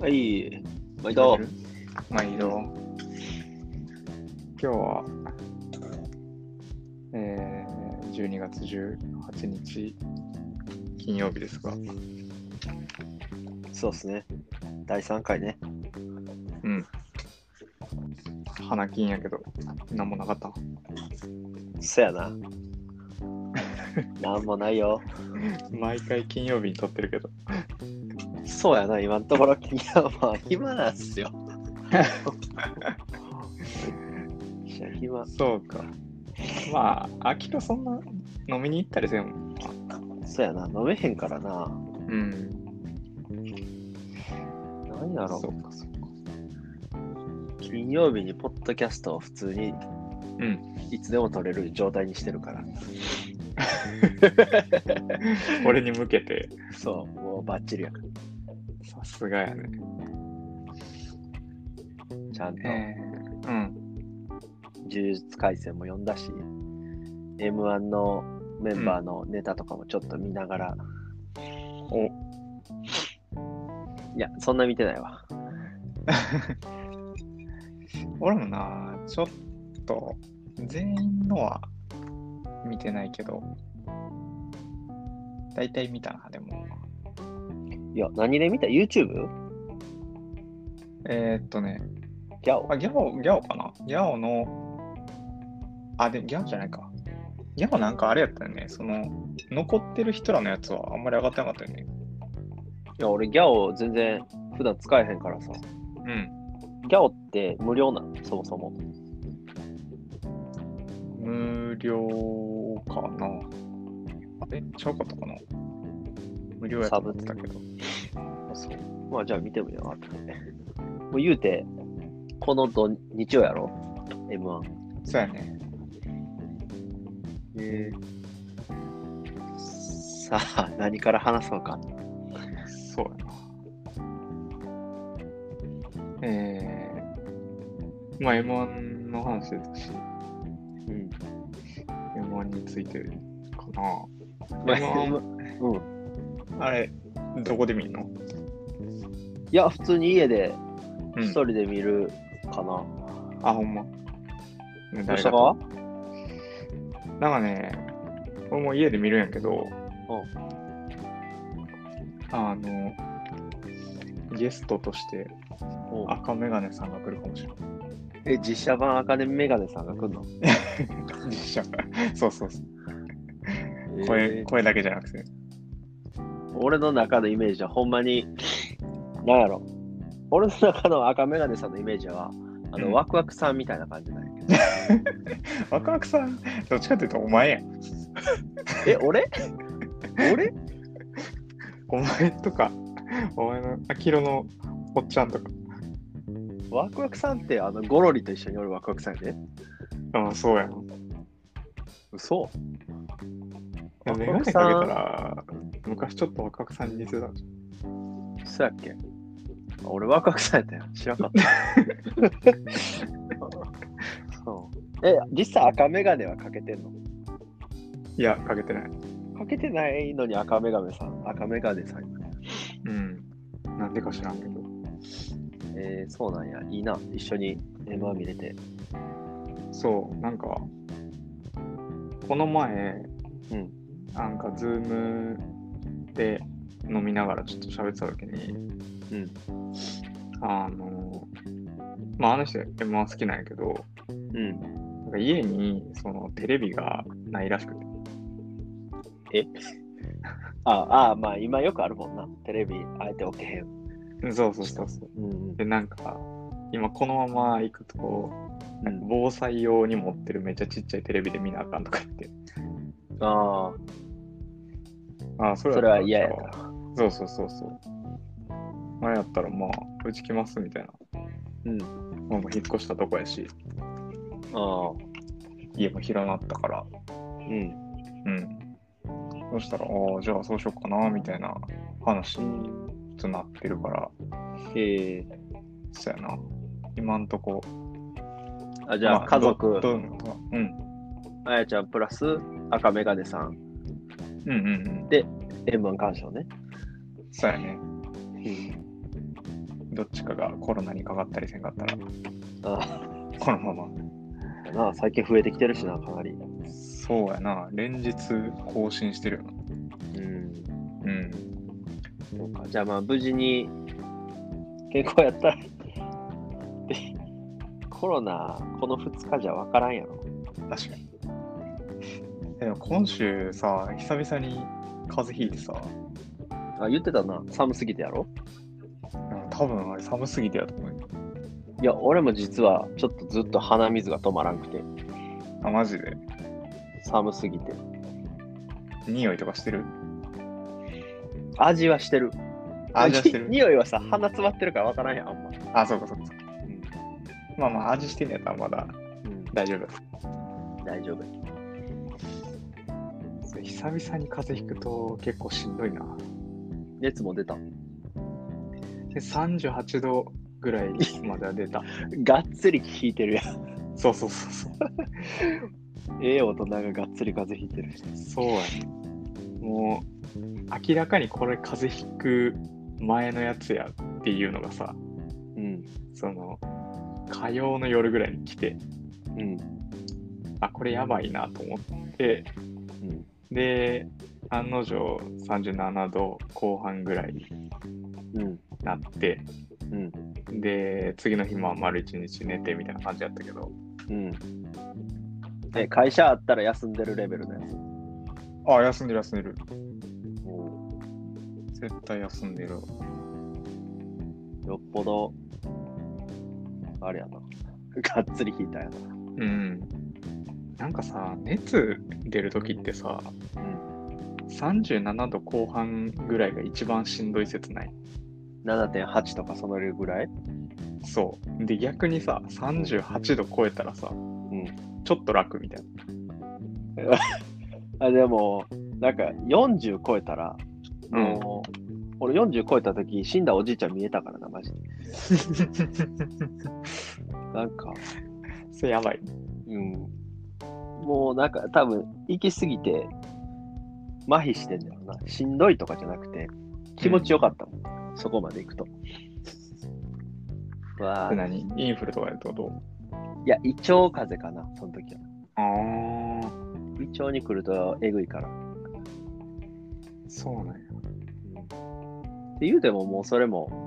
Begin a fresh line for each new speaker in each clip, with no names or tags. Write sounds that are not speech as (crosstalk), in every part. はい、毎度。
毎度。今日は、えー、12月18日、金曜日ですが、
そうですね。第3回ね。
うん。花金やけど、なんもなかった。
そや
(laughs)
な。なんもないよ。
毎回金曜日に撮ってるけど、
そうやな、今のところ、君はまあ、暇なんす
(laughs)
よ。いや暇。
そうか。まあ、秋とそんな飲みに行ったりせんもん。
そうやな、飲めへんからな。
うん。
何やろ
そ。うか、そうか。
金曜日にポッドキャストを普通に
うん。
いつでも撮れる状態にしてるから。
俺に向けて、
そう、もうバッチリや。
さすがやね。
ちゃんと
ー、うん。
呪術廻戦も読んだし、M1 のメンバーのネタとかもちょっと見ながら、
お
いや、そんな見てないわ。
俺もな、ちょっと、全員のは見てないけど、大体見たな、でも。
いや、何で見た ?YouTube?
えー、っとね、
ギャオ
あ、ギャオ、ギャオかなギャオの、あ、で、ギャオじゃないか。ギャオなんかあれやったよね、その、残ってる人らのやつはあんまり上がってなかったよね。
いや、俺ギャオ全然普段使えへんからさ。
うん。
ギャオって無料なのそもそも。
無料かな。あれちゃうかったかな無料やと思ってたけど。
そう。まあ、じゃあ見てみようなって。もう (laughs) 言うて、この土日曜やろ ?M1。
そうやね。
えさあ、何から話そうか。
そうやな。えー、まあ M1 の話だし、
うん。
M1 についてか
まあ
な。M1、
うん。
あれ、どこで見るの
いや、普通に家で
う
一
ん。
人で見るかな。
あ、ほんま。ね
どう
誰
した
が
か
なんかね、俺も家で見るんやけど、あの、ゲストとして
うん
赤メガネさんが来るかもしれない。
え、
(laughs)
実写版アカデミーメガネさんが来るの
実写。そうそうそう。声、
えー
声だけじゃなくて。
俺の中のイメージはほんまに、なんやろ。俺の中の赤メガネさんのイメージは、あの、
うん
ワクワクさんみたいな感じなんやけど。
ワクワクさん、どっちかっていうとお前やん。
え、俺 (laughs) 俺
お前とか、お前の、あきろのおっちゃんとか。
ワクワクさんって、あの、ゴロリと一緒に俺ワクワクさんやで。
ああ、そうやん。
嘘ワク
メ
ワ
ガ
ク
ネ
さん
かけたら、昔ちょっとワクワクさんに似てたんじ
そうやっけあ俺ワクワクさんやったよ。知らなかった。そうえ、実際赤メガネはかけてんの
ゃんいや、かけてない。
かけてないのに赤メガネさん、赤メガネさん。
うん。なんでか知らんけど。
えー、そうなんや。いいな。一緒に M1 見れて。
そう、なんか、この前、
うん
なんか、ズームで飲みながらちょっと喋ってた時に、
うん
あの、まあ、あの人 M1 好きなんやけど、
うん。
なんか家にそのテレビがないらしくて、
ああ、まあ今よくあるもんな。テレビあえて置けへん。
そうそうそうそう。
うん
で、なんか、今このまま行くと、
う
なんか
ん。
防災用に持ってるめっちゃちっちゃいテレビで見なあかんとか言って、
ああ、
ああ、そ
それは嫌やな。
そうそうそうそう。あれやったら、まあ、うち来ますみたいな。
うん。
まあ、もう引っ越したとこやし、
ああ、
家も広なったから、
うん。
うん。そしたら、ああ、じゃあそうしようかな、みたいな話となってるから、
ええ
そうやな。今んとこ、
あ、じゃ
ま
あ家族、
どどうん。
あやちゃんプラス赤メガネさん、
うんうんうん。
M1 鑑賞ね。
そうやね。どっちかがコロナにかかったりせんかったら、
あ
このまま。
あなあ最近増えてきてるしな、かなり。う
そうやな、連日更新してるよな。
ん。
うん。
そうか。じゃあまあ、無事に健康やったら。でコロナ、この2日じゃ分からんやろ。
確かに。でも今週さ、久々に風邪ひいてさ、
あ、言ってたな。寒すぎてやろ
うん多分あれ寒すぎてやと思う。
いや、俺も実はちょっとずっと鼻水が止まらんくて、
あ、マジで。
寒すぎて。
匂いとかしてる
味はしてる。
味はしてる
匂いはさ、鼻詰まってるから分からんやん、あんま。
あ、そうかそうかそうか。まあまあ、味してんやったらまだ
うん、
大丈夫。
大丈夫。
そう久々に風邪ひくと結構しんどいな。
熱も出た。
で38度ぐらいまでは出た。
がっつり効いてるやん。
そうそうそうそう。
ええ大人ががっつり風邪ひいてる。
そうやね。もう、明らかにこれ風邪ひく前のやつやっていうのがさ、
うん。
その、火曜の夜ぐらいに来て、
うん。
あ、これやばいなと思って、
うん。
で、案の定37度後半ぐらいに
うん。
なって、
うん。
で、次の日も丸一日寝てみたいな感じやったけど、
うん。え、会社あったら休んでるレベルのやつ。
あ、休んでる休んでる。
も
絶対休んでる。
うよっぽど、あれやな。 (laughs) がっつり引いたやな。
うん。なんかさ、熱出るときってさ、
うん。
37度後半ぐらいが一番しんどい説ない
7.8とかそのぐらい
そうで逆にさ38度超えたらさ
うん。
ちょっと楽みたい (laughs) な
あでも、なんか40超えたら、
うん
もう、俺40超えた時死んだおじいちゃん見えたからな、マジで。なんか、
それやばい
うん。もうなんか多分、行き過ぎて、麻痺してんだよな。しんどいとかじゃなくて、気持ちよかったもん。そこまで行くと。わあ、い
何インフルとかやるってこと
や、胃腸風邪かな、その時は。
ああ
胃腸に来るとえぐいから。
そうなんや
って言うても、もうそれも、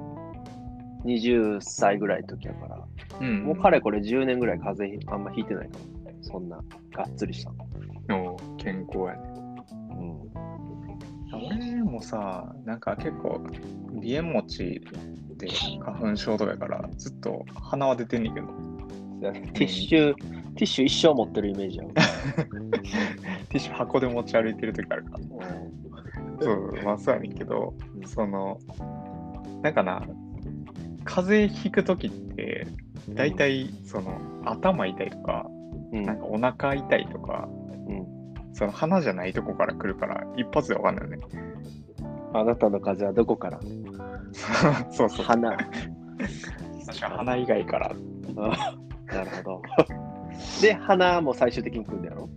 20歳ぐらいの時やから。
うん
もうかれこれ10年ぐらい風邪ひあんまひいてないかも。そんな、がっつりした。
の健康やね
うん。
俺もさなんか結構鼻炎持ちで花粉症とかやからずっと鼻は出てんねんけど
ティッシュ、ティッシュ一生持ってるイメージ (laughs) やもん。
ティッシュ箱で持ち歩いてる時あるからそうまあそうやねんけどそのなんかな風邪ひく時って大体その頭痛いとか
うん。
なんかお腹痛いとか
うん
その鼻じゃないとこから来るから一発でわかんないよね (laughs)
あなたの風邪はどこから
そうそ
(laughs)
う
鼻。
確か鼻以外から
あなるほど。で、鼻も最終的に来るんだやろ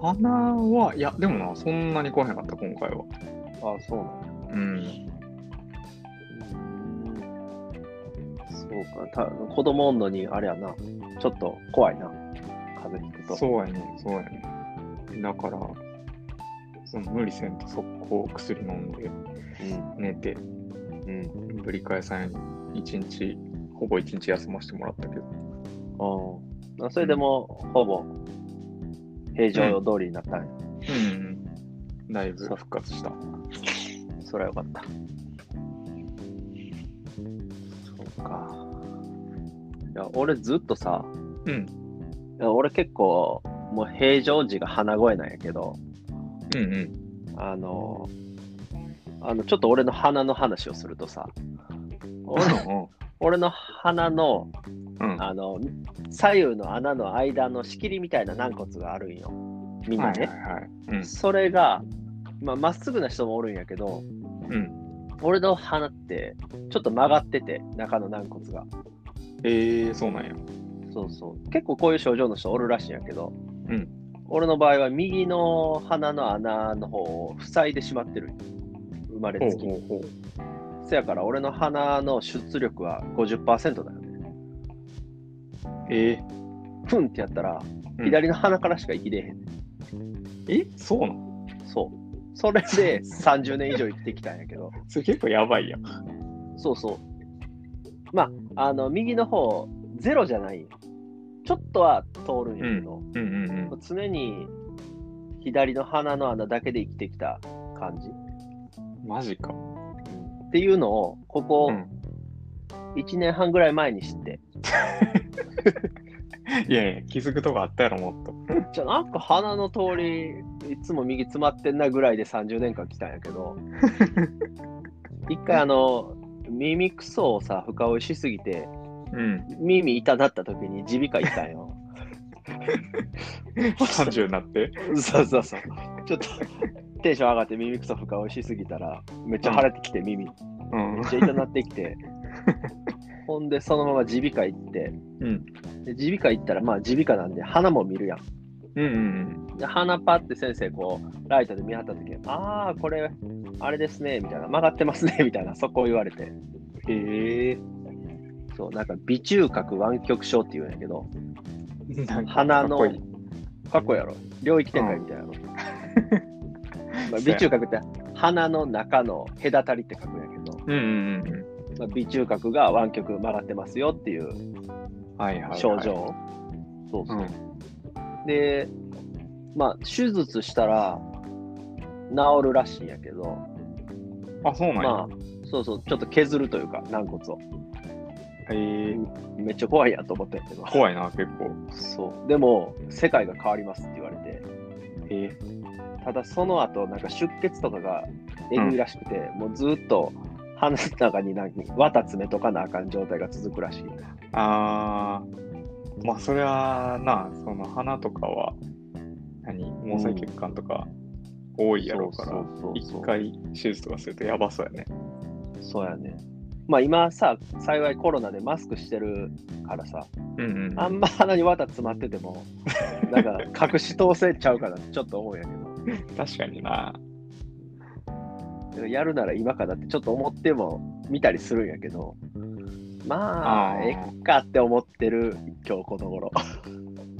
鼻はいやでもなそんなに来へんかった今回は
あそうなんだ。
うん
そうか。た子供おんのに、あれやな。ちょっと怖いな。風邪ひくと。
そうやねそうやねだからその無理せんと速攻薬飲んで寝て
うん。うん。
ぶり返さんように一日ほぼ一日休ませてもらったけど
うんあそれでも、ほぼ平常通りになった、ね
うん、だいぶ
そう
復活した。
それはよかった。そうか。いや、俺ずっとさ、
うん、
いや俺結構、もう平常時が鼻声なんやけど、
うん、うん。
あの、あのちょっと俺の鼻の話をするとさ、俺の俺の鼻の
うん、
あの左右の穴の間の仕切りみたいな軟骨があるんよ、みんなね。
はいはいはい。うん、
それが、まあ、まっすぐな人もおるんやけど、
うん。
俺の鼻って、ちょっと曲がってて、中の軟骨が。
えー、そうなんや。
そうそう。結構こういう症状の人おるらしいんやけど、
うん
俺の場合は右の鼻の穴の方を塞いでしまってる。生まれ
ほう
つきに。
ほうほう。
せやから俺の鼻の出力は50%だよね。
ええ
ふんってやったら、
うん
左の鼻からしか生きれへん。
えそうなの
そう。それで30年以上生きてきたんやけど、
それ結構やばいやん。
そうそう。まあ、あの、右の方、ゼロじゃないよちょっとは通るんやけど、
うんうんうん。
常に左の鼻の穴だけで生きてきた感じ。
マジか。
っていうのを、ここ
うん
1年半ぐらい前に知って、
いやいや、気づくとこあったやろ、もっと。
じゃあなんか鼻の通りいつも右詰まってんなぐらいで30年間来たんやけ
(laughs)
ど一回あの耳くそをさ深追いしすぎて
うん。
耳痛なった時に耳鼻科行ったんよ
(laughs) 30になって。
そうそうそうちょっとテンション上がって耳くそ深追いしすぎたらめっちゃ腫れてきて耳めっ
うん。
ちゃ痛なってきてほんでそのまま耳鼻科行って
うん。
で耳鼻科行ったらまあ耳鼻科なんで鼻も見るやん
うんうん
で鼻パって先生こうライトで見張った時に「ああこれあれですね」みたいな「曲がってますね」みたいなそこを言われて
うん。へえ。
そうなんか微中隔湾曲症っていうんやけど
なんか
鼻の
かっこいい
かっこいいやろ領域展開みたいなの、 (laughs) まあ、微中隔って鼻の中の隔たりって書くんやけど、
うんうんうん
まあ、微中隔が湾曲曲がってますよっていう
うん。はいはい、はい。
症状、。そうそうう、
ん。
でまあ手術したら治るらしいんやけど
あ、そうなんや。
まあ、そうそう、ちょっと削るというか、軟骨を。
へえ。
めっちゃ怖いやと思ったんやけど。
怖いな、結構。
そう。でも、世界が変わりますって言われて、
へえ。
ただその後、なんか出血とかがえぐいらしくて、もうずっと鼻の中になんか綿詰めとかなあかん状態が続くらしい。
あー、まあ、それはな、その鼻とかは、何、毛細血管とか多いやろうから、
そうそうそ
一
う
回手術とかするとやばそうやね。
そうやね。まあ今さ、幸いコロナでマスクしてるからさ、
うんうん。
あんま鼻に綿詰まってても、なんか隠し通せちゃうかなってちょっと思うんやけど。
確かにな。
やるなら今かなってちょっと思っても見たりするんやけど、まあ、
あー
えっかって思ってる今日この頃。 (laughs)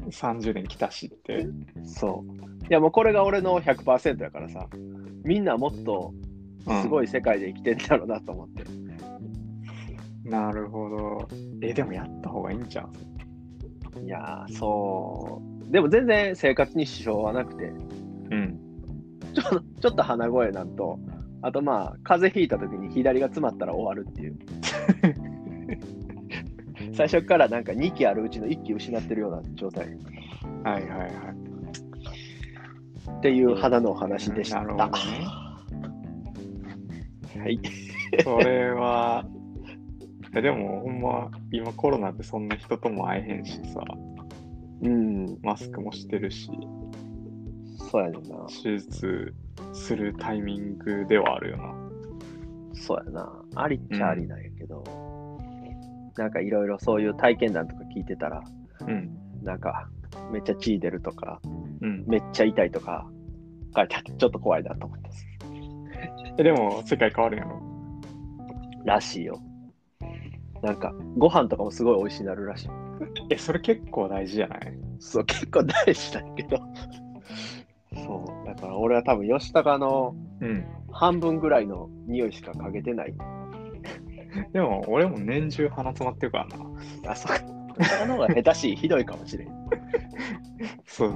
30年来たしって。
そう。いやもうこれが俺の100%やからさ、みんなもっとすごい世界で生きてんだろうなと思って。
なるほど。え、でもやった方がいいんじゃん。
いやー、そう。でも全然生活に支障はなくて、
うん。
ちょちょっと鼻声なんと、あとまあ、風邪ひいた時に左が詰まったら終わるって
(laughs)
いう。最初からなんか2機あるうちの1機失ってるような状態。
はいはいはい。
っていう花のお話でした。
なるほどね。
はい。
それは、いやでもほんま、今コロナでそんな人とも会えへんしさ、
うん、
マスクもしてるし、
そうやねんな。
手術するタイミングではあるよな。
そうやな。ありっちゃありなんやけど、なんかいろいろそういう体験談とか聞いてたら、
うん。
なんかめっちゃ血出るとか、
うん、
めっちゃ痛いとか書いてあって、ちょっと怖いなと思ってます。
えでも世界変わるんやろ。
らしいよ。なんかご飯とかもすごい美味しいなるらしい。
え、それ結構大事じゃない
そう、結構大事だけど。そう、だから俺は多分吉高の
うん。
半分ぐらいの匂いしか嗅げてない
でも俺も年中鼻詰まってるからな。
あ、そうか。他の方が下手しい、ひどいかもしれん。
そう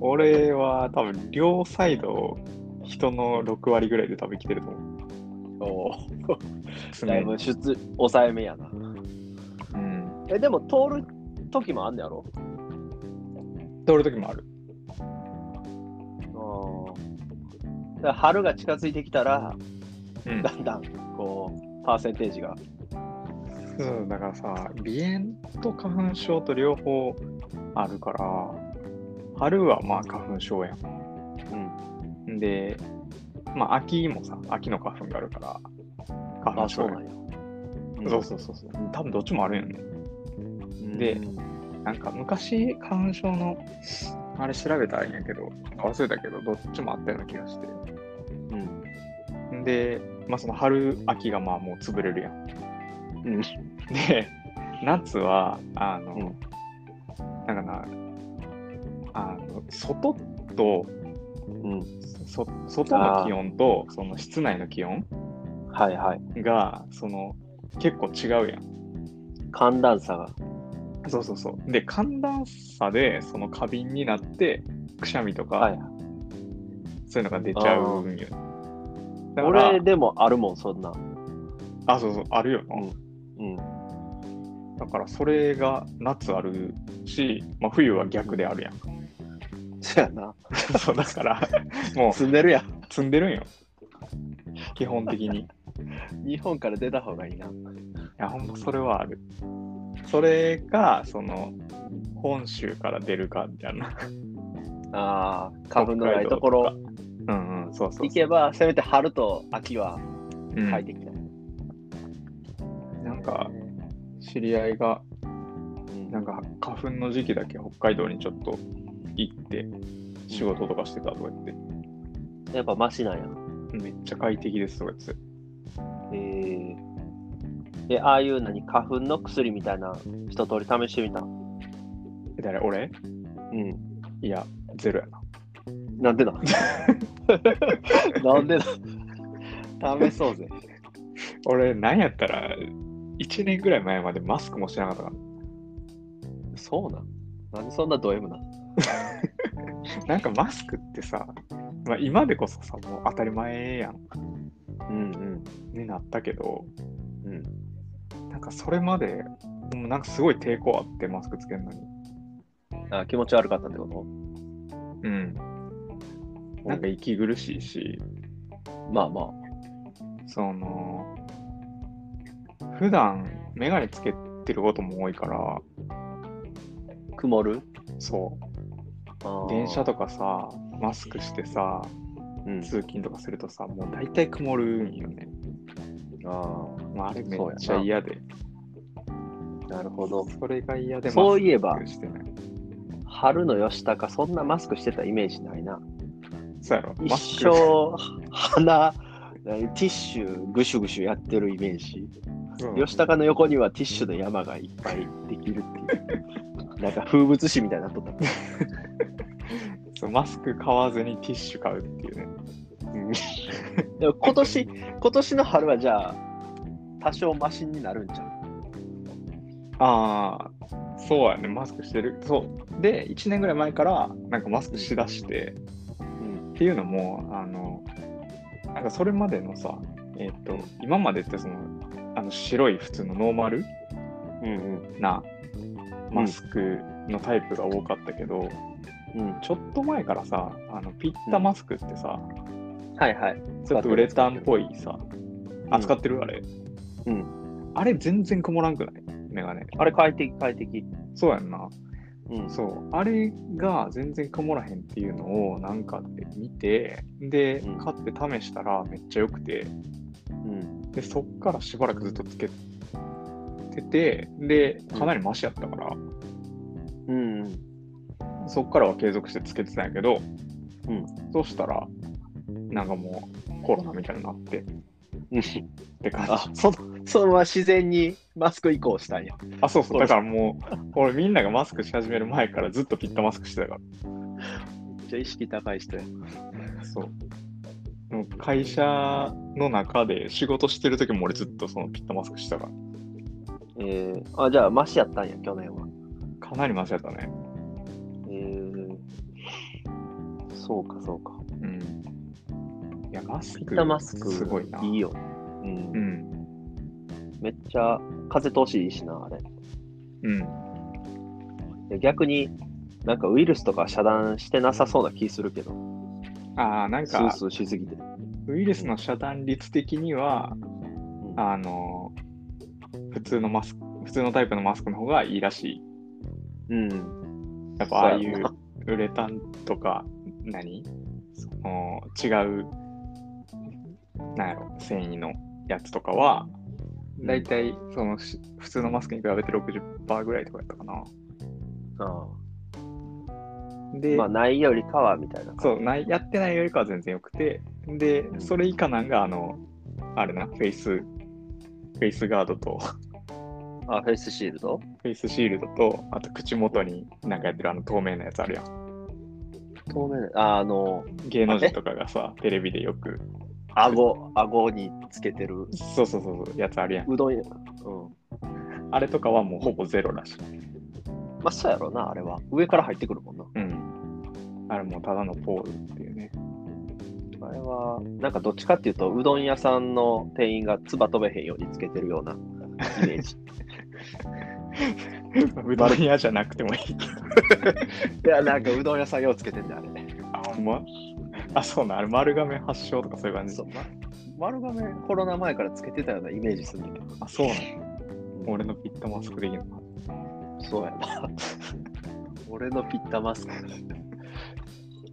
俺は多分両サイド人の6割ぐらいで多分生きてると思う。
おお。
常
だいぶ出、抑えめやな。
うん。
え、でも通る時もあんねやろ
通る時もある。
あだから春が近づいてきたら、
うん
だ。んだん、こう、パーセンテージが。
そうだからさ、鼻炎と花粉症と両方あるから、春はまあ花粉症や
うん。
ん。んで、まあ秋もさ、秋の花粉があるから、花
あ、
粉
そ
症
う
やん
なんや。
そうそうそうそう。多分どっちもあるよね。
うん
でなんか昔、花粉症の、あれ調べたらいいんやけど、忘れたけど、どっちもあったような気がして。
うん。
で、まあ、その春秋がまあもう潰れるやん。
うん
(laughs) で夏はあの、
うん
なんかなあの外と
うん。
そ外の気温とその室内の気温
はいはい。
がその結構違うやん。
寒暖差が。
そうそうそう。で寒暖差でその過敏になってくしゃみとか、
はい。
そういうのが出ちゃうんよ。だから
俺でもあるもん、そんな。
あそうそうあるよな。
うん。
だからそれが夏あるし、まあ、冬は逆であるやん。
そやな。
(laughs) そうだからもう
住んでるやん。
積んでるんよ。基本的に。い
日本から出た方がいいな。
や、ほんまそれはある。それか、その、本州から出るかみたいな。
ああ、花粉のないとこ
北
ろ
海うんうん、そうそう
行けば、せめて春と秋は
うん
快適だよ。
なんか、知り合いが、
うん
なんか、花粉の時期だけ北海道にちょっと行って、仕事とかしてたとか言って、
やっぱマシなんや。
めっちゃ快適ですとか言ってた。
えー、え、ああいうのに花粉の薬みたいな一通り試してみた。う
え誰俺
ん。
いや、ゼロやな。
なんでだ (laughs) なんでだ試そうぜ。
俺、なんやったら、1年ぐらい前までマスクもしてなかったか
そうなん。なんでそんなド M な
ら。なんかマスクってさ、まあ、今でこそさ、もう当たり前やん。
うん
になったけど、
うん。うん。
なんかそれまで、もうなんかすごい抵抗あって、マスクつけるのに。
あ気持ち悪かったってこ
うん。なんか息苦しいし、
とまあまあ。
その、普段メガネつけてることも多いから、
曇る
そう、電車
と
とかさ、マスクしてさ、
うん、
通勤とかするとさ、もう大体曇るんよね。
あ
まあ、あれめっち
そうや
ゃ
な
嫌で。
あなるほど
それが嫌で
そういえば
マスクしてない。
春の吉高そんなマスクしてたイメージないな
そうやろマス
一
ク
生鼻何ティッシュぐしゅぐしゅやってるイメージ、
そう
吉高の横にはティッシュの山がいっぱいできるっていうなんか風物詩みたいになっとった
そうマスク買わずにティッシュ買うっていうね。
でも今年今年の春はじゃあ多少マシになるんちゃう
ああ、そうやね、マスクしてる。そう。で、1年ぐらい前から、なんかマスクしだして、
うん
っていうのも、あの、なんかそれまでのさ、えっ、と、今までってその、あの白い普通のノーマル
うん
なマスクのタイプが多かったけど、
うん
ちょっと前からさ、あのピッタマスクってさ、
はいはい
ちょっとウレタンっぽいさ、
うん
あ、使ってるあれ。
うん。
あれ全然曇らんくないメガネ。
あれ快適快適
そうやんな。
うん
そう、あれが全然曇らへんっていうのをなんかで見て、で
うん、
買って試したらめっちゃ良くて、
うん
で、そっからしばらくずっとつけてて、で、かなりマシやったから、
うん
そっからは継続してつけてたんやけど、
うん
そうしたら、なんかもうコロナみたいになってっ
うん
て感じ。
あそそのまま自然にマスク移行したんや。
あ、そうそう、
そうで
だ
す
からもう、俺みんながマスクし始める前からずっとピッタマスクしてたから。
めっちゃ意識高い人や。
そう。でも会社の中で仕事してる時も俺ずっとそのピットマスクしてたから、
えー、あじゃあ、マシやったんや、去年は。
かなりマシだったね。
えー、そうか、そうか。
うん。いや、マス
ピ
ク、
ッタマスク、
すごいな。
いいよ、う。
うんん。
めっちゃ風通しいいしな、あれ
うん。。
で逆に、なんかウイルスとか遮断してなさそうな気するけど、
ああ、なん
スー
か、
スーしすぎて。
ウイルスの遮断率的には、
うん
あの、普通のマスク、普通のタイプのマスクの方がいいらしい。
うん。
やっぱああい
そう
う
や
ウレタンとか何その違うなんやろ繊維のやつとかはだいたいそのし普通のマスクに比べて60%ぐらいとかやったかな
あ
で、
ーまあ、ないよりかは、みたいな。
そうないやってないよりかは全然よくてでそれ以下なんがあのあれな、フェイス、フェイスガードと、 (laughs)
あ、フェイスシールド
フェイスシールドと、あと口元になんかやってるあの透明なやつあるやん。
透明な、ああの、
芸能人とかがさ、テレビでよく、
顎、顎につけてる、
そうそうそうそう、やつあるやん。
うどんや、
あれとかはもうほぼゼロらしい。
うん。まあ、そうやろな、あれは。上から入ってくるもんな。
うん。あれもうただのポーズっていう (laughs) ね。
あれは、なんかどっちかっていうと、うどん屋さんの店員が唾飛べへんようにつけてるようなイメージ。
うどん屋じゃなくてもいいけど。
(laughs) いや、なんかうどん屋さんようつけてんだよ、あれ。
あ、ほんまあ、そうなん、あれ丸亀発祥とかそういう感じ
そう、ま、丸亀コロナ前からつけてたようなイメージするんだけど。
あ、そうなん俺のピットマスクでいいのか。
そうやな。俺のピッタマスク。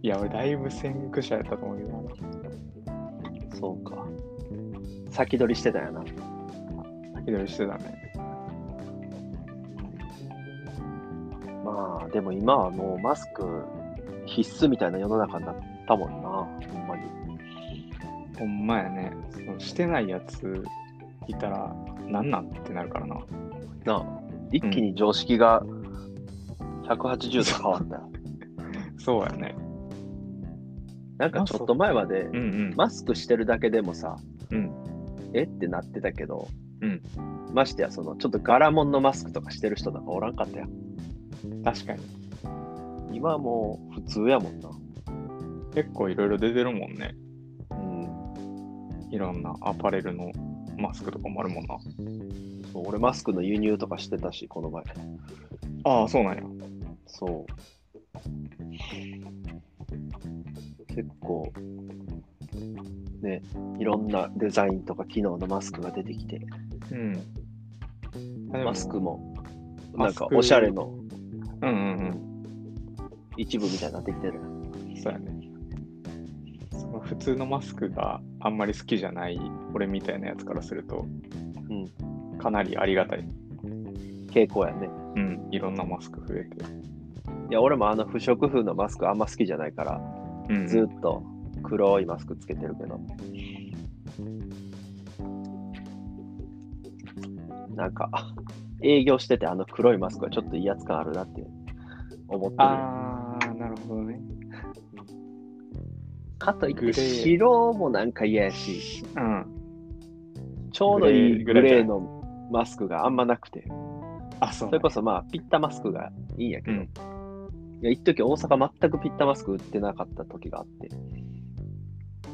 いや、俺だいぶ先駆者やったと思うけどな。
そうか。先取りしてたよな。
先取りしてたね。
まあ、でも今はもうマスク必須みたいな世の中になったもんな。ほんまに。
ほんまやね。そのしてないやついたら、なんなんってなるからな。
なあ一気に常識が180度変わったよ。
そうやね。
なんかちょっと前まで
うんうん。
マスクしてるだけでもさ、
うん
えってなってたけど、
うん
ましてやそのちょっと柄物のマスクとかしてる人なんかおらんかったやん
確かに。
今はもう普通やもんな。
結構いろいろ出てるもんね。
うん。
いろんなアパレルのマスクとかもあるもんな。
そう俺マスクの輸入とかしてたし、この前。
ああ、そうなんや。
そう。結構、ね、いろんなデザインとか機能のマスクが出てきて、
うん。
マスク
も。
も、な
マ
ん
ス
か
ク
おしゃれの
うんうん
一部みたいになってきてる。
うん。そうやね。その普通のマスクがあんまり好きじゃない俺みたいなやつからすると、かなりありがたい。
傾向やね。
うん。いろんなマスク増えて。
いや、俺もあの不織布のマスクあんま好きじゃないから、
うん
ずっと黒いマスクつけてるけど。なんか、営業しててあの黒いマスクはちょっと威圧感あるなって思ってる。
ああ、なるほどね。
かといっ
グレ
て
ー
白もなんか嫌やし、
うん。
ちょうどいい
グ
グ
レー
レーのマスクがあんまなくて、
あ、そう
それこそまあピッタマスクがいいんやけど、
うん
いや一時大阪全くピッタマスク売ってなかった時があって、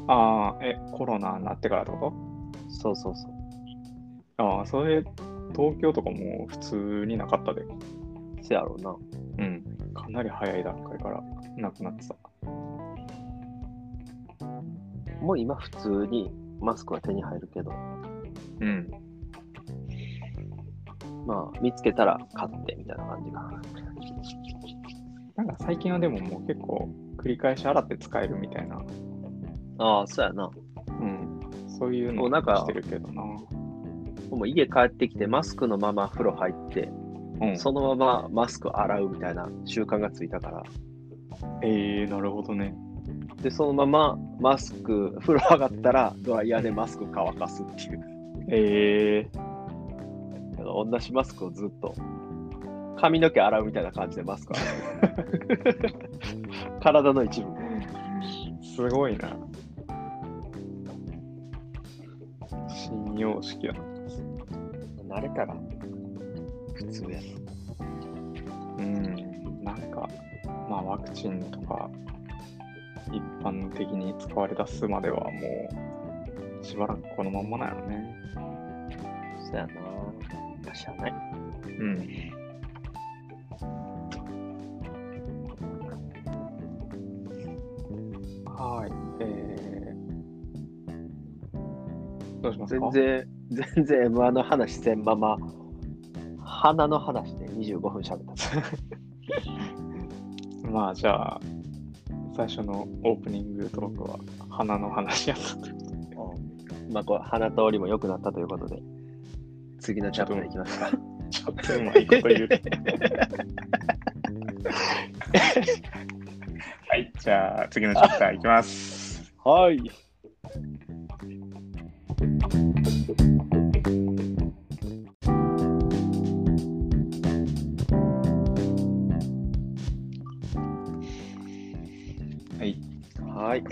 ああ、え、コロナになってからってこ
そうそうそう。
とああ、それ、東京とかも普通になかったで。
せやろうな。
うん。かなり早い段階からなくなってた。
もう今普通にマスクは手に入るけど、
うん。
まあ見つけたら買ってみたいな感じかな。
なんか最近はでももう結構繰り返し洗って使えるみたいな、
ああ、そうやな。
うん、そういうの
おなん
を
か
してるけどな。
もう家帰ってきてマスクのまま風呂入って、
うん、
そのままマスク洗うみたいな習慣がついたから、
えー、なるほどね。
で、そのままマスク、風呂上がったらドライヤーでマスク乾かすっていう。
えー、
だから同じマスクをずっと、髪の毛洗うみたいな感じでマスク洗 (laughs) う。体の一部。
すごいな。信用式やな。
慣れたら、普通や
うん、なんか、まあワクチンとか、一般的に使われ出すまではもう、しばらくこのまんまなんやろね。
そうやな。しゃあない。
うん。はい。えー、どうしますか
全。然、全然 M1 の話せんまま、花の話で25分喋った。
まあ、じゃあ、最初のオープニングトークは、花の話やったと。
まあ、こう、花通りも良くなったということで、次のチャプターいきますか。
ちょっとうまいこと言うて。 (laughs) はい、じゃあ、次のチャプターいきます。
はい。
はい。
はい。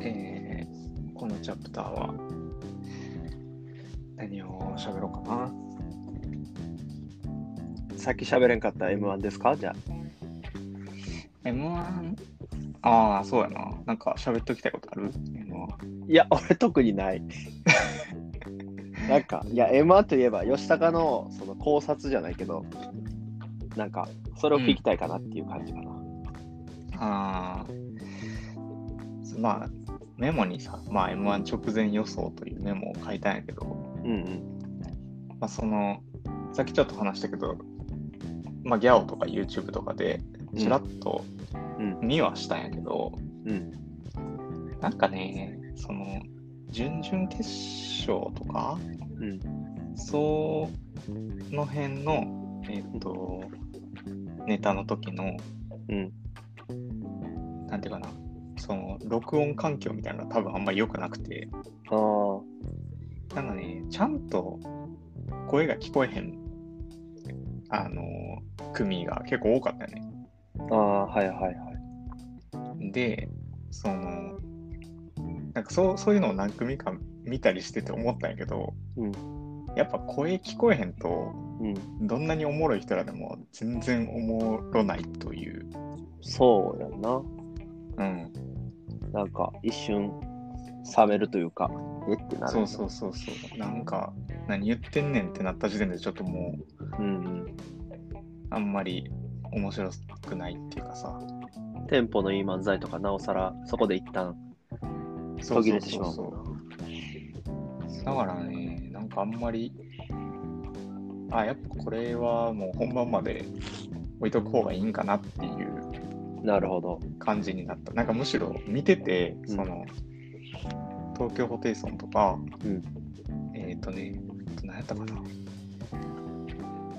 えーこのチャプターは何を喋ろうかな。
さっき喋れんかった M1 ですかじゃ
M1? ああ、そうやな。なんか喋っときたいことある ?M1。
あ。いや、俺特にない。なんか、いや、M1 といえば、吉高のその考察じゃないけど、なんか、それを聞きたいかなっていう感じかな。
ああ。まあ、メモにさ、まあ、M1 直前予想というメモを書いたんやけど、
うん、うん、
まあ、その、さっきちょっと話したけど、まあ、ギャオとか YouTube とかで、ちらっと
うん
見はしたんやけど、
うん
なんかね、その、準々決勝とか、
うん、
その辺の、えっと、ネタの時の、
うん。
なんていうかな、その、録音環境みたいなのが多分あんまり良くなくて、
ああ、
なんかね、ちゃんと声が聞こえへん、あの、組が結構多かったよね。
ああ、はいはいはい。
で、その、なんかそうそういうのを何組か見たりしてて思ったんやけど、
うん
やっぱ声聞こえへんと、
うん、
どんなにおもろい人らでも全然おもろないという、
そうやんな。
うん、
なんか、一瞬、冷めるというか、えってなる。
そうそうそうそう、なんか、何言ってんねんってなった時点でちょっともう、
うん
あんまり面白くないっていうかさ、
うん。テンポのいい漫才とか、なおさら、そこで一旦
そ
途
う
切
そう
れてし
そ
ま
う
うもんな。
だからね、なんかあんまり、あ、やっぱこれはもう本番まで置いとく方がいいんかなっていう
なるほど。
感じになった。なんかむしろ見てて、
うん
その、東京ホテイソンとか、
うん
えっ、とね、何やったかな。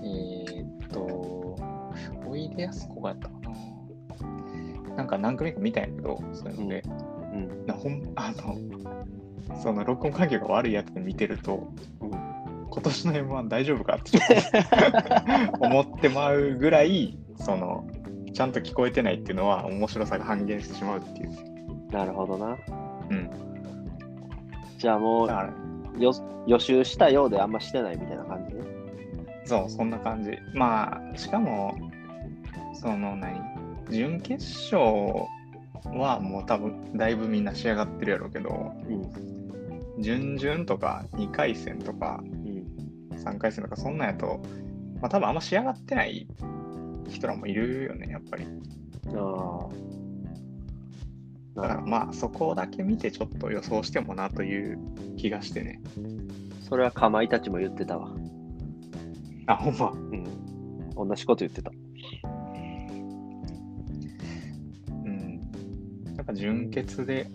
えっ、と、おいでやすこがやったかな。なんか何組か見たんやけど、そういうので。
うん。
なほんあのその録音環境が悪いやつ見てると、
うん
今年の m 1大丈夫かってちょっと (laughs) 思ってまうぐらいそのちゃんと聞こえてないっていうのは面白さが半減してしまうっていう、
なるほどな。
うん、
じゃあも
だ
う
から
よ予習したようであんましてないみたいな感じね。
そうそんな感じまあしかもその何準決勝はもう多分だいぶみんな仕上がってるやろうけど
うん。
準々とか2回戦とか
うん。
3回戦とかそんなんやと、まあ、多分あんま仕上がってない人らもいるよねやっぱり
ああ。
だか
なる
らまあそこだけ見てちょっと予想してもなという気がしてね
それはかまいたちも言ってたわ。
あほんま
うん。同じこと言ってた。
うんなんか準決で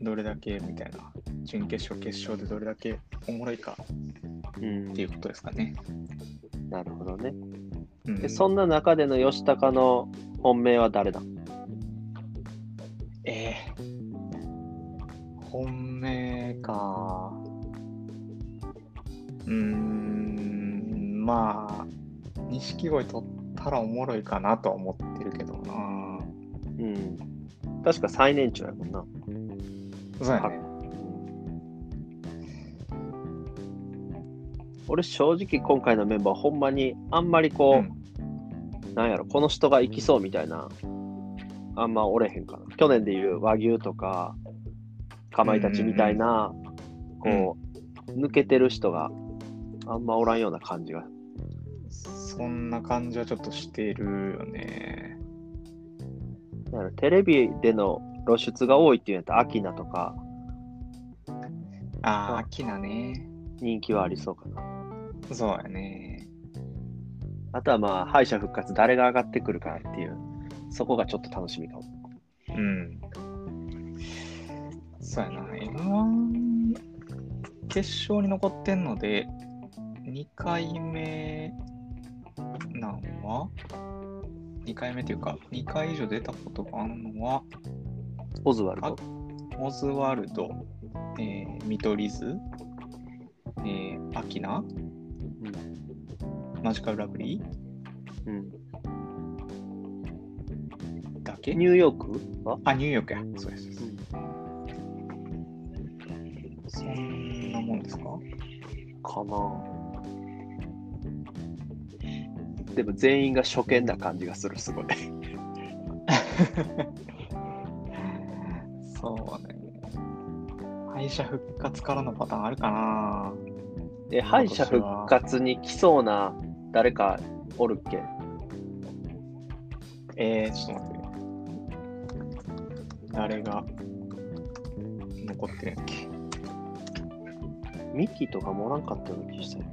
どれだけみたいな準決勝決勝でどれだけおもろいか
うん
っていうことですかね、
なるほどね。
うん、
で、そんな中での吉高の本命は誰だ
えー、本命か。うーん、まあ、錦鯉取ったらおもろいかなとは思ってるけどな。
うん。確か最年長やもんな。
そうやね。
俺正直今回のメンバーほんまにあんまりこう、
うん
なんやろ、この人が行きそうみたいな、あんまおれへんかな。去年でいう和牛とか、かまいたちみたいな、こう、抜けてる人があんまおらんような感じが。
そんな感じはちょっとしてるよね。
だからテレビでの露出が多いっていうのやったら、アキナとか
ああ、
あ
秋だね。
人気はありそうかな。
そうやね。
あとはまあ、敗者復活、誰が上がってくるかっていう、そこがちょっと楽しみかも。
うん。そうやな。M1 決勝に残ってんので、2回目なんは ?2 回目というか、2回以上出たことがあるのは、
オズワルド。
オズワルド、えー見取り図、えー、アキナ、マジカルラブリー
うん。
け
ニューヨークは
あ、ニューヨークや。そうです。そうですそんなもんですか
かなでも全員が初見な感じがする、すごい。
そうね。敗者復活からのパターンあるかな
(laughs) え、敗者復活に来そうな誰かおるっけ
えー、ちょっと待って。誰が残ってるんだっけ
ミキとかもおらんかったような気がしたよ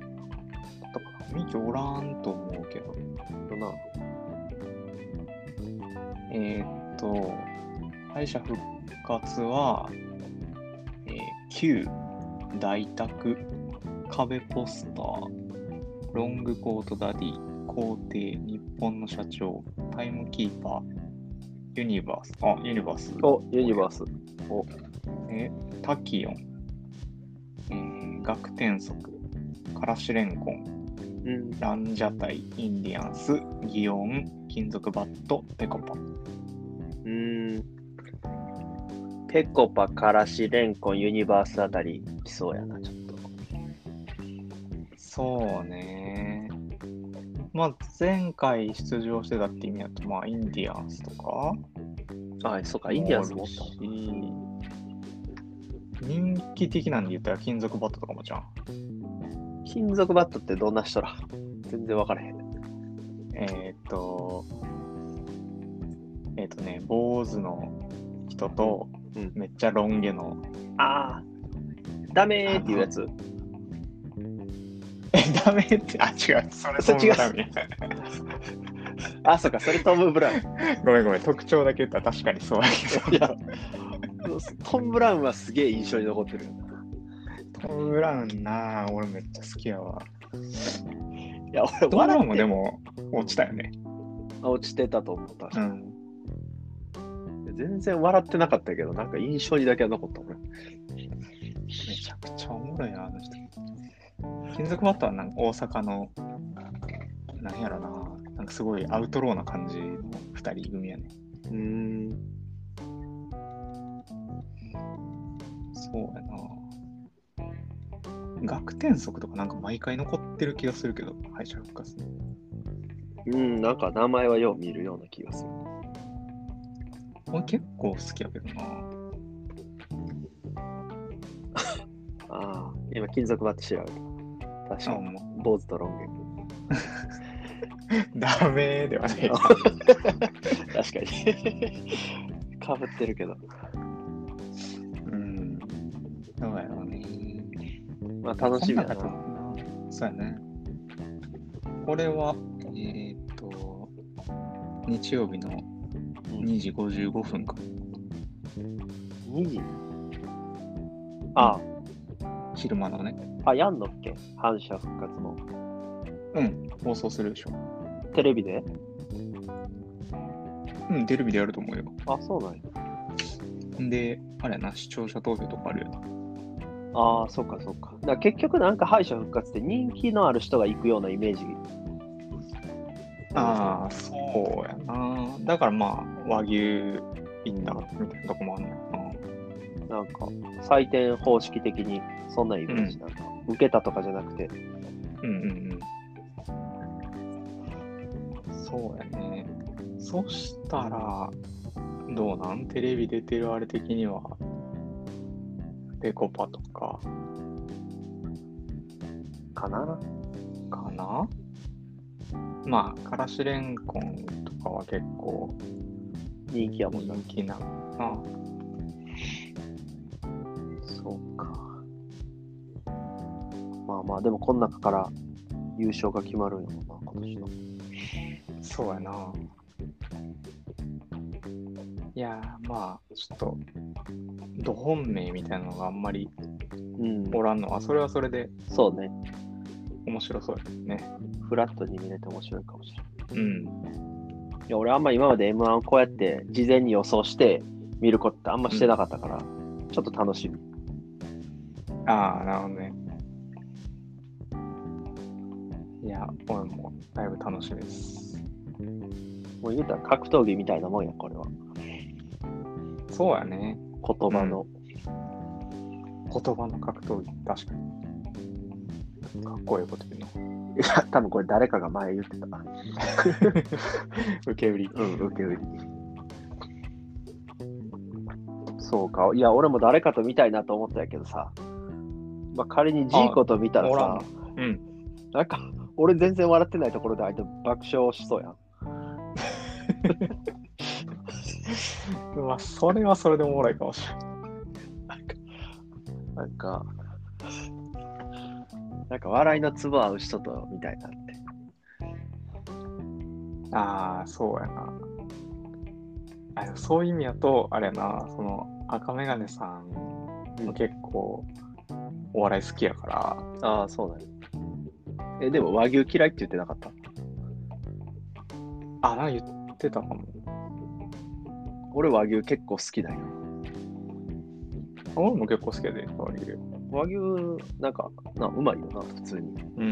ミキおらんと思うけど。
な。
えーっと、敗者復活は、えー、旧大宅、壁ポスター、ロングコートダディ、皇帝、日本の社長、タイムキーパー、ユニバース、あ、ユニバース、
お、ユニバース。
えタキヨン、えー、学天則、からしれんこん、
うん。
ランジャタイ、インディアンス、ギオン、金属バット、ペコパ。
うーん。ペコパ、からし、レンコン、ユニバースあたり来そうやな、ちょっと。
そうね。まあ、前回出場してたって意味だと、まあ、インディアンスとか。
あ、そうか、インディアンスもお
あ
っ
るした
のか。
人気的なんで言ったら金属バットとかもじゃん。
金属バットってどんな人ら全然分からへん。
えーっと、えーっとね、坊主の人と、
うん
めっちゃロン毛の、
ああ、ダメーっていうやつ。
え、ダメって、あ、違う、それ
それ違う
トムブラウンや
(laughs) あ、そうか、それトム・ブラウン。
ごめんごめん、特徴だけ言ったら確かにそうだけ
い
ど
や、トム・ブラウンはすげえ印象に残ってるよな。
トム・ブラウンなぁ、俺めっちゃ好きやわ。
いや、俺、
トム・ブラウ
笑
ン
っ
も
て
でも落ちたよね。
あ落ちてたと思った。
うん。
全然笑ってなかったけど、なんか印象にだけは残った俺。
めちゃくちゃおもろいな、あの人。金属バットはなんか大阪の、なんやろな、なんかすごいアウトローな感じの2人組やね。
うーん。
そうやな。学天則とかなんか毎回残ってる気がするけど、敗者復活ね。
うん、なんか名前はよう見るような気がする。
俺結構好きやけどな。
ああ、今、金属バット調べた。確
あ、
か
ほ
に。
んま。
坊主とロン毛。
ダメでは
(laughs)
ね。
確かに。かぶってるけど。
うん。そうやろうね。
まあ、楽しみだな。
そんな方かなそうやね。これは、えーっと、日曜日の
うん
2時55分か。
2時あ
昼間のね。
あ、やんのっけ反射復活も。
うん、放送するでしょ。
テレビで
うん、テレビでやると思うよ。
あ、そうなんや。
で、あれやな、視聴者投票とかあるよな。
ああ、そうかそうか。だから結局なんか敗者復活って人気のある人が行くようなイメージ。
ああ、そうやな。だからまあ、和牛インダーみたいなとこもあるのか
なんか採点方式的にそんなイメージ。なんか受けたとかじゃなくて。
な。うんうんうん。そうやね。そしたら、どうなんテレビ出てるあれ的には、ペコパとか
かな
かなまあ、からしれんこんとかは結構
人気やもんな。
人気なのかな。
そうか。まあまあ、でもこの中から優勝が決まるんやもんな、今年の。
そうやな。いやー、まあ、ちょっと、ど本命みたいなのがあんまり
うん。
おらんのは、それはそれで
そうね。
面白そうやね。
フラットに見れて面白いかもしれない。
うん。
いや俺あんま今まで M1 をこうやって事前に予想して見ることってあんましてなかったから、ちょっと楽しみ。
ああ、なるほどね。いや、俺もだいぶ楽しみです。
もう言うたら格闘技みたいなもんや、これは。
そうやね。
言葉の。
言葉の格闘技、確かに。かっこいいこと言うな。
いや、 (laughs) 多分これ誰かが前言 (laughs) ってた。
受け売り。
うん、受け売り。そうか。いや、俺も誰かと見たいなと思ったんやけどさ。まあ、仮にジーコと見たら
あおら
さ
ん、うん。
なんか、俺全然笑ってないところで相手爆笑しそうやん。
まあ、それはそれでおもろいかもしれない。
なんか、なんか笑いのツボ合う人とみたいなって。
ああ、そうやな。あでもそういう意味やと、あれやな、その、赤眼鏡さんも結構、お笑い好きやから、
ああ、そうなんやえ、でも和牛嫌いって言ってなかった
あ、なんか言ってたかも。
俺和牛結構好きだよ。
俺も結構好きやで、そういう。
和牛、なんか、なうまいよな、普通に。
う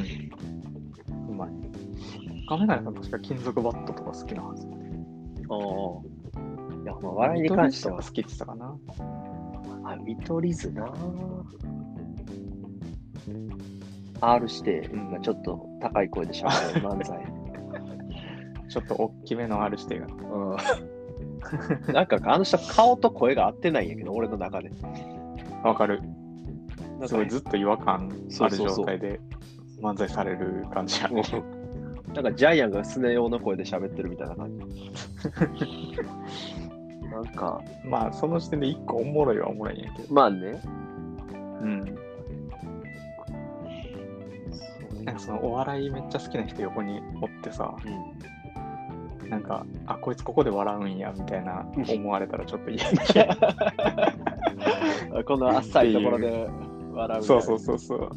ん。うまい。カメラさん確か金属バットとか好きなはず。
ああ。いや、まあ、笑いに関しては
見取り図とか好きって言ってたかな。
あ、見取り図な。R して、
うん
がちょっと高い声でしゃべる漫才。
ちょっと大きめの R 指定が。
うん。 (laughs) なんか、あの人、顔と声が合ってないんやけど、俺の中で。
わかる。
なん
す
か
ごいずっと違和感ある
そうそうそう
状態で漫才される感じやね。
(laughs) なんかジャイアンがスネ用の声で喋ってるみたいな感じ。 (laughs) なんか、
(laughs) まあその時点で一個おもろいはおもろいんやけど。
まあね。
うん。なんかそのお笑いめっちゃ好きな人横におってさ、なんか、あ、こいつここで笑うんやみたいな思われたらちょっと嫌だけど
うん、このあっさいところで笑う。
そうそうそうそう。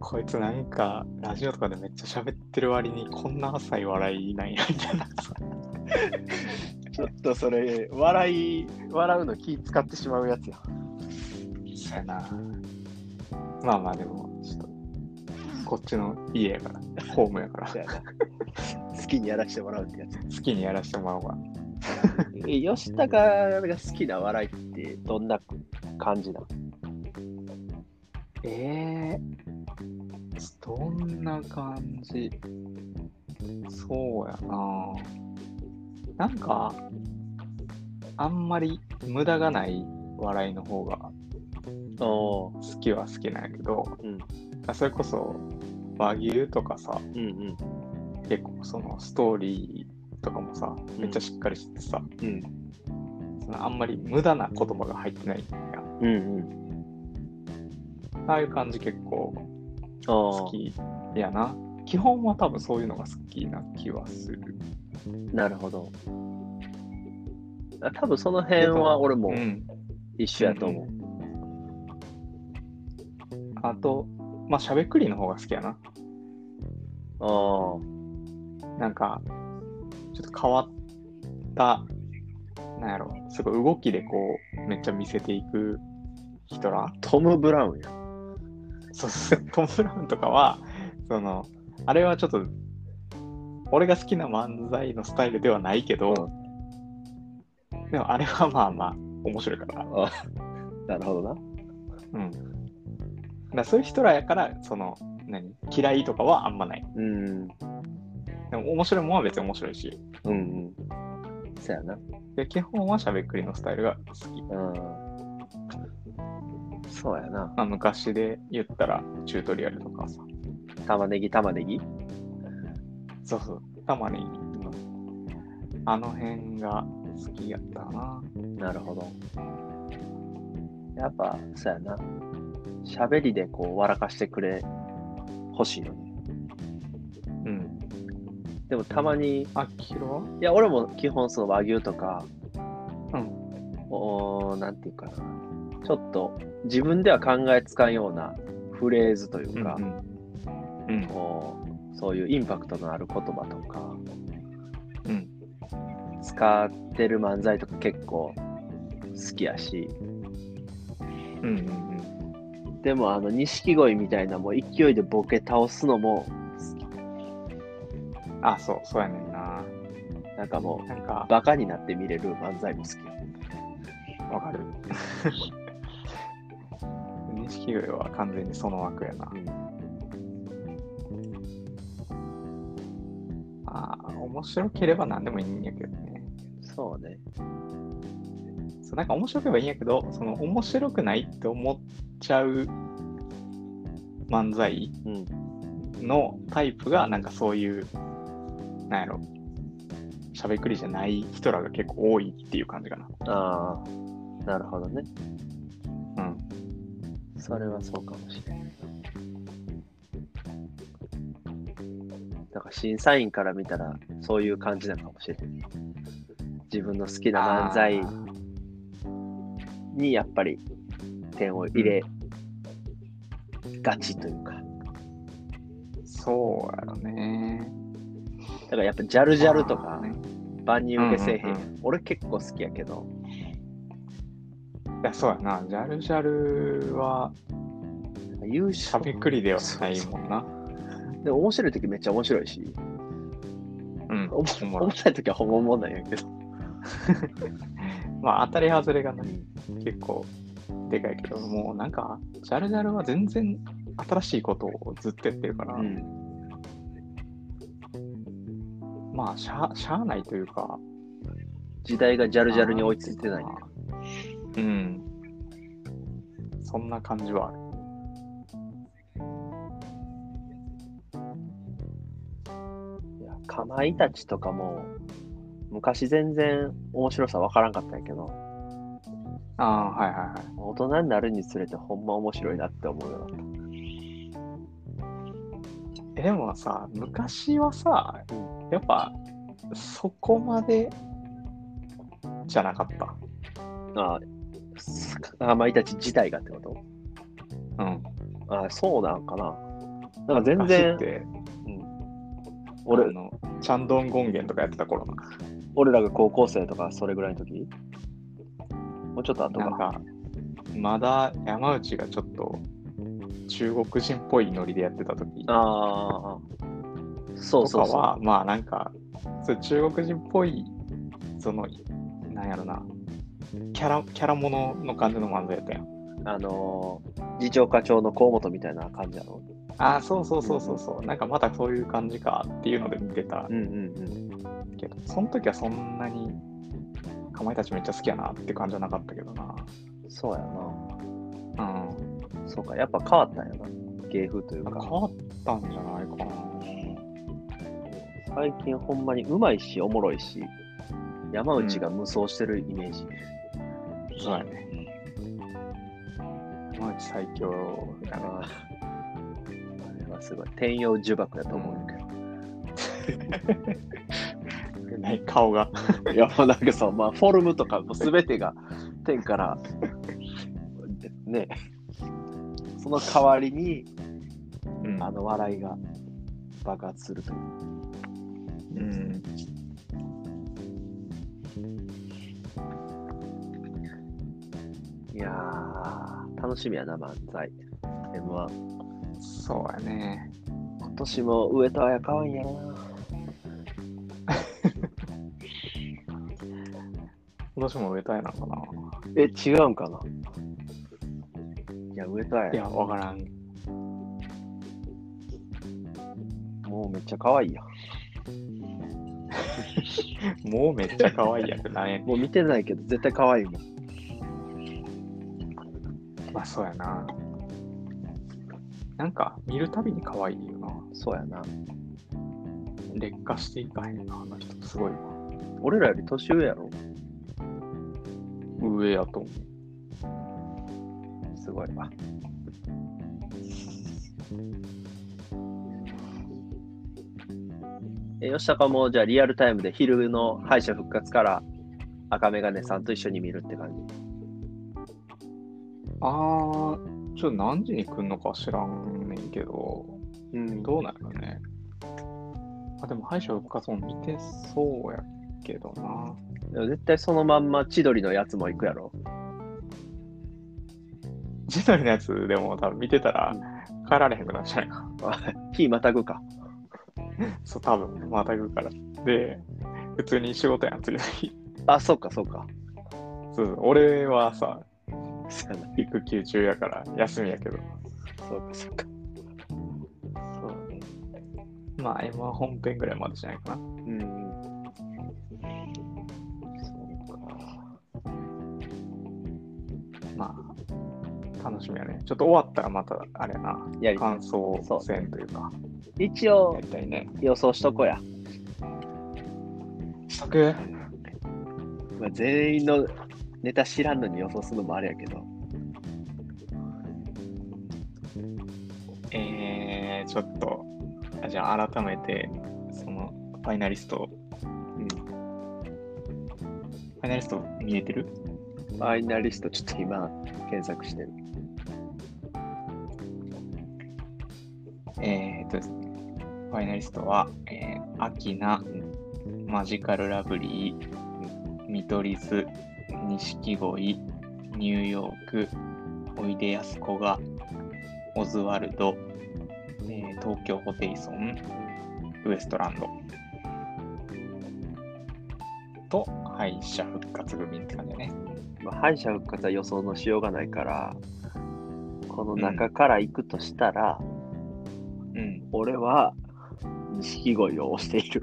こいつなんか、ラジオとかでめっちゃ喋ってる割に、こんな浅い笑いなんや、みたいな。
ちょっとそれ、笑い、笑うの気使ってしまうやつや。
そうやな。まあまあ、でも、ちょっと、こっちの家やから、ホームやから、
みたいな好きにやらしてもらうってやつ。
好きにやらせてもらおうか。
え吉高が好きな笑いってどんな感じなの
ええどんな感じそうやな。なんか、あんまり無駄がない笑いの方が
おー
好きは好きなんやけど、
うん
それこそ和牛とかさ
うんうん
結構そのストーリーとかもさめっちゃしっかりしててさ、
うん
そのあんまり無駄な言葉が入ってないやん
うんうん
ああいう感じ結構
あ
好
ー
きやな基本は多分そういうのが好きな気はする
なるほどあ多分その辺は俺も
うん
一緒やと思う、
あとまあしゃべくりの方が好きやな
あ
なんかちょっと変わったなんやろすごい動きでこうめっちゃ見せていく人ら
あトム・ブラウンや
そう (laughs) そう、トム・ブラウンとかは、その、あれはちょっと、俺が好きな漫才のスタイルではないけど、でもあれはまあまあ、面白いから。
なるほどな
うん。だからそういう人らやから、その、何嫌いとかはあんまない。
うん
でも面白いもんは別に面白いし、
うんうんそやな
で基本はしゃべくりのスタイルが好き。
うんそうやな
まあ、昔で言ったら、チュートリアルとかさ、
玉ねぎ玉ねぎ
そうそう、たまに、あの辺が好きやったな。
なるほどやっぱそうやな喋りでこう笑かしてくれ欲しいよね
うん。
でもたまにい
あきろは
や俺も基本その和牛とか
うん
おーなんていうかなちょっと自分では考えつかんようなフレーズというか、
うん
こうそういうインパクトのある言葉とか
うん
使ってる漫才とか結構好きやし
うんうん
でもあの錦鯉みたいなもう勢いでボケ倒すのも
うんあそうそうやねんな
なんかも
なん
う
か
バカになって見れる漫才も好き
わかる。 (laughs) 錦鯉は完全にその枠やな。まあ、面白ければ何でもいいんやけどね。
そうね。
そうなんか面白ければいいんやけど、その面白くないって思っちゃう漫才
うん。
のタイプが、なんかそういう、なんやろ、しゃべくりじゃない人らが結構多いっていう感じかな。
ああ、なるほどね。
うん。
それはそうかもしれない。だから審査員から見たらそういう感じなのかもしれない。自分の好きな漫才
あー
にやっぱり点を入れがちというか。
そうやろね。
だからやっぱジャルジャルと
あ
か
ーね
万人受けせえへんやん
うんう
俺結構好きやけど。
いや、そうやな。ジャルジャルは、
優
しゃ
勝
べくりではないもんな。
で面白い時めっちゃ面白いし、
うん。
おも
おもろ
面
い
白い時はほぼおもんないんやけど。
まあ、当たり外れがね、結構、でかいけど、もうなんか、ジャルジャルは全然新しいことをずっとやってるから、
うん
まあ、しゃあ、しゃあないというか、
時代がジャルジャルに追いついてないね。
うん。そんな感じはある。
いや、かまいたちとかも、昔全然面白さわからんかったんやけど、
ああ、はいはいはい。
大人になるにつれてほんま面白いなって思うようになっ
えでもさ、昔はさ、やっぱ、そこまで、じゃなかった。
た。ああすかまいたち自体がってこと
うん。
ああそうなんかな。なんか全
昔っ
然、
て
俺
あの、チャンドン権現とかやってた頃な
俺らが高校生とかそれぐらいの時もうちょっと後
なん
か。
か、まだ山内がちょっと中国人っぽいノリでやってた時
あ
と
ああ、そう
か
そうそ
は、まあなんか、そう中国人っぽい、その、なんやろな、キャラ、キャラものの感じの漫才やったやん。
う。あのー、次長課長の河本みたいな感じやろ。
ああ、そうそうそうそうそう、なんかまたそういう感じかっていうので見てた
うんうんうん。
けど、その時はそんなに、かまいたちめっちゃ好きやなって感じはなかったけどな。
そうやな。
うん。
そうか、やっぱ変わったんやな。芸風という
なんか
か
変。わったんじゃないかな。
最近ほんまにうまいしおもろいし山内が無双してるイメージ、
そうやね。山内最強や
ああ
な。
れはすごい天陽呪縛やと思うんや
ない顔が。
け (laughs) ど、いやもうなんかさ、まあ、フォルムとかも全てが天からねその代わりに
うん
あの笑いが爆発するという
うん。
いやー楽しみやな漫才 m 1
そうやね。
今年も上戸彩かわいいやな
今年も植えたいなのかな。
え、違うんかないや、上戸
い
彩
や、わからん。
もうめっちゃ可愛いやん。
もうめっちゃ可愛いやつだね。
もう見てないけど、絶対可愛いもん。
(laughs) まあそうやな。なんか、見るたびに可愛いよな。
そうやな。
劣化していかへんな、あの人。すごいな。
俺らより年上やろ
上やと思う。
すごいわ。え、吉高もじゃあリアルタイムで昼の敗者復活から赤メガネさんと一緒に見るって感じ。
あー、ちょっと何時に来んのか知らんねんけど。
うん
どうなるのね。あ、でも敗者復活も見てそうやけどな。
でも絶対そのまんま千鳥のやつも行くやろ
ジェダリのやつでも多分見てたら帰られへんくなっちゃうか。
火またぐか。
そう、多分また行くから。で、普通に仕事やん、次の日。
あ、そうかそうか。
そうそう俺はさ、
そうやな
育休中やから休みやけど。
そうか、そうか。
そうね。まあ、M1 本編ぐらいまでじゃないかな。
うん。そうか。
まあ、楽しみやね。ちょっと終わったらまた、あれやな、
やり
感想戦というか、
一
や
応、
りたいね。
予想しとこうや。
したく
まあ、全員のネタ知らんのに予想するのもあれやけど。
えー、ちょっと、あじゃあ改めて、その、ファイナリスト、
うん。
ファイナリスト見えてる
ファイナリスト、ちょっと今、検索してる。
えー、っとですね、ファイナリストは、えー、アキナ、マジカルラブリー、見取り図、錦鯉、ニューヨーク、おいでやすこが、オズワルド、えー東京ホテイソン、ウエストランド。と、敗者復活組って感じだね。
まあ、敗者復活は予想のしようがないから、この中から行くとしたら、
うん。
俺は、錦鯉を押している。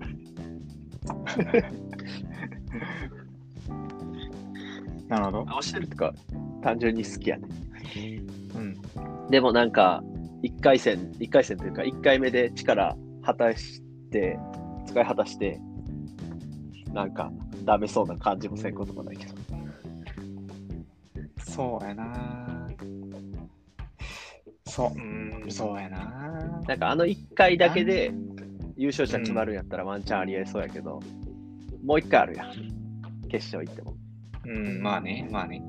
なるほど。
押してるとか、単純に好きやね。
うん。
でもなんか、1回戦、一回戦というか、1回目で力果たして、使い果たして、なんか、ダメそうな感じもせんこともないけど。
そうやなそう、うん、そうやな
なんか、あの1回だけで優勝者決まるんやったらワンチャンありえそうやけど、もう1回あるやん。決勝行っても。
うん、まあね、まあね。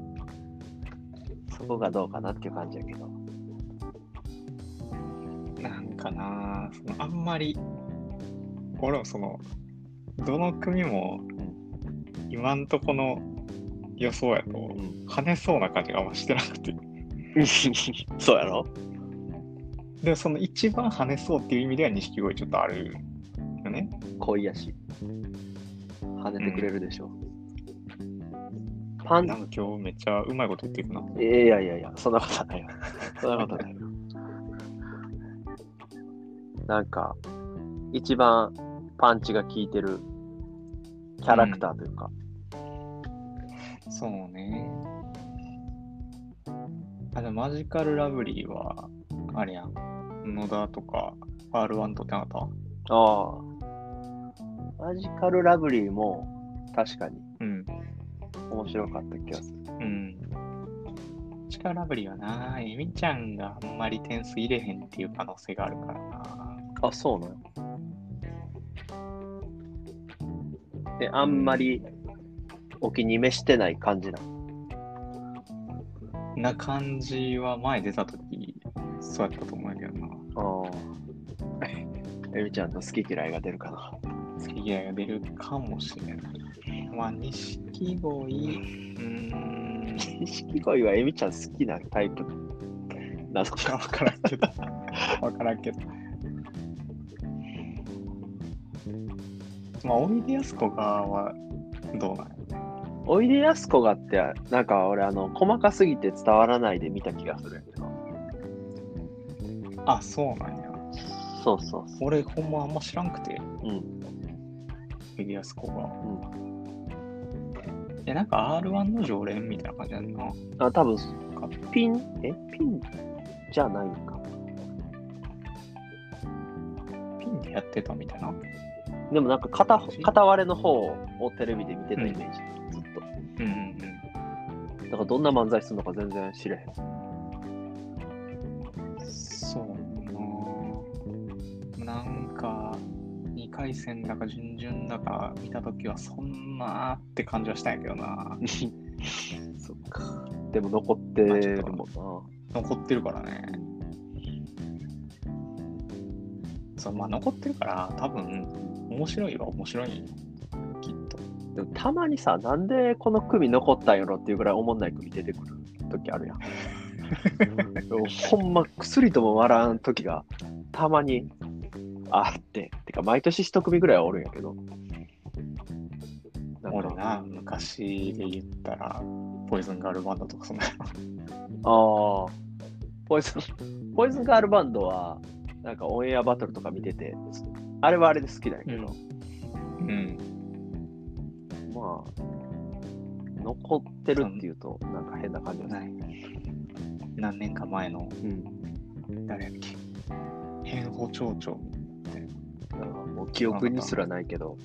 そこがどうかなっていう感じやけど。
なんかなそのあんまり、俺もその、どの組も、今んとこの予想やと、跳ねそうな感じがあんましてなくて。
(laughs) そうやろ
で、その一番跳ねそうっていう意味では、錦鯉ちょっとあるよね。
恋やし。跳ねてくれるでしょ。パン
なんか今日めっちゃうまいこと言っていくな。
いやいやいや、そんなことはない (laughs) よ。そんなことはないよ。なんか、一番パンチが効いてるキャラクターというか、
そうね。あ、でもマジカルラブリーは、あれやん。野田とか、R1 とってなかっ
ああ。マジカルラブリーも確かに
たうん。
面白かった気がする。
うん。チカラブリーはな、エミちゃんがあんまり点数入れへんっていう可能性があるからな。
あ、そうなので、あんまりお気に召してない感じなの。
な感じは前出た時そうやったと思うんやけどな。
あ (laughs) あ。エミちゃんの好き嫌いが出るかな。
好き嫌いが出るかもしれない。まあ、錦鯉、うーん、
錦鯉はエミちゃん好きなタイプなの
わからんけど。わからんけど。まあ、おいでやすこがはどうなんや
おいでやすこがってなんか俺あの細かすぎて伝わらないで見た気がするんやけど
あ、そうなんや。
そうそうそ
俺、ほんまあんま知らんくて。
ううん
フィギュアスコが。うん、で、なんか R1 の常連みたいな感じやんな。
あ多分ピンえピンじゃないのか
ピンでやってたみたいな。
でもなんか片片割れの方をテレビで見てたイメージ、ずっ
うんうんう
と
ん。
だからどんな漫才するのか全然知れへん
そうなあなんか、2回戦だか準々だか見たときは、そんなーって感じはしたんやけどな。
(laughs) そっかでも残ってるもん
残ってるからね。そう、まあ残ってるから、多分、面白いは面白いんよ。きっと。
なでもたまにさなんでこの組残ったんやろっていうぐらいおもんない組出てくる時あるや (laughs) んでもほんま薬とも笑わん時がたまにあっててか毎年一組ぐらいはおるんやけどなんか
俺な、昔で言ったら、ポイズンガールバンドとかそんな。
ああ。ポイズン、 (laughs) ポイズンガールバンドは、なんかオンエアバトルとか見てて、あれはあれで好きなんやけど、
うん。
まあ、残ってるっていうと、なんか変な感じがする。
ない。何年か前の、
うん。
誰やっけ。変法町長。
なんかもう記憶にすらないけど、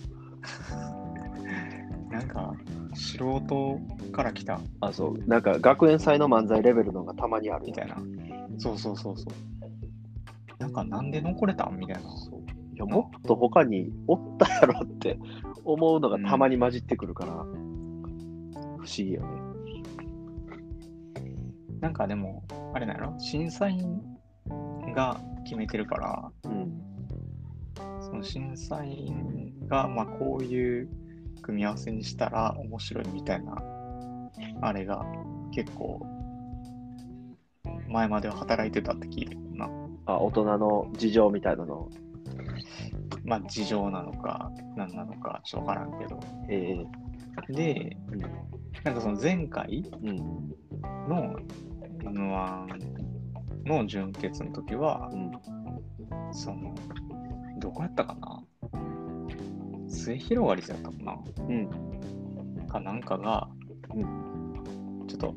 なんか、素人から来た
あ、そう、なんか学園祭の漫才レベルのがたまにある
みたい
な。
な。そうそうそうそう。なんか、なんで残れたんみたいな。
そういやもっと他におったやろって思うのがたまに混じってくるから、不思議よね。
なんかでも、あれなんやろ審査員が決めてるから、
うん。
その審査員が、まあ、こういう組み合わせにしたら面白いみたいなあれが結構前までは働いてたって聞いてるな、
あ、大人の事情みたいなの。
まあ、事情なのか何なのかちょっとわからんけど
ええ
でなんかその前回
うん。
の m 1の準決の時は
うん。
そのどこやったかな末広がりじゃったかな
うん。
かなんかが、
う
ちょっと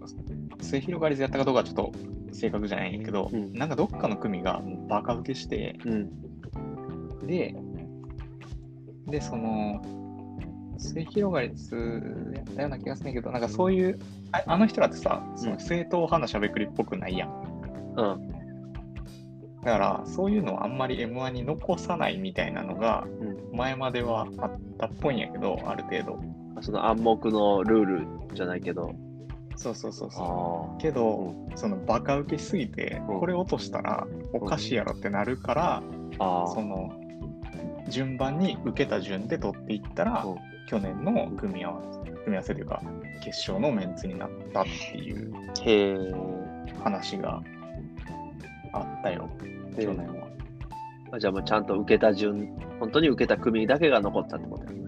末広がりでやったかどうかはちょっと正確じゃないんやけど、
うん
なんかどっかの組がもうバカ受けして
うん。
ででその末広がり2やったような気がするんやけどなんかそういうああの人らってさその正統派なしゃべくりっぽくないやん
うん。
だからそういうのをあんまり m 1に残さないみたいなのが
うん。
前まではあったっぽいんやけどある程度
その暗黙のルールじゃないけど。
そうそうそうそう
あ
けど、そのバカ受けしすぎて、
うん
これ落としたらおかしいやろってなるから、
あ
その順番に受けた順で取っていったら、
うん
去年の組み合わせ組み合わせというか決勝のメンツになったっていう
へえ。
話があったよ去年は。
あじゃあもうちゃんと受けた順、本当に受けた組だけが残ったってことやね。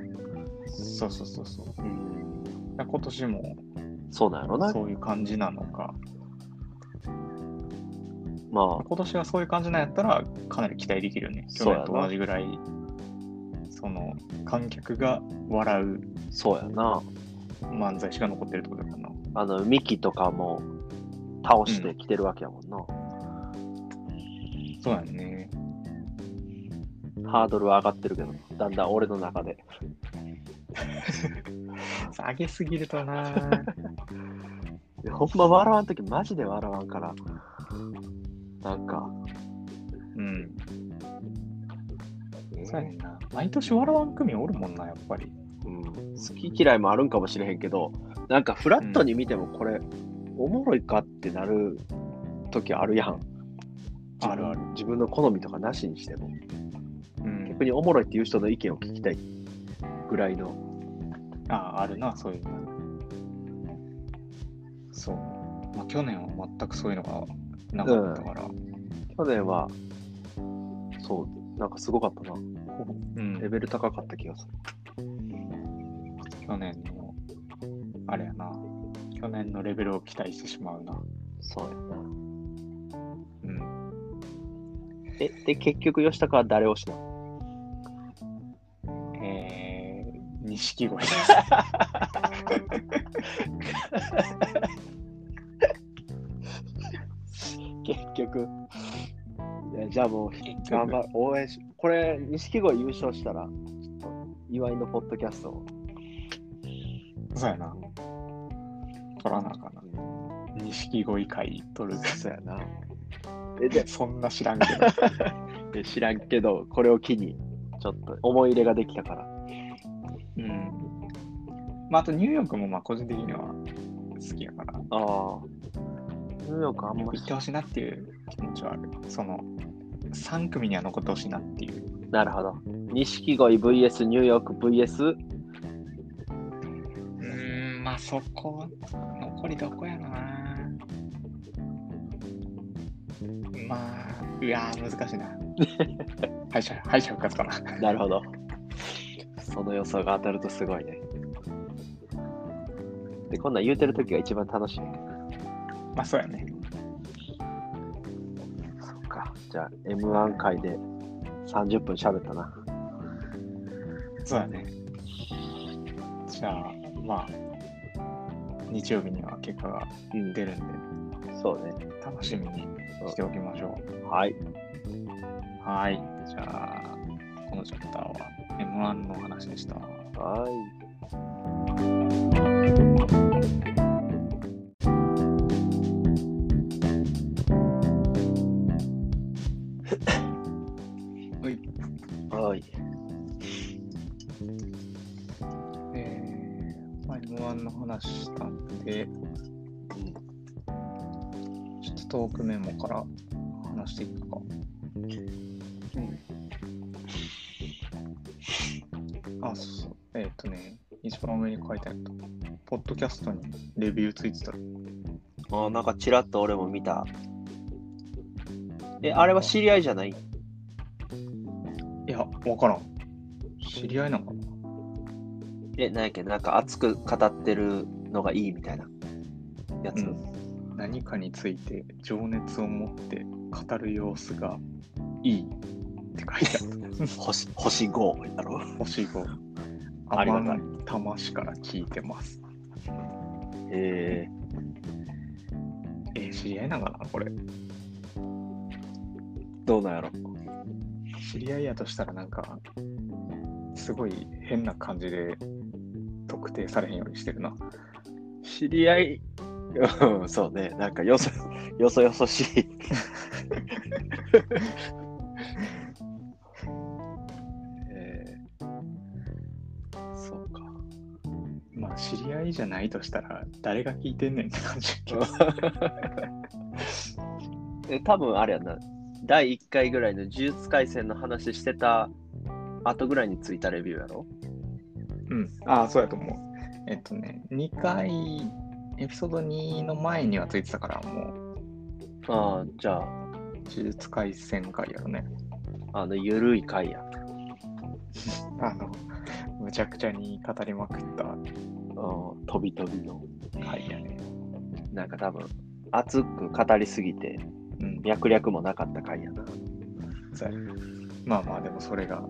そうそうそうそう
うん。
今年も
そうなんやろな。
そういう感じなのか
ま
今年はそういう感じなんやったらかなり期待できるよね去
そうや
年
な
と同じぐらいその観客が笑う
あ、そうやな。
漫才しか残ってるってことかな。
あの、ミキとかも倒してきてるわけやもんな。
そうやね。
ハードルは上がってるけど、だんだん俺の中で。
上げすぎるとな。
いやほんま笑わんときマジで笑わんから。なんか、
(laughs) うん。そうやねんな。毎年笑わん組おるもんな、やっぱり。
うん、好き嫌いもあるんかもしれへんけど、なんかフラットに見てもこれ、おもろいかってなる時あるやん。
あるある。
自分の好みとかなしにしても。
うん
逆。におもろいっていう人の意見を聞きたいぐらいの。
あ、あるな、そういうの。そう。まあ、去年は全くそういうのがなかったから。
去年は、そう、なんかすごかったな。
うん。
レベル高かった気がする。
去年の、あれやな。去年のレベルを期待してしまうな。
そうやな。
うん。
え、で、結局、吉高は誰をしなの
えー、錦鯉。
結局。いやじゃあもう、頑張る。応援し、これ、錦鯉優勝したら、ちょっと、祝いのポッドキャストを。
(laughs) そうやな。取らなあかんな。
う
錦鯉会取る。
んそうやな。え、で、
そんな知らんけど。
え知らんけど、これを機に、ちょっと思い入れができたから。
(laughs) うん。まあ、あとニューヨークもまあ個人的には好きやから、
ああ。ニューヨークあんま
行ってほしいなっていう気持ちはある。その、3組には残ってほしいなっていう。
なるほど。錦鯉 VS ニューヨーク VS
うん、まあそこ、残りどこやろな。まあ、うわー、難し (laughs) いな。敗 (laughs) 者、敗者復活かな。
なるほど。その予想が当たるとすごいね。で、こんなん言うてる時が一番楽しい。
まあそうやね。
そっか。じゃあ、M1 回で30分喋ったな。
そうやね。じゃあ、まあ、日曜日には結果が
うん、
出るん
そうね。
で、楽しみにしておきましょう。
はい。
はい。じゃあ、このチャプターは M1 の話でした。
はい。
はい。
はい。
えー、まあ、M1 の話したんで、ちょっとトークメモから話していくか。あ、そうそう。えーっ、とね、一番上に書いてあると、ポッドキャストにレビューついてた。
あなんかちらっと俺も見た。え、あれは知り合いじゃない
いや、わからん。知り合いなんかな
え、なんやっけ、なんか熱く語ってるのがいいみたいなやつ。
うん、何かについて情熱を持って語る様子がいいって書いてある
(laughs) 星星5だろ。
星5
ありがたい
天の玉市から聞いてます
え
えー知り合いなんかなこれ
どうなんやろ。
知り合いやとしたらなんかすごい変な感じで特定されへんようにしてるな
知り合い。うん、そうね。なんかよそ、 (laughs) よそよそし (laughs) い。えー、そうか。
まあ知り合いじゃないとしたら誰が聞いてんねんって感じ
(laughs) え多分あれやな第1回ぐらいの「呪術廻戦」の話してた後ぐらいについたレビューやろ
うんああそうやと思うえっとね2回エピソード2の前にはついてたからもう
ああじゃあ
呪術廻戦回やろね。
あのゆるい回や
あの、むちゃくちゃに語りまくった
うん飛び飛びの
回やね。
なんか多分熱く語りすぎて
うん、いや、
脈略もなかった回やな
そうやまあまあ、でもそれが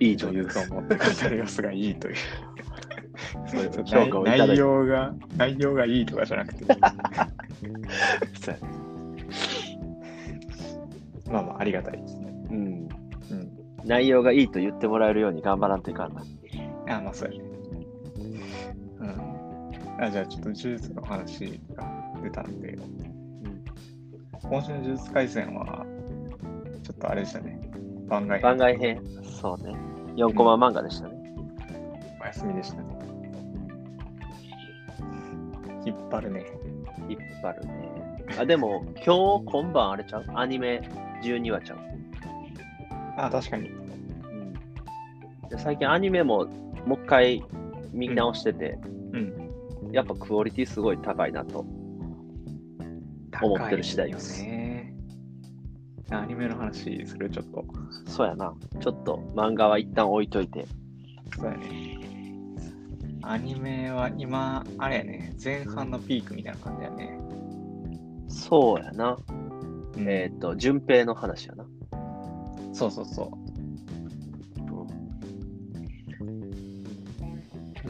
いい
女
女
優
優
と思って語る様子がいいという。
そういう
内
評価をいただいて
内容が、内容がいいとかじゃなくて、
そうや
まあまあ、ありがたいですね。
うん
うん。
内容がいいと言ってもらえるように頑張らんといかんな
あ、まあ、そうやね。うん。あ、じゃあ、ちょっと呪術の話が出たんで、今週の呪術廻戦は、ちょっとあれでしたね。番外編
番外編そうね4コマ漫画でしたね、
お休みでしたね。引っ張るね。
引っ張るねあでも今日今晩あれちゃうアニメ12話ちゃう
あ、確かに。
で最近アニメももう一回見直してて、
うん。
やっぱクオリティすごい高いなと。思ってる次第です
高いよね。アニメの話するちょっと。
そうやな。ちょっと漫画は一旦置いといて。
そうやね。アニメは今、あれやね、前半のピークみたいな感じやね。
そうやな。え
ね
っ、と、順平の話やな。
そうそうそう。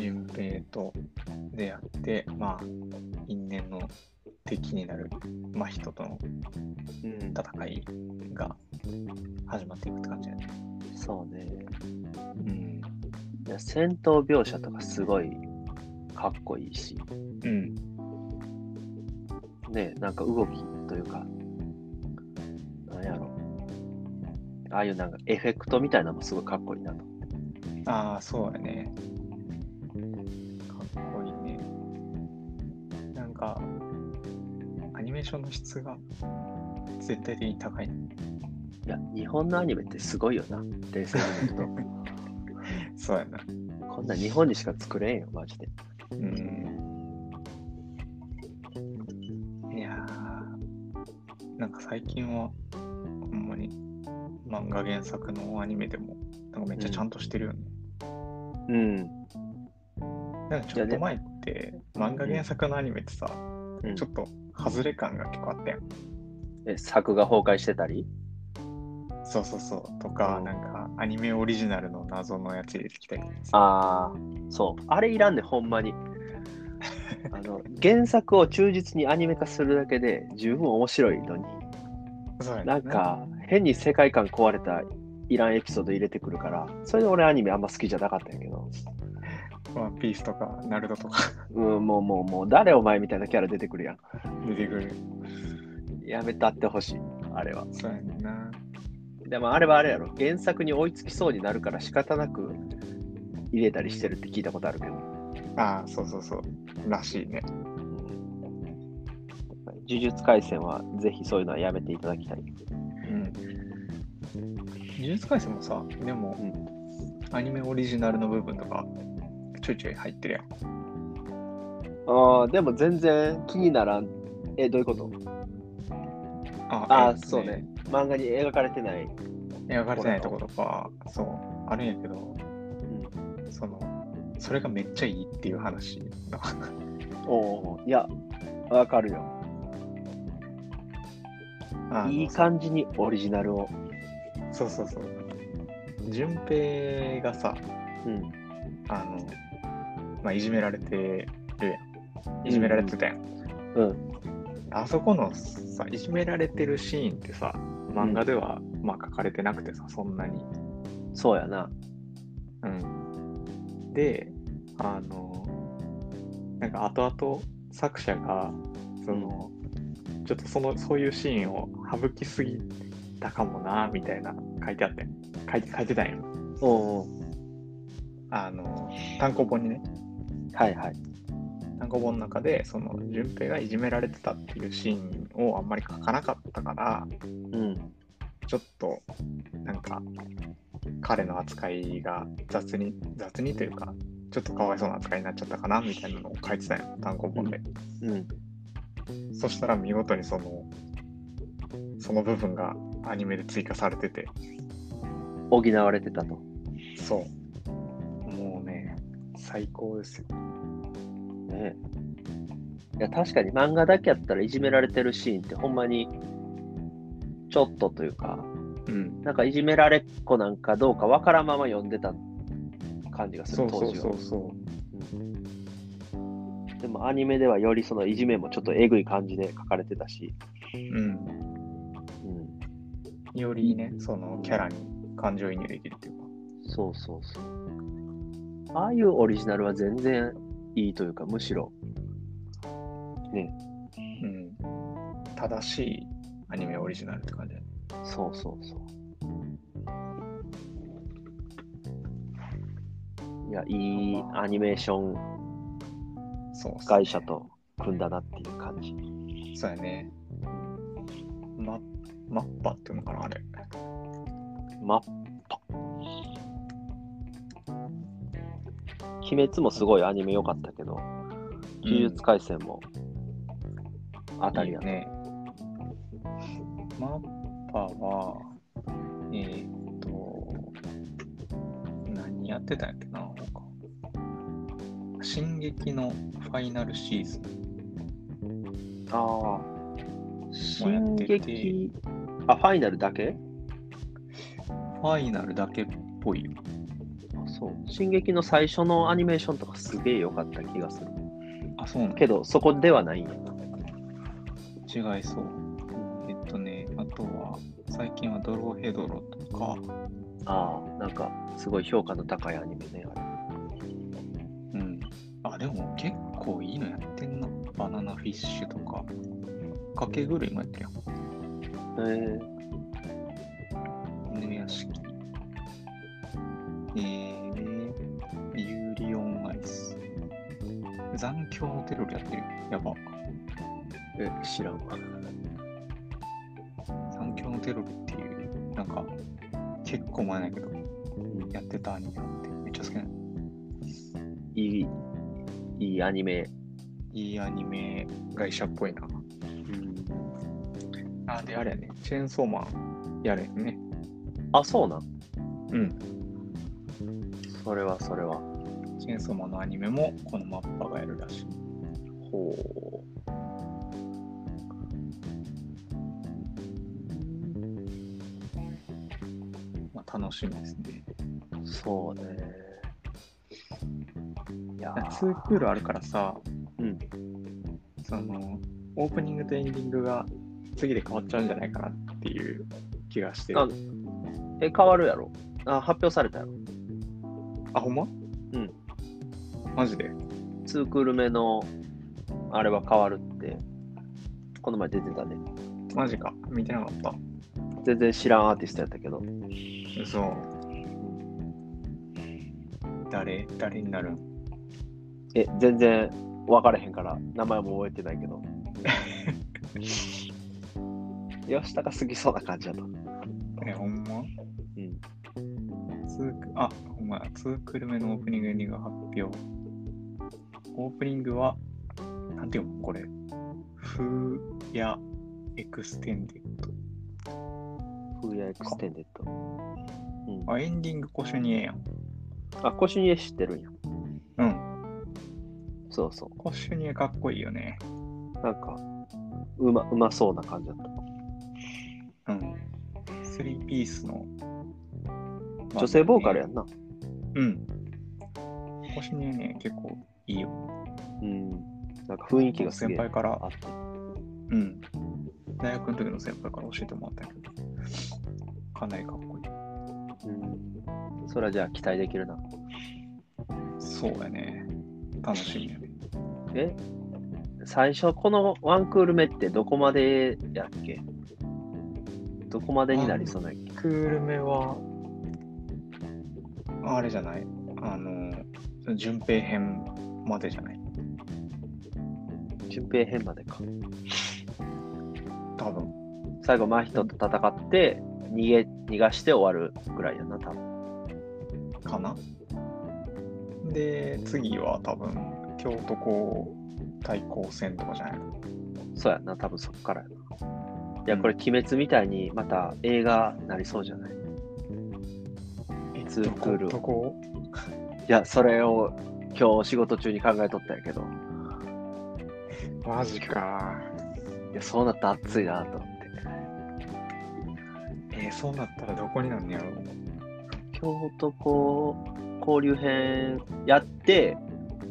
順平と出会って、まあ、因縁の敵になる、まあ、人との
うん
戦いが始まっていくって感じやね。
そうね。
うん。
いや戦闘描写とかすごいかっこいいし、
うん。
ね、なんか動きというか、なんやろ。ああいうなんかエフェクトみたいなのもすごいかっこいいなと。
ああ、そうやね。かっこいいね。なんか、アニメーションの質が絶対的に高い。
いや、日本のアニメってすごいよ (laughs) な。冷静に見ると。
そうやな。
こんなん日本にしか作れんよ、マジで。
うん。いやー、なんか最近は、ほんまに漫画原作のアニメでも、なんかめっちゃちゃんとしてるよね。
うん。
なんかちょっと前って、漫画原作のアニメってさ、
うん
ちょっと外れ感が結構あったやん。
え作が崩壊してたり
そうそうそう。とか、
うん
なんかアニメオリジナルの謎のやつ入れてきたりとかさ。
ああそうあれいらんねほんまに (laughs) あの原作を忠実にアニメ化するだけで十分面白いのに
そうやね
なんか変に世界観壊れたいらんエピソード入れてくるからそれで俺アニメあんま好きじゃなかったんやけど
ワンピースとか、ナルトとか (laughs)
うんもうもうもう誰お前みたいなキャラ出てくるや
出てくる。
んやめたってほしいあれは
そうやねんな。
でもあれはあれやろ原作に追いつきそうになるから仕方なく入れたりしてるって聞いたことあるけど
ああ、そうそうそう。らしいね。
呪術廻戦はぜひそういうのはやめていただきたい。
うん。呪術廻戦もさ、でも、
う
アニメオリジナルの部分とか、ちょいちょい入ってるやん。
ああ、でも全然気にならん。え、どういうこと
あ
あ
え
あ、
っと
そうね。漫画に描かれてない。
描かれてないとことか、そう、あるんやけど、その、それがめっちゃいいっていう話だ。
おお、いや、わかるよ。
あの
いい感じにオリジナルを。
そうそうそう。順平がさ、
うん。
あの、まあ、いじめられてるやん。いじめられてたやん。
う
あそこのさ、いじめられてるシーンってさ、漫画では、まあ、書かれてなくてさ、そんなに。
そうやな。
うん。で、あの、なんか後々作者が、その、ちょっとその、そういうシーンを省きすぎたかもな、みたいな書いてあって、書いて書いてたんよ。
おうおう。
あの、単行本にね、
はいはい。
単行本の中で、その、順平がいじめられてたっていうシーンをあんまり書かなかったから、
うん。
ちょっと、なんか、彼の扱いが雑に、雑にというか、ちょっとかわいそうな扱いになっちゃったかな、みたいなのを書いてたんよ、単行本で。
うん。
そしたら見事にその、その部分がアニメで追加されてて、
補われてたと。
そう。もうね、最高ですよ。
ねいや、確かに漫画だけやったらいじめられてるシーンってほんまに、ちょっとというか、
うん。
なんかいじめられっ子なんかどうかわからんまま読んでた感じがす
そ
る、
う
当
そう
時
そ
は。
うそう。
でもアニメではよりそのいじめもちょっとえぐい感じで書かれてたし、
うん。
うん、
よりね、そのキャラに感情移入できるっていうか。
そうそうそう。ああいうオリジナルは全然いいというか、むしろ、
うん。正しいアニメオリジナルって感じだね
そうそうそう。いや、いいアニメーション
そうっすね
会社と組んだなっていう感じ。
そうやね。ま、マッパっていうのかな、あれ。
マッパ。鬼滅もすごいアニメ良かったけど、
うん
呪術廻戦もあたりや
いい
ね。
ね。マッパは、えーっと、何やってたんやっけな、他。進撃のファイナルシーズン。
ああ。
もうや
進
ってて
撃。あ、ファイナルだけ
ファイナルだけっぽいよ。
あそう。進撃の最初のアニメーションとかすげえ良かった気がする。
あ、そうなの
けど、そこではないんやな。
違いそう。えっとね、あとは、最近はドロヘドロとか、
ああ、なんか、すごい評価の高いアニメね、あれ。
うん。あ、でも結構いいのやってんな。バナナフィッシュとか。かけ狂いもやってるやん。
え
犬屋敷。えー、ユーリオンアイス。残響のテロルやってるよ。やば。
え、知らんわ。
残響のテロルっていう、なんか、結構前だけど、
うん
やってたアニメがあって、めっちゃ好きなの。
いい、いいアニメ。
いいアニメ会社っぽいな。あ、で、あれやね。チェーンソーマンやれんね。
あ、そうなん
うん。
それはそれは。チ
チェーンソーマンのアニメもこのマッパがやるらしい。
ほ
まあ、楽しみですね。
う。そうね。いやー
2クールあるからさ、
うん
そのオープニングとエンディングが次で変わっちゃうんじゃないかなっていう気がしてる。
あえ、変わるやろあ、発表されたやろ
あ、ほんま
うん。
マジで
?2 クール目の、あれは変わるって、この前出てたね。
マジか。見てなかった。
全然知らんアーティストやったけど。
そう。誰誰になるん
え、全然分かれへんから、名前も覚えてないけど。吉高すぎそうな感じだと。
え、ほんま
うん。
ツークあ、ほんまや、2クール目のオープニングエンディングが発表。オープニングは、なんていうのこれ。フーヤエクステンデッ
フーヤエクステンデッド。うん
ド。あ、エンディングコシュニエやん。
あ、コシュニエ知ってるんや。
うん。
そうそ
コシュニエかっこいいよね。
う。なんか、うまうまそうな感じだった。
うん。スリーピースの。
女性ボーカルやんな。
うん。コシュニエね、結構いいよ。
うん。なんか雰囲気がすげ
先
え
輩から
あって。
うん。大学の時の先輩から教えてもらったけど、かなりかっこいい。
うん。それはじゃあ期待できるな。
そうやね。楽しみやね。
え最初、このワンクール目ってどこまでやっけどこまでになりそうなんやっけ
クール目は、あれじゃない。あの、順平編までじゃない。
順平編までか。
多分。
最後、真人と戦って、逃げ、逃がして終わるぐらいやな、多分。
かな。で、次は多分、京都校対抗戦とかじゃないの。
そうやな、多分そっからやな。いや、これ、鬼滅みたいにまた映画なりそうじゃない
え
ツークール
どこ
いや、それを今日仕事中に考えとったんやけど、
どこマジか。
いや、そうなったら熱いなと思って。
えーそうなったらどこになんねやろ
京都校交流編やって、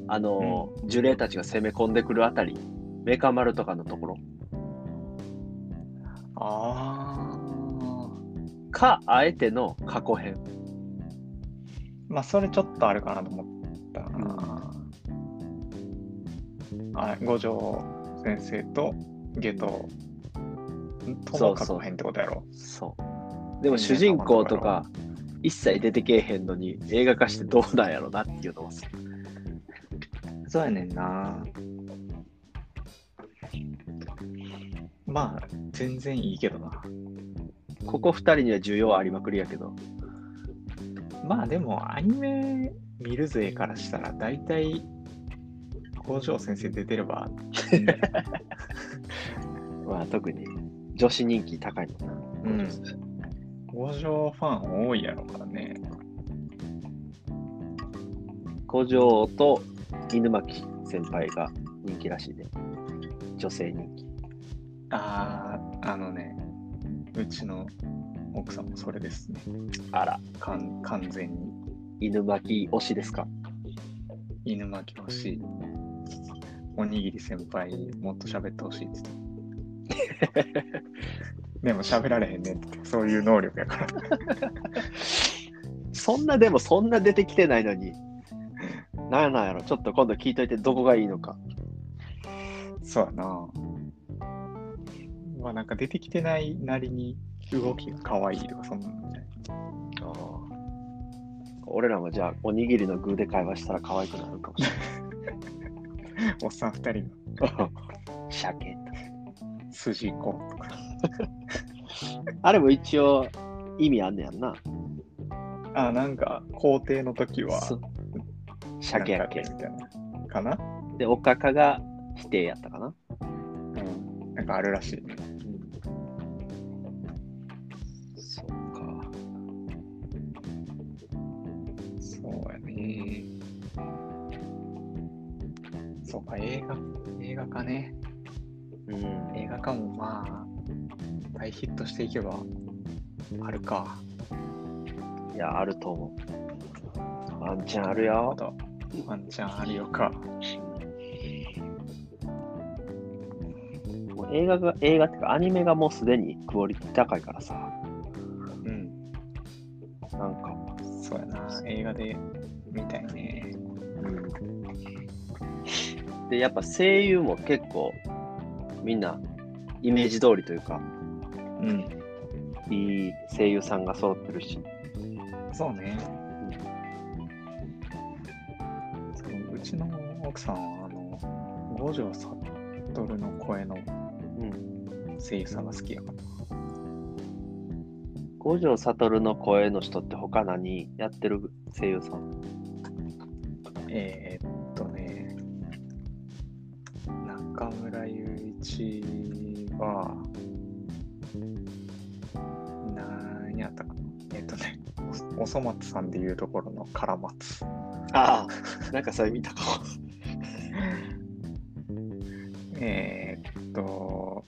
あの、呪霊たちが攻め込んでくるあたり、メカ丸とかのところ
ああ。
か、あえての過去編。
まあ、それちょっとあるかなと思ったな。あ五条先生と下等と
そうそ
の
う
過去編ってことやろ。
そう。でも主人公とか、一切出てけえへんのに映画化してどうなんやろなっていうのはさ
そうやねんな。まあ、全然いいけどな。
ここ二人には重要ありまくりやけど、
まあ、でも、アニメ見る勢からしたら、大体、五条先生出てれ (laughs) ば、
まあ特に女子人気高いのかな。
うん五条ファン多いやろからね。
五条と犬巻先輩が人気らしいね。女性人気。
ああ、あのね、うちの奥さんもそれですね。
あら、
かん完全に。
犬巻推しですか
犬巻きほしい。おにぎり先輩、もっと喋ってほしいって言
(laughs)
ってたでも喋られへんねんって、そういう能力やから。
そんなでもそんな出てきてないのに。なんなんやろちょっと今度聞いといてどこがいいのか。
そうやな。まあなんか出てきてないなりに動きが可愛いとか、そんなんじゃない
俺らもじゃあおにぎりの具で会話したら可愛くなるかもしれ
おっさん二人
ない。鮭と。
の筋子とか。
あれも一応意味あんねやんな。
あ、なんか皇帝の時は、
そう鮭やけ
なん。かみたいな。かな
で、おかかが否定やったかな。
うん。なんかあるらしいね。
そうか。
そうやね。そうか、映画、映画かね。
うん。
映画かも、まあ、大ヒットしていけば、あるか。
いや、あると思う。ワンチャンある
ま
よ。
だ、ワンチャンあるよか。
もう映画が、映画ってかアニメがもうすでにクオリティ高いからさ、
うん、
なんか、
そうやな、映画で見たいね。
うんで、やっぱ声優も結構、みんな、イメージ通りというか、
うん、
いい声優さんが揃ってるし、
そうね。そううちの奥さんは、あの、五条悟の声の
うん、
声優さんが好きやから。
五条悟の声の人って他何やってる声優さん
えー、っとね、中村雄一は、何やったかな。えー、っとね、おおそ松さんでいうところのカラマツ。
ああ、なんかそれ見たかも。
えー、っと、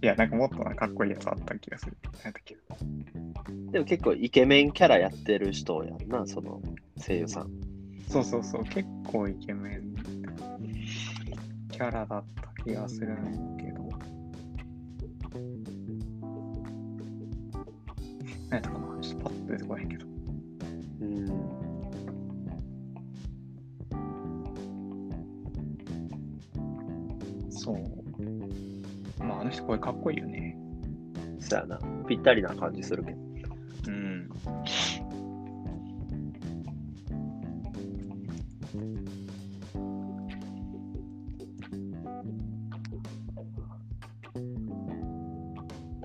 いや、なんかもっとなかっこいいやつあった気がする。何やったっけ
でも結構イケメンキャラやってる人やんな、その声優さん。
そうそうそう、結構イケメンキャラだった気がするんだけど。何やったかなちょっとパッと出てこないけど。
うん。
そう。まあ、あの人声かっこいいよね。
そうやな。ぴったりな感じするけど。
うん。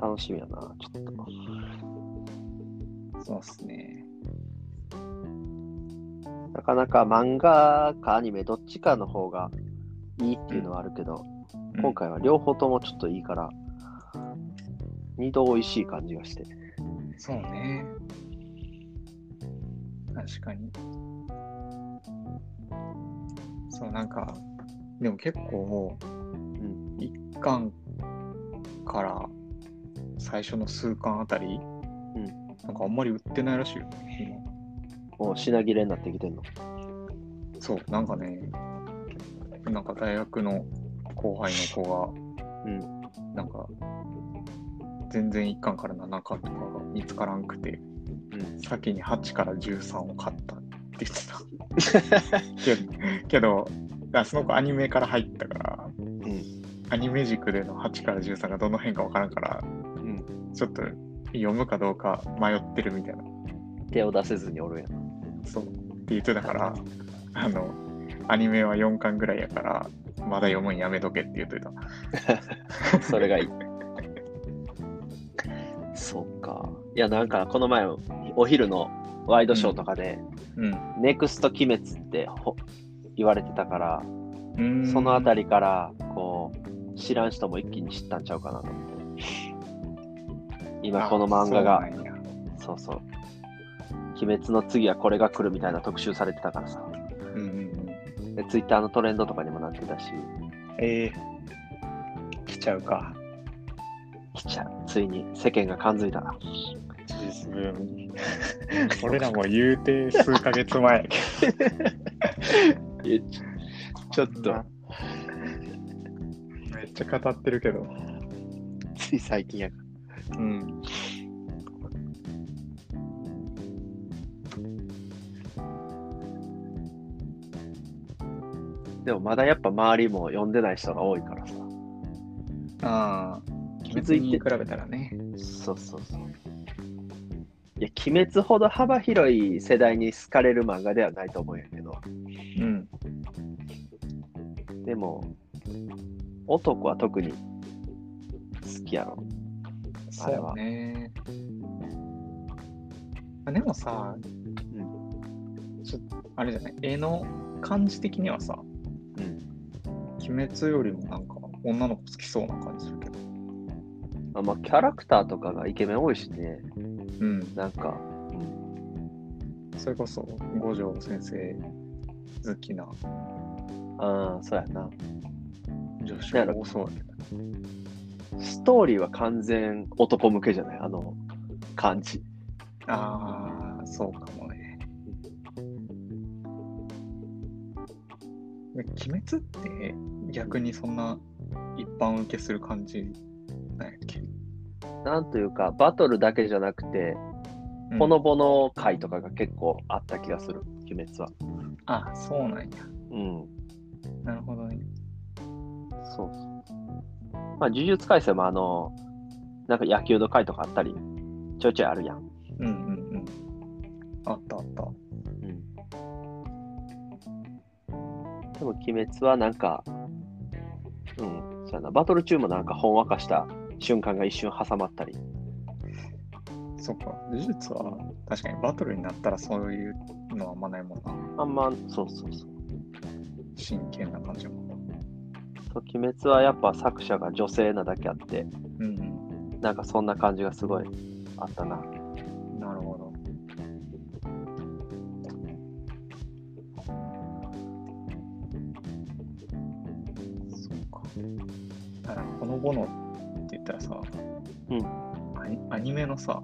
楽しみやな、ちょっと。
そうっすね。
なかなか漫画かアニメどっちかの方がいいっていうのはあるけど、今回は両方ともちょっといいから、二度美味しい感じがして。
うん。そうね。確かに。そう、なんか、でも結構も
うん。
う、一巻から最初の数巻あた
う
り、
ん
なんかあんまり売ってないらしいよ、今。
もう品切れになってきてんの。
そう、なんかね、なんか大学の後輩の子が、
うん
なんか、全然1巻から7巻とかが見つからんく
う
て、
ん
先に8から13を買ったって言ってた。
(laughs)
けど、けどあその子アニメから入ったから、
うん。
アニメ軸での8から13がどの辺かわからんから、ちょっと読むかどうか迷ってるみたいな、
手を出せずにおるやん。
そうって言ってたから、あの、アニメは4巻ぐらいやから、まだ読むんやめとけって言っといた。
それがい (laughs) い。そっか。いや、なんかこの前、お昼のワイドショーとかで、
うん
ネクスト鬼滅ってほ言われてたから、
うん
そのあたりから、こう、知らん人も一気に知ったんちゃうかなと思って。今この漫画
あ
が、
そうなんや
そうそう鬼滅の次はこれが来るみたいな特集されてたからさ。
うんうんうん
で、ツイッターのトレンドとかにもなってたし、
えー、来ちゃうか
来ちゃう。ついに世間が感づいたな。
実分 (laughs) 俺らも言うて数ヶ月前や (laughs) け
えちょっ
どめっちゃ語ってるけど
つい最近や
うん
でもまだやっぱ周りも読んでない人が多いからさ。
ああ
気
別に比べたらね
そうそうそう。いや、鬼滅ほど幅広い世代に好かれる漫画ではないと思うんやけど、
うん
でも、男は特に好きやろ。あ
そ
れは
うねあでもさ、ちょあれじゃない絵の感じ的にはさ
うん。
鬼滅よりもなんか女の子好きそうな感じするけど
あまあ、キャラクターとかがイケメン多いしね、
うん
なんか、
それこそ五条先生好きな
ああ、そうやな。
女子も多そうなんだけど
ストーリーは完全男向けじゃないあの感じ。
ああ、そうかもね。鬼滅って逆にそんな一般受けする感じなんやっけ、
なんというか、バトルだけじゃなくて、
うん
ほのぼの回とかが結構あった気がする、鬼滅は。
あそうなんや。
うん。
なるほどね。
そうそう。まあ、呪術改正もあの、なんか野球の回とかあったり、ちょいちょいあるやん。
うんうんうん。あったあ
う
った。
ん。でも、鬼滅はなんか、うん、そうやな。バトル中もなんかほんわかした瞬間が一瞬挟まったり。
そっか、呪術は確かにバトルになったらそういうのはあんまないもんな。
あんま、そうそうそう。
真剣な感じも。
そう鬼滅はやっぱ作者が女性なだけあって、
うん
なんかそんな感じがすごいあったな。
うん。なるほど。そうか。だから、この後のって言ったらさ、
うん
アニアニメのさ、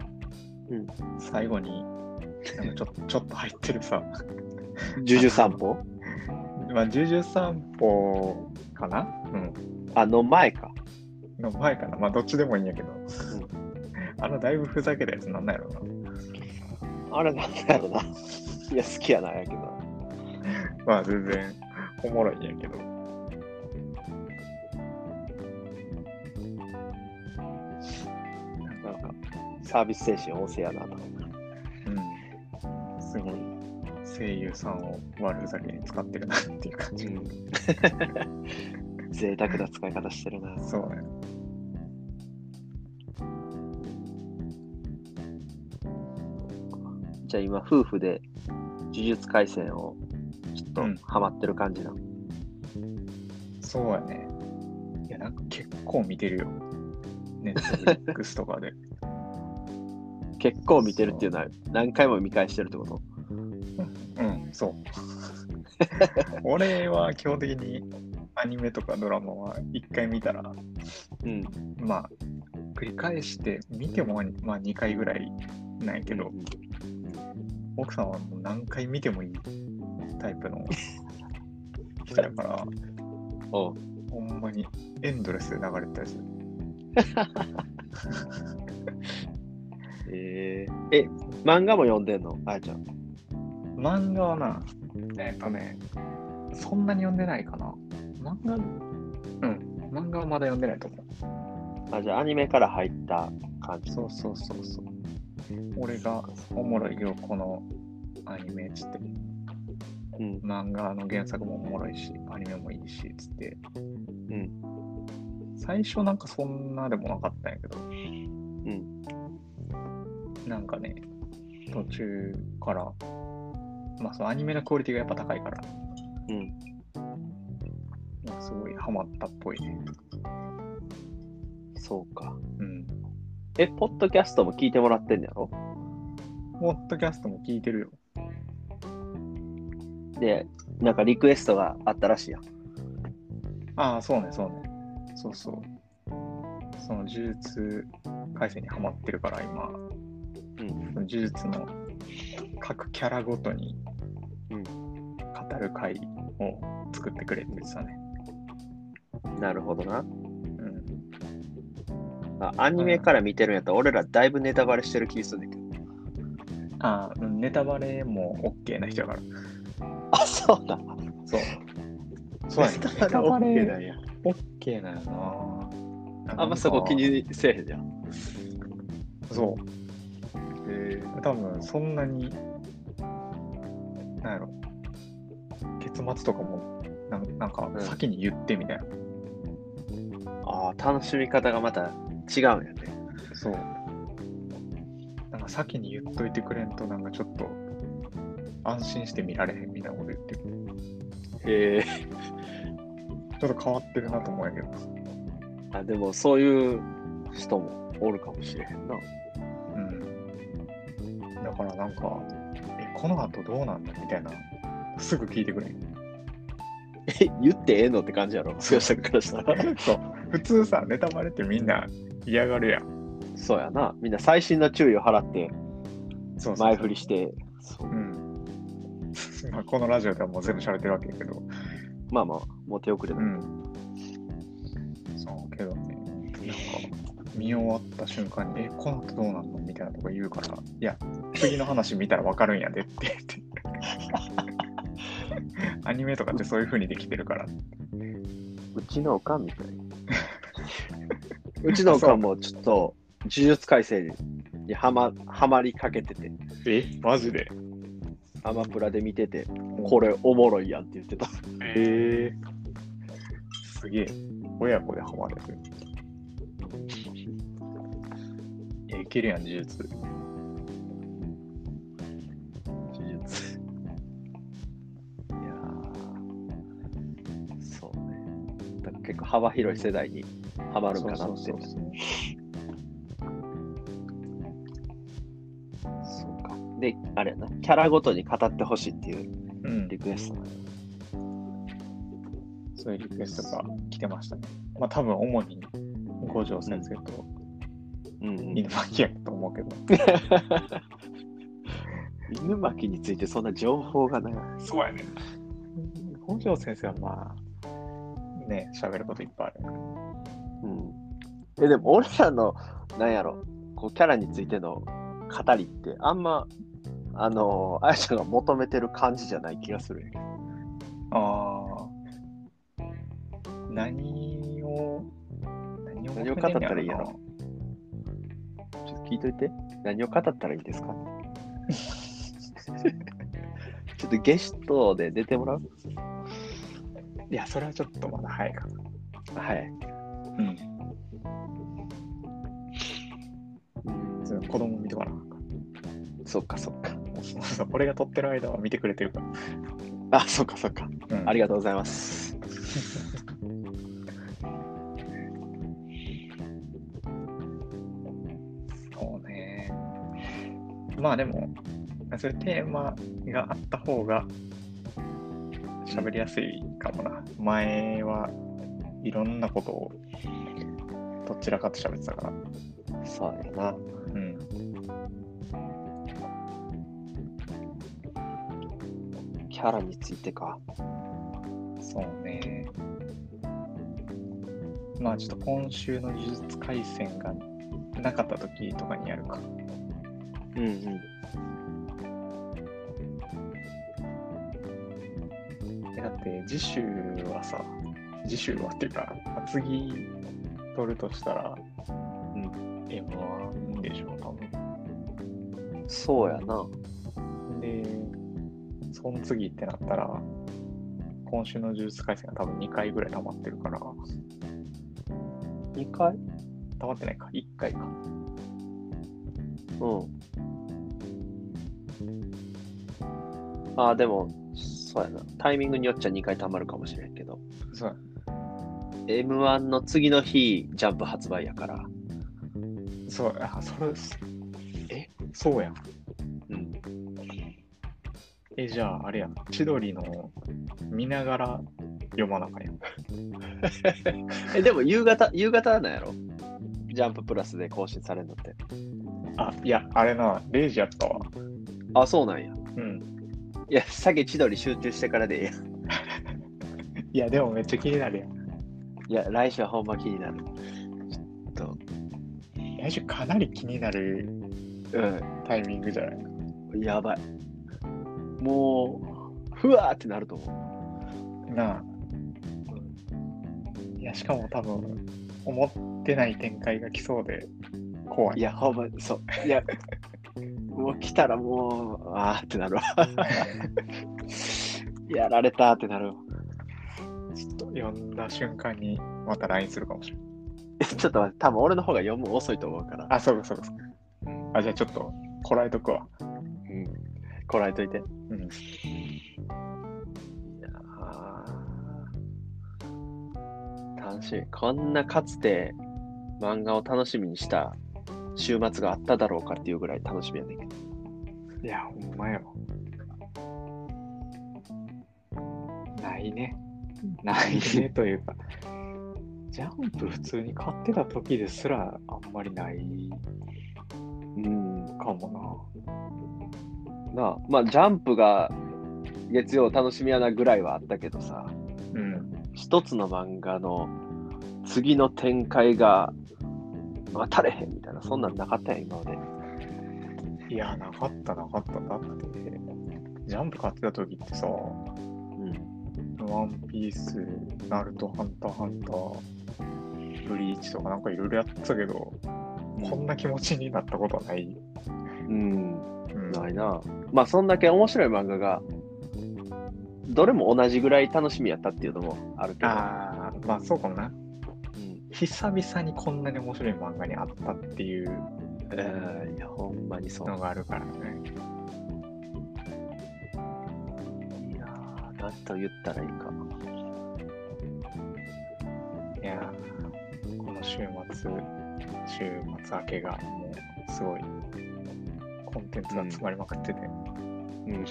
うん
最後に、なんかちょ (laughs) ちょっと入ってるさ、
ジュジュ散歩
まあ、重々散歩かなうん。
あの前か。
の前かな、まあどっちでもいいんやけど、あのだいぶふざけたやつなんなんやろな。
あれなんだろうな。 (laughs) いや、好きやなんやけど。
まあ全然おもろいんやけど。
なんか、サービス精神旺盛やなとか。
うん。すごい声優さんを悪ふざけに使ってるなっていう感じ。
(laughs) 贅沢な使い方してるな。
そうね。
じゃあ今、夫婦で呪術廻戦をちょっと
うん
ハマってる感じな。
そうやね。いや、なんか結構見てるよ。ネットフリックスとかで。
結構見てるっていうのは何回も見返してるってこと
うん、そう。俺は基本的にアニメとかドラマは一回見たら
うん。
まあ、繰り返して、見ても、まあ、2回ぐらいなんやけど、奥さんはもう何回見てもいいタイプの人やから、
おう
ほんまにエンドレスで流れてたりする。
えーえ、漫画も読んでんのあやちゃん。
漫画はな、えっとね、そんなに読んでないかな。漫画、うん、漫画はまだ読んでないと思う。
あ、じゃあアニメから入った感じ。
そうそうそうそう。俺がおもろいよ、このアニメっつって、
うん。
漫画の原作もおもろいし、アニメもいいし、つって、
うん。
最初なんかそんなでもなかったんやけど、
うん。
なんかね、途中から、まあそのアニメのクオリティがやっぱ高いから、
うん。
なんかすごいハマったっぽいね。
そうか。
うん。
え、ポッドキャストも聞いてもらってんのやろ
ポッドキャストも聞いてるよ。
で、なんかリクエストがあったらしいやん。
ああ、そうね、そうね。そうそう。その呪術改正にハマってるから、今、
うん。
その呪術の各キャラごとに
うん
語る回を作ってくれって言ってたね。
なるほどな。
うん。
あアニメから見てるんやったら、俺らだいぶネタバレしてる気するんだけど。
ああ、うんネタバレも OK な人やから。
あ、そうだ。
そう。そうやね。
ネタバレ OK なんや。
オッケーなんやな。
あんまそこ気にせえへんじゃん。
そう。
へ
多分そんなに、なんやろ。結末とかも、なんなんか
ん
先に言ってみたいな。
ああ、楽しみ方がまた違うんやね。
そう。なんか先に言っといてくれんと、なんかちょっと、安心して見られへんみたいなこと言ってる。
へえ。
ちょっと変わってるなと思うんやけど。
あ、でもそういう人もおるかもしれへんな。
うん。だからなんか、え、この後どうなんだみたいな、すぐ聞いてくれん。
え (laughs) 言ってええのって感じやろ、剛さんからしたら。
そう普通さネタバレってみんな嫌がるやん
そうやな、みんな細心の注意を払って、
そうそうそう
前振りして、そう
うん (laughs) まあこのラジオではもう全部喋ってるわけやけど
まあまあ、もう手遅れだ。
ん。そうけどね、なんか、見終わった瞬間に、え、この後どうなんのみたいなとこ言うから、いや、次の話見たらわかるんやでって言って。アニメとかってそういう風にできてるから。
うちのおかんみたいな。 (laughs) うちのおかんもちょっと、呪術改正にはまはまりかけてて、
え、マジで
アマプラで見てて、これおもろいやんって言ってた。
えすげえ。親子でハマれてる。え、いけるやん、呪術。
呪術。いやーそうね。だから結構幅広い世代にはまるんかなって。
そうそうそう
そうか。で、あれやな、キャラごとに語ってほしいっていう
うん
リクエストなのよ
そういうリクエストが来てましたね。まあ多分主に五条先生と
うんうん
犬巻やと思うけど。
犬巻についてそんな情報がない。
そうやね。五条先生はまあ、ね、喋ることいっぱいある。
うん、えでも俺らのなんやろこうキャラについての語りってあんまあのあやちゃんが求めてる感じじゃない気がするんやけど
ああ。何を、何を
何を語ったらいいやろちょっと聞いといて何を語ったらいいですか (laughs) ちょっとゲストで出てもらう
いや、それはちょっとまだ早いかな。
はい、
うん。それは子供見とかなあかんか。
そっかそっか
そうそう俺が撮ってる間は見てくれてるか。
あそっかそっから
うん
ありがとうございます
そうね。まあでも、そういうテーマがあった方が喋りやすいかもな。前はいろんなことをどちらかと喋ってたから。
そうやな
うん。
キャラについてか
そうね。まあちょっと今週の呪術廻戦がなかった時とかにやるか。
うんうん
えだって次週はさ次週はっていうか次取るとしたら、
ん
M1 でしょ多
そうやな
分でその次ってなったら今週の呪術廻戦が多分2回ぐらい溜まってるから
2回
溜まってないか1回か
うん。ああ、でも、そうやな。タイミングによっちゃ2回溜まるかもしれんけど。
そう
M1 の次の日、ジャンプ発売やから。
そうあそれえそうやん
うん。
えじゃああれやん千鳥の見ながら読まなあかんやん
え、でも夕方、夕方なんやろジャンププラスで更新されるのって。
あいやあれな0時やったわ
あ、そうなんや。
うん
いや、さっき千鳥集中してからでいいや。
いやでもめっちゃ気になるやん
いや、来週はほんま気になる。ちょっ
来週かなり気になる
と、
タイミングじゃない
うん、やばい。もう、ふわーってなると思う。
なあいやしかも多分思ってない展開が来そうで怖い
いや、ほんま、そう。いや、もう来たらもう、あーってなるわ。 (laughs) やられたってなるわ。
ちょっと読んだ瞬間にまた LINE するかもしれない
えちょっと待って、多分俺の方が読むの遅いと思うから。
あそうかそうかそうかあじゃあちょっとこらえとくわ
うん。こらえといて。
うん
あー楽しい。こんなかつて漫画を楽しみにした週末があっただろうかっていうぐらい楽しみやねんけど。
いやほんまよないねないねというか、ジャンプ普通に買ってた時ですらあんまりない
うん。
かも
なあまあ、ジャンプが月曜楽しみやなぐらいはあったけどさ、
な。うん。
一つの漫画の次の展開が当たれへんみたいな、そんなんなかったやん、今まで。
いや、なかったなかった。だって、ジャンプ買ってた時ってさ、
う
ワ
ん。
ンピース、ナルト、ハンター、ハンター、ブリーチとかなんかいろいろやってたけど、こんな気持ちになったことはない。
うん。
うん
ないな。まあ、そんだけ面白い漫画が、どれも同じぐらい楽しみやったっていうのもあるけど。
ああ、まあそうかもな。
うん
久々にこんなに面白い漫画にあったっていう
うんいや、ほんまにそう。
のがあるからね。
いやーなんと言ったらいいか。
いやーこの週末、週末明けがもうすごいコンテンツが詰まりまくってて
うん、
楽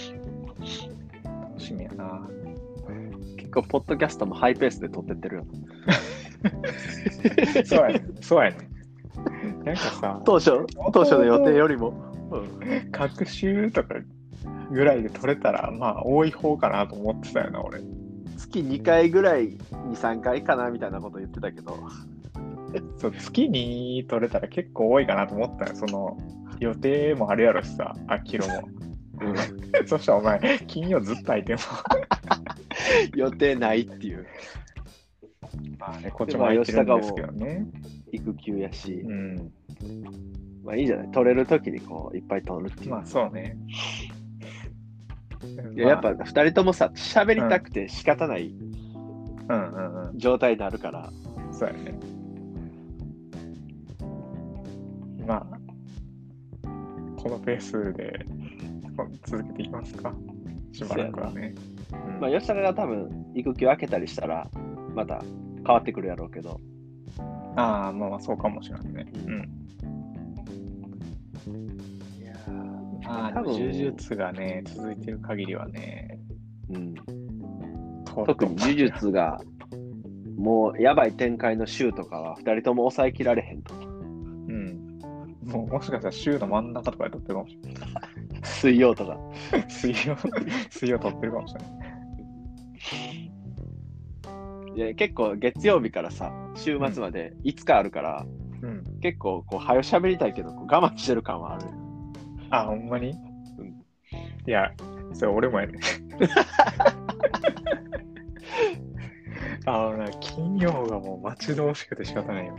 しみやな。
結構、ポッドキャストもハイペースで撮ってってるよ。
そうやね。そうやね。なんかさ、
当初、当初の予定よりも。うん
各週とかぐらいで取れたら、まあ多い方かなと思ってたよな、俺。
月2回ぐらいに3回かなみたいなこと言ってたけど、
そう月に取れたら結構多いかなと思ったよ。その予定もあるやろしさ、あきろも。 (laughs) そしたらお前、金曜ずっと空いても。
予定ないっていう
(laughs) まあね、こっちも空いてるんですけどね。
育休やし
う、ん。
まあいいんじゃない取れる時にこういっぱい取るっていう、
まあそうね。
いややっぱ2人ともさ喋りたくて仕方ない
ぱ、うんうんう
状態になるから、
ん。そうやね。まあ、このペースでこ続けていきますか。しばらくはね。うん
まあ吉高が多分育休明けたりしたらまた変わってくるやろうけど
ああ、まあまあそうかもしれないね。
うん
いやーまあ、
多分
呪術がね、続いてる限りはね、
うん
と
特に呪術がもうやばい展開の週とかは2人とも抑えきられへんと
うん。もうもしかしたら週の真ん中とかで撮ってるかもしれ
水曜とか
ない。 (laughs) 水曜、水曜撮ってるかもしれない。
いや結構月曜日からさ週末まで5日あるから、
うん。
結構こう早よ喋りたいけどこう我慢してる感はある
あ、ほんまに
うん
いや、それ俺もやね。 (laughs) あのな、金曜がもう待ち遠しくて仕方ないよ。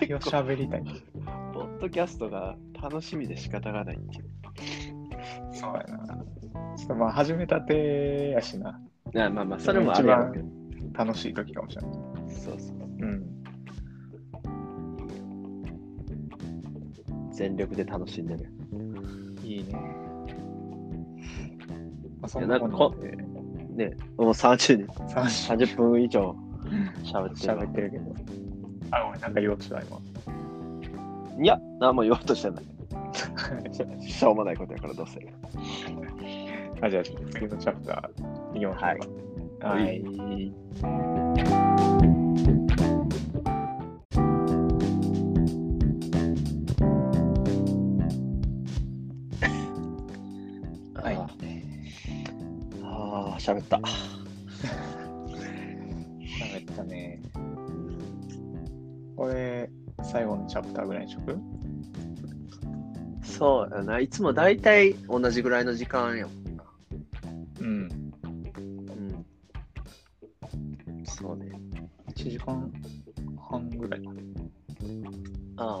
結
よ
構
しゃべりたい。
ポッドキャストが楽しみで仕方がないっていう
そうやな。ちょっとまあ始めたてやしな、
いやまあまあそれもあるやろうけど
楽しい時かもしれない。
そうそう
うん。
全力で楽しんでる
いいね。まあ、そ
いや
ん
な
なん
か
こ
こと
で
ねもう30人
30
30分以上喋ってるわ
喋ってるけど。あ、ごめん、なんか言おうとした今。
いや何も言おうとして (laughs) ないしょうもないことやからどうせ
あ、じゃあ、次のチャプター、いきましょうか。
はい
はい。はい (laughs)
あああ喋った
喋ったね。これ、最後のチャプターぐらいにしとく
そうやないつも大体同じぐらいの時間やもんな
うん。
うんそうね
1時間半ぐらいかな。
ああ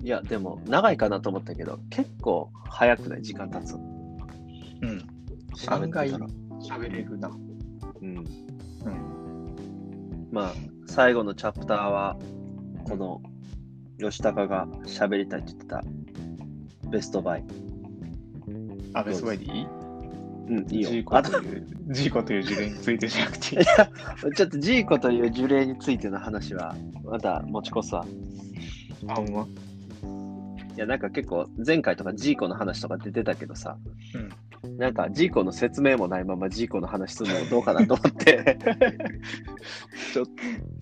いやでも長いかなと思ったけど結構早くない時間経つ
うん。
喋ってたら
喋れるな。
うん
うん。
まあ最後のチャプターはこの吉高が喋りたいって言ってたベストバイ
あ、ベストバイでいい
うんいいよ
ジーコ
あと
という、ジーコという事例についてじゃなく (laughs) ていい。
ちょっとジーコという呪霊についての話はまた持ち越すわ
あ、ほんま
いやなんか結構前回とかジーコの話とか出てたけどさ、
うん
なんかジーコの説明もないままジーコの話するのもどうかなと思
(laughs)
って。
そう、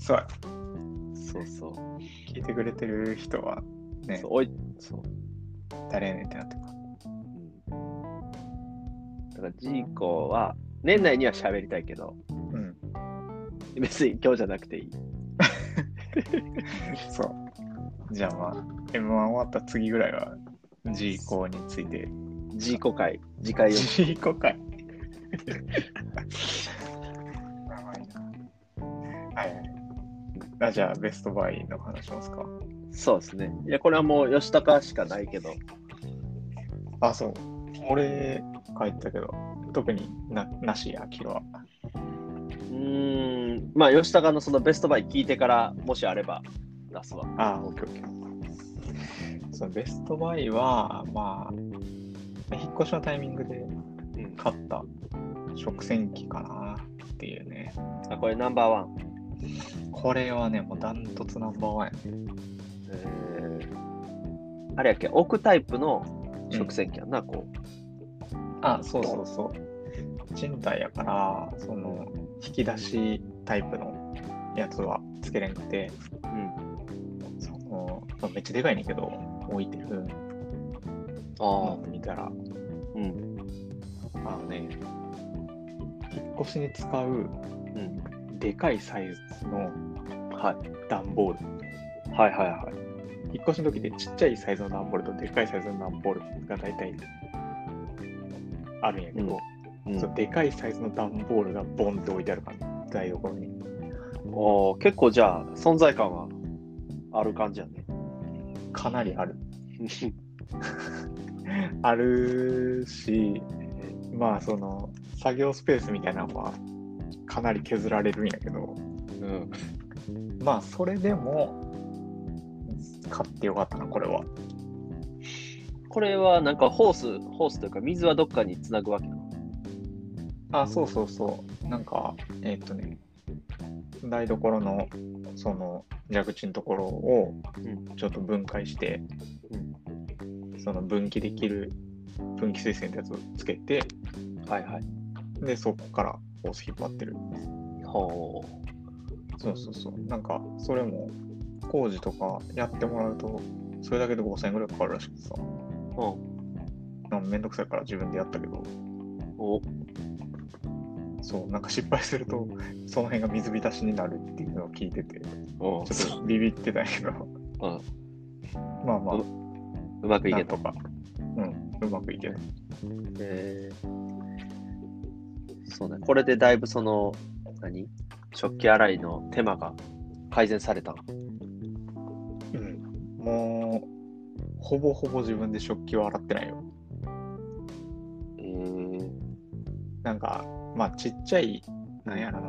そうそう。
聞いてくれてる人はね
そうおいそう
誰やねんってなってくる
だからジーコは年内には喋りたいけど、
うん、
別に今日じゃなくていい。
そう。じゃあまあ、M1 終わった次ぐらいは、G 行について。
ジーコ会、次回を。
G 行 (laughs) かい。やばいなはいはい。あじゃあ、ベストバイの話しますか。
そうですね。いや、これはもう吉高しかないけど、
あ、そう。俺、帰ったけど、特にななしや、今日は。
うーん、まあ吉高のそのベストバイ聞いてから、もしあれば出すわ。
あー、オッケーオッケー。そのベストバイは、まあ、引っ越しのタイミングで
うん、
買った食洗機かなっていうね。
あこれナンバーワン。
これはね、もうダントツナンバーワンやね。
えーあれやっけ、置くタイプの食洗機やんな、こ
あ、そうそうそう。賃貸やから、その、引き出しタイプのやつはつけれんくて、
う。うん。
その、まあめっちゃでかいねんけど、置いてる
あ
の見たら、
あ、うん。
あのね、引っ越しに使う
うん。
でかいサイズの
はい。
段ボール。
はいはいはい。
引っ越しの時でちっちゃいサイズの段ボールとでかいサイズの段ボールが大体あるんやけど、
うんうん
そうでかいサイズの段ボールがボンって置いてある感じ台所に
おー結構じゃあ存在感はある感じやね。
かなりあるあるしまあその作業スペースみたいなのはかなり削られるんやけど
うん、
まあそれでも買ってよかったなこれは
これはなんかホース、ホースというか水はどっかにつなぐわけなの
あそうそうそうなんかえーっとね台所のその蛇口のところを
うん
ちょっと分解して、その分岐できる分岐水栓ってやつをつけて
はいはい。
でそこからホース引っ張ってる
ほ
そうそうそうなんかそれも工事とかやってもらうとそれだけで5000円ぐらいかかるらしくてさ
う。うん。
なんかめんどくさいから自分でやったけど
お
そうなんか失敗するとその辺が水浸しになるっていうのを聞いてて
お
ちょっとビビってたんやけど、まあまあ、
ううまくい
な
け
ん
た
と。か、うん、うまくいけた。
えーそうね。これでだいぶその、何食器洗いの手間が改善された。
うん、もう、ほぼほぼ自分で食器を洗ってないよ。
えー、
なんか、まあ、ちっちゃい、なんやろな、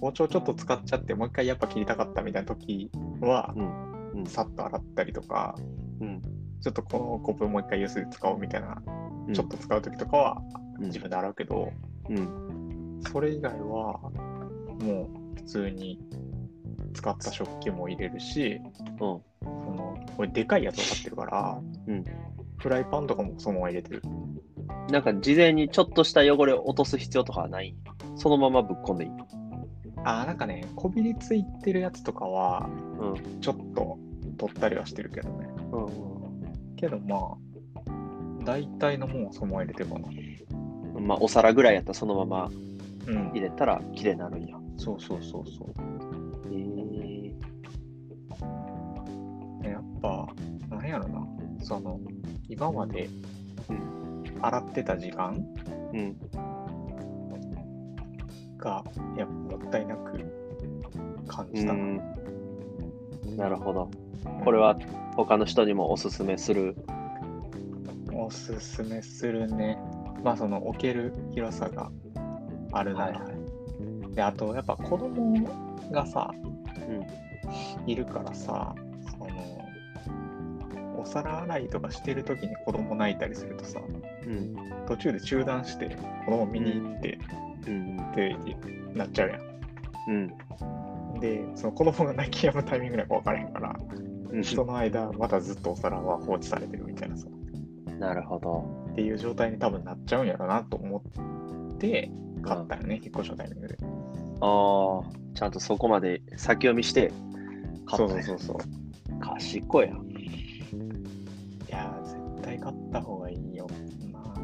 包丁ちょっと使っちゃって、もう一回やっぱ切りたかったみたいな時は、
うん。うん。
さっと洗ったりとか、
うん。
ちょっとこのコップもう一回ゆすで使おうみたいな、
うん
ちょっと使う時とかは
うん
自分で洗うけど、
うん。
それ以外は、もう普通に使った食器も入れるし、
うん。
その俺でかいやつを買ってるから、
うん
フライパンとかもそのまま入れてる
なんか事前にちょっとした汚れを落とす必要とかはないそのままぶっ込んでいい。
あーなんかねこびりついてるやつとかは
うん。
ちょっと取ったりはしてるけどねけどまあ大体のもんはそのまま入れてるかな
うん。まあ、お皿ぐらいやったらそのまま
うん
入れたら綺麗になるんや。
そうそうそうそう
えー、
でやっぱなんやろなその今まで
う
洗ってた時間
うん。
がやっぱもったいなく感
う
じたな、
んなるほど。これは他の人にもおすすめする。
おすすめするね。まあその置ける広さがあるなら、
はい
であとやっぱ子供がさ、いるからさそのお皿洗いとかしてる時に子供泣いたりするとさ
うん。
途中で中断して子供見に行って
うん。
ってなっちゃうや
うん。
ん。でその子供が泣き止むタイミングなんか分からへん
(laughs)
から
うん
その間またずっとお皿は放置されてるみたいなさ。
なるほど。
っていう状態に多分なっちゃうんやろなと思って買ったよね、引っ越しのタイミングで。
ああ、ちゃんとそこまで先読みして買
そ
っ
う
たん
そう
や、
そうそう。
賢いやん。
いやー、絶対買った方がいいよ。ま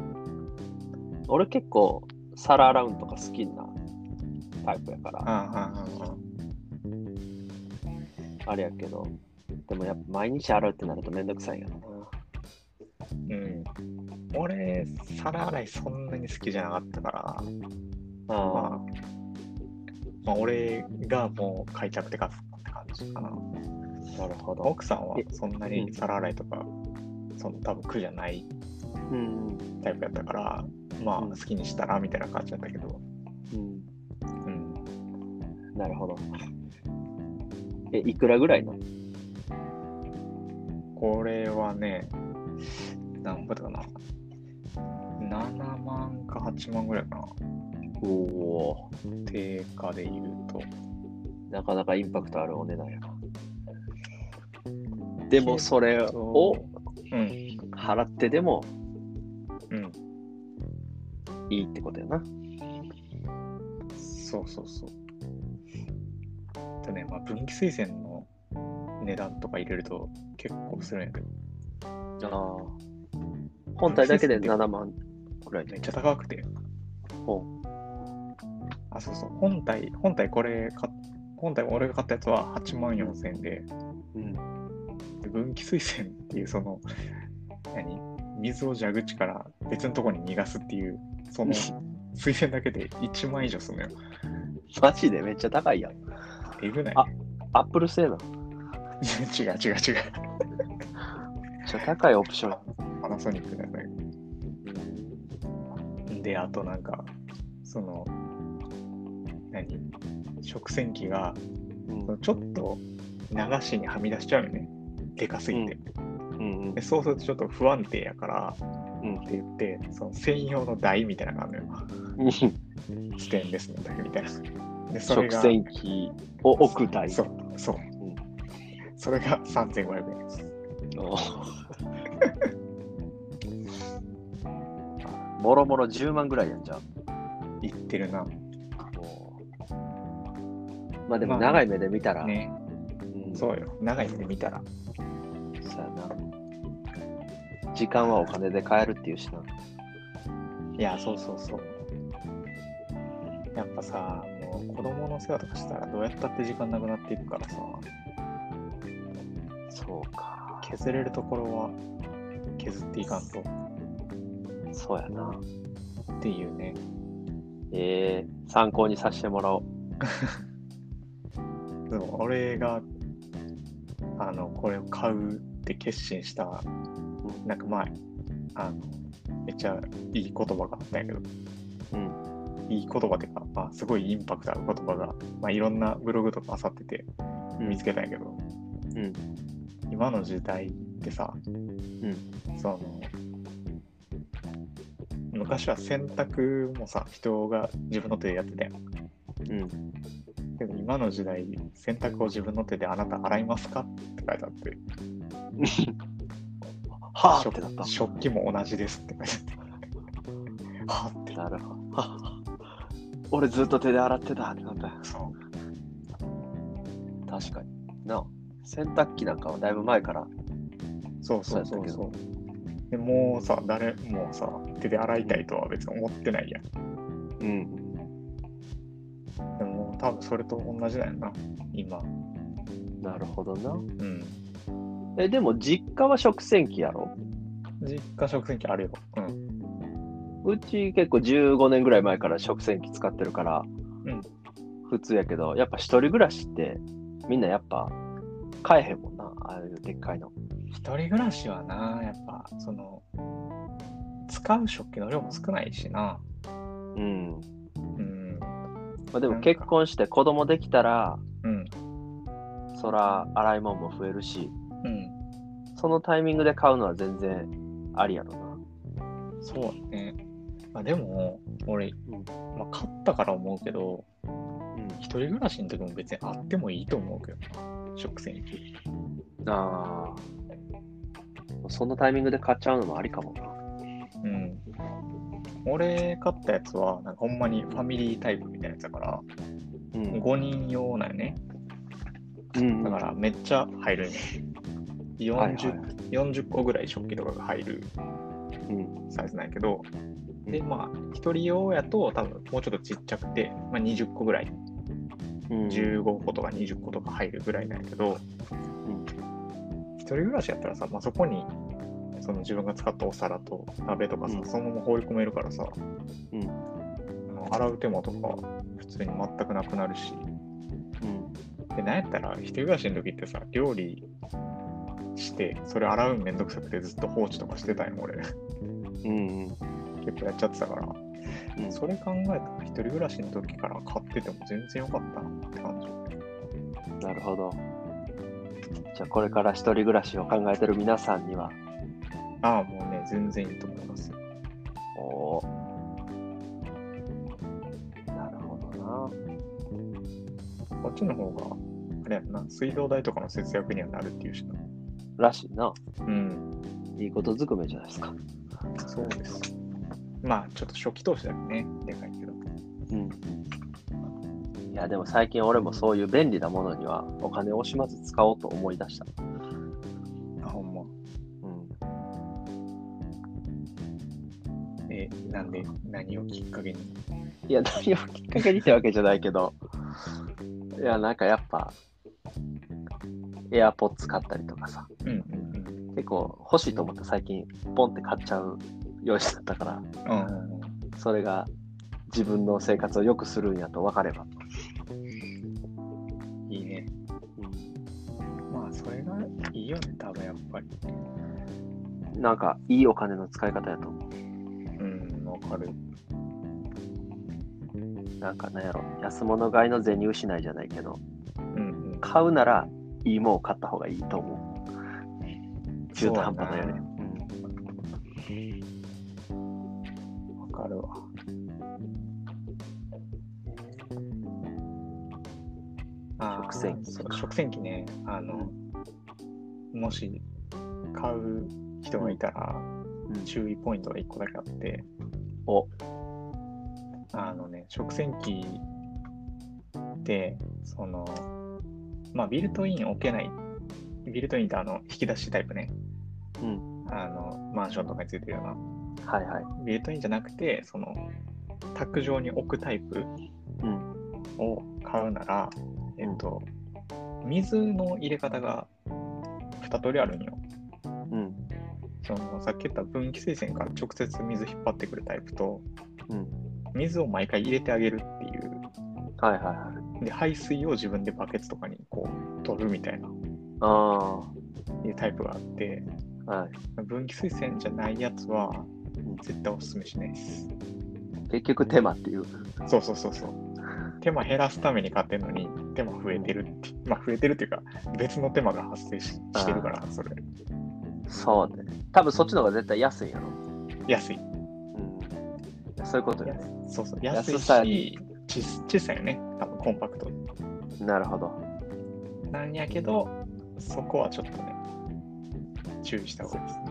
俺結構皿洗うんとか好きなタイプやから
あ、、ああ、ああ、あ
あれやけど、でもやっぱ毎日洗うってなるとめんどくさいんやろ
うん。俺、皿洗いそんなに好きじゃなかったから、
な。ああ、
まあ、まあ、俺がもう買いたくて買ったって感じかな。
なるほど。
奥さんは
え
そんな
うん
に皿洗いとか、その多分苦じゃない
うんうん
タイプやったから、まあ、
うん
好きにしたらみたいな感じだったけど、
うん、
うん。
なるほど。え、いくらぐらいの
これはね、何ぼだったかな。7万か8万ぐらいかな。
おお
定価で言うと。
ー、なかなかインパクトあるお値段やな。でもそれを
うん。
払ってでも
うん。
いいってことやな。
そうそうそう。とね、まあ、分岐推薦の値段とか入れると結構するんやけど、
ああ。本体だけで7万ぐらい
め
で
っ。ちゃ高くて。
ほ
あ、そうそう。本体、本体これ買っ、本体俺が買ったやつは8万4千円で、
うん。
で分岐水栓っていうその (laughs) 何水を蛇口から別のところに逃がすっていう
(laughs)
その水栓だけで1万以上するのよ
マジでめっちゃ高いやん。
えぐない
あアップル製なの。
(laughs) 違う違う違う
めっちゃ高いオプションや
パナソニックだよねであとなんかその何食洗機が
うん。
ちょっと流しにはみ出しちゃうよねでかすぎて、
うんうん
でそうするとちょっと不安定やから、
うん
って言ってその専用の台みたいなのがあるの
う
よ
ん
ステンレスのだけみたいな。で、そ
(laughs)
れ
食
が、
洗機を置く台。
そう、そう。
ん
それが3500円です。
お (laughs) もろもろ10万ぐらいやんじゃん。
いってるな。
まあでも長い目で見たら、
ね、
うん
そうよ。長い目で見たら。
そうやな時間はお金で買えるっていうしな。
いや、そうそうそう。やっぱさ、もう子供の世話とかしたらどうやったって時間なくなっていくからさ、
そうか。
削れるところは削っていかんと
そうやな。
っていうね。
ええ参考にさせてもらおう。
でも俺が、あの、これを買うって決心した、なんか前、あの、めっちゃいい言葉があったんやけど、
うん。
いい言葉というか、まあ、すごいインパクトある言葉が、まあ、いろんなブログとか漁ってて見つけたんやけど、
うん
今の時代ってさ、その昔は洗濯もさ人が自分の手でやってたやん
うん。
でも今の時代洗濯を自分の手であなた洗いますかって書いてあって
はあってなった
食。食器も同じですって書いてあってはあって
なるほど。俺ずっと手で洗ってたってなったよ
そ
確かに。なあ洗濯機なんかはだいぶ前から。
うそうそうそう
そ
そうでもうさ誰もさ手で洗いたいとは別に思ってないやん
うん。
でも多分それと同じだよな、今。
なるほどな。
うん。
え、でも実家は食洗機やろ
実家食洗機あるよ。うん。
うち結構15年ぐらい前から食洗機使ってるから、
うん
普通やけど、やっぱ一人暮らしってみんなやっぱ買えへんもんな、ああいうでっかいの。
一人暮らしはな、やっぱ、その、使う食器の量も少ないしな。
うん。
うん。
まあ、でも結婚して子供できたら、
うん。
そら洗い物も増えるし、
うん。
そのタイミングで買うのは全然ありやろな。
そうだね。まあでも、俺、
ん
まあ、買ったから思うけど、一人暮らしの時も別にあってもいいと思うけどな、食洗機。
ああ。そのタイミングで買っちゃうのもありかもな。
うん。俺買ったやつは、なんかほんまにファミリータイプみたいなやつだから、
うん。
5人用なんよね。
うん
だからめっちゃ入るんよ。40,
はいはい
40個ぐらい食器とかが入る
うん
サイズなんやけど、
うん
で、まあ、1人用やと多分もうちょっとちっちゃくて、まあ、20個ぐらい、
うん
15個とか20個とか入るぐらいなんやけど、一人暮らしやったらさ、まあ、そこにその自分が使ったお皿と鍋とかさ、
うん
そのまま放り込めるからさ、
うん
あの洗う手間とか普通に全くなくなるし
うん
でなんやったら一人暮らしの時ってさ料理してそれ洗うんめんどくさくてずっと放置とかしてたんよ俺 (laughs)
うんうん
結構やっちゃってたから、
うん
それ考えたら一人暮らしの時から買ってても全然良かったなって感じ
なるほど。じゃあ、これから一人暮らしを考えてる皆さんには、
ああもうね全然いいと思います
おお。なるほど
こっちの方があれやんな水道代とかの節約にはなるっていうしな
な。らしいな。
うん
いいことずくめじゃないですか。
そうです。まあ、ちょっと初期投資だよね、でかいけど。
うん。いや、でも最近俺もそういう便利なものにはお金を惜しまず使おうと思い出した。
あ、ほんま。
うん。
え、なんで、何をきっかけに。
いや、何をきっかけにってわけじゃないけど、いや、なんかやっぱ、AirPods 買ったりとかさ、
うんうんうん。
結構欲しいと思って最近、ポンって買っちゃうようになったから、
うん、
それが自分の生活を良くするんやと分かれば。
いいね。まあ、それがいいよね、多分やっぱり。
なんか、いいお金の使い方やと思
うん、わかる。
う。なんか、なんやろ、安物買いの銭失いじゃないけど、
うん、うん。
買うなら、いいもんを買った方がいいと思う。中途半端なより。
わかるわ。あー
食洗機
そう食洗機ね。あの、もし、買う人がいたら、
うんうん
注意ポイントが1個だけあって、
お
あのね、食洗機って、その、まあ、ビルトイン置けない、ビルトインってあの、引き出しタイプね。
うん
あの、マンションとかについてるような。
はいはい。
ビルトインじゃなくて、その、卓上に置くタイプ
うん。
を買うなら、えっと、水の入れ方が2通りあるんよ。
うん。
そのさっき言った分岐水栓から直接水引っ張ってくるタイプと、
うん。
水を毎回入れてあげるっていう
はいはいはい。
で排水を自分でバケツとかにこう取るみたいな
あ
いうタイプがあって
あ。はい。
分岐水栓じゃないやつは絶対おすすめしないです
結局手間っていう。
そうそうそうそう手間減らすために買ってんのに手間増えてるってまあ増えてるっていうか別の手間が発生ししてるからそれ
そうね。多分そっちの方が絶対安いんやろ。
安い
うん。そういうことよね。
そうそう安い
安さ
しち小さいよね多分コンパクト
なるほど。
なんやけどそこはちょっとね注意した方がいいですね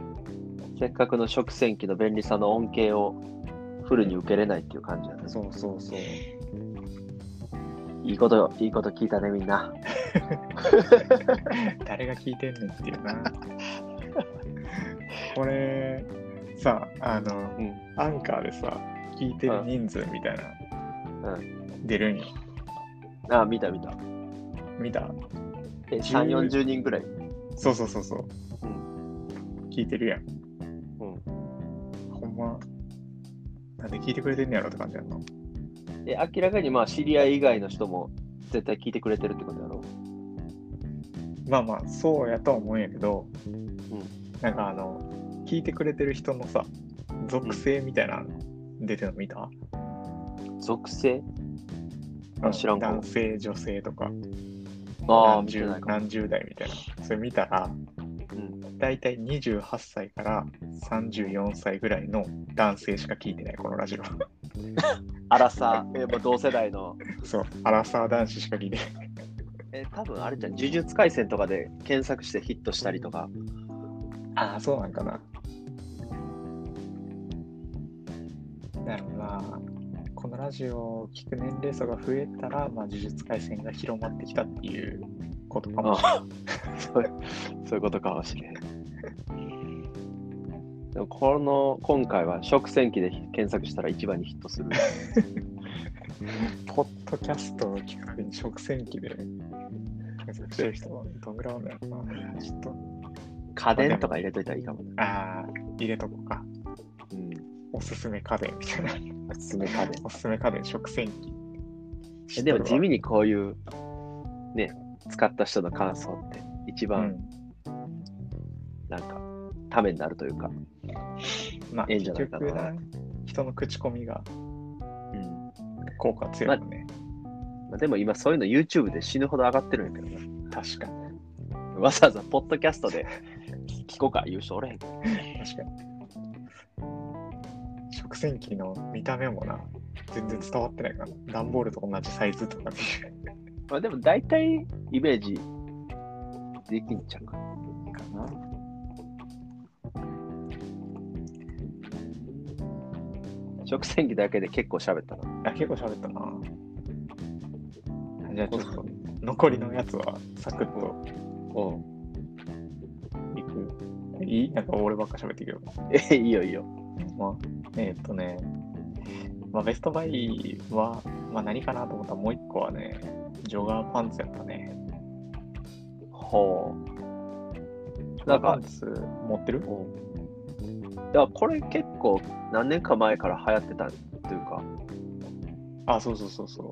せっかくの食洗機の便利さの恩恵をフルに受けれないっていう感じだね。
そうそうそう
いいことよ。いいこと聞いたね、みんな。
(laughs) 誰が聞いてんねんっていうな (laughs) これさあの
うん。
アンカーでさ聞いてる人数みたいな、
う
出るんよ
ああ、見た見た。
見た
え、3、40人ぐらい。
そうそうそうそう、聞いてるやん
うん。
ほんまなんで聞いてくれてんねやろって感じやんの
え、明らかにまあ、知り合い以外の人も絶対聞いてくれてるってことやろ。
まあまあそうやとは思うんやけど、
ん
なんかあの聞いてくれてる人のさ属性みたいなの出てるの見た、
属性あ知らんかも
男性女性とか
ああ、
何
見て
十
ないかも。
何十代みたいなそれ見たら
うん。
大体28歳から34歳ぐらいの男性しか聞いてないこのラジオ (laughs)
アラサー、えもう同世代の。
そうアラサー男子しか聞いてない
え、多分あれじゃん、呪術廻戦とかで検索してヒットしたりとか、
ああそうなんかななんやろうな、このラジオを聞く年齢層が増えたら、まあ、呪術廻戦が広まってきたっていうことかもしれない。
あ (laughs) そうそういうことかもしれん。でもこの今回は食洗機で検索したら一番にヒットする。
ポッドキャストをきっかけに食洗機で検索してる人はどんぐらいおるんやろな。ちょっと、
家電とか入れといたらいいかもね。
ああ、入れとこうか。
うん。
おすすめ家電みたいな。
おすすめ家電。
おすすめ家電、食洗機。
えでも地味
に
にこういう、ね、使った人の感想って一番なんか、ためになるというか、
まあ、
ええんじ
結
ゃないかな
局な、人の口コミが
うん
効果強いよね。
まあ、でも今そういうの YouTube で死ぬほど上がってるんやけどな
確かに。
わざわざポッドキャスト (laughs) で聞こうか言う人おれへんけど
確かに。食洗機の見た目もな、全然伝わってないかな。段ボールと同じサイズとかで
まあでも大体イメージできんちゃうか
かな。
食洗機だけで結構喋ったな
(laughs) あ、結構喋ったな。じゃあちょっと、残りのやつはサクッと
うん
いく。いいなんか俺ばっか喋ってるけど。
えいいよいいよ
まあ、えーっとね、まあ、ベストバイは、まあ、何かなと思ったらもう一個はね、ジョガーパンツやったね。
ほ
ジョ
な
ガー
ん
パ
か
ンツ持ってる
ううんいやこれ結構何年か前から流行ってたというか
あ、そうそうそうそ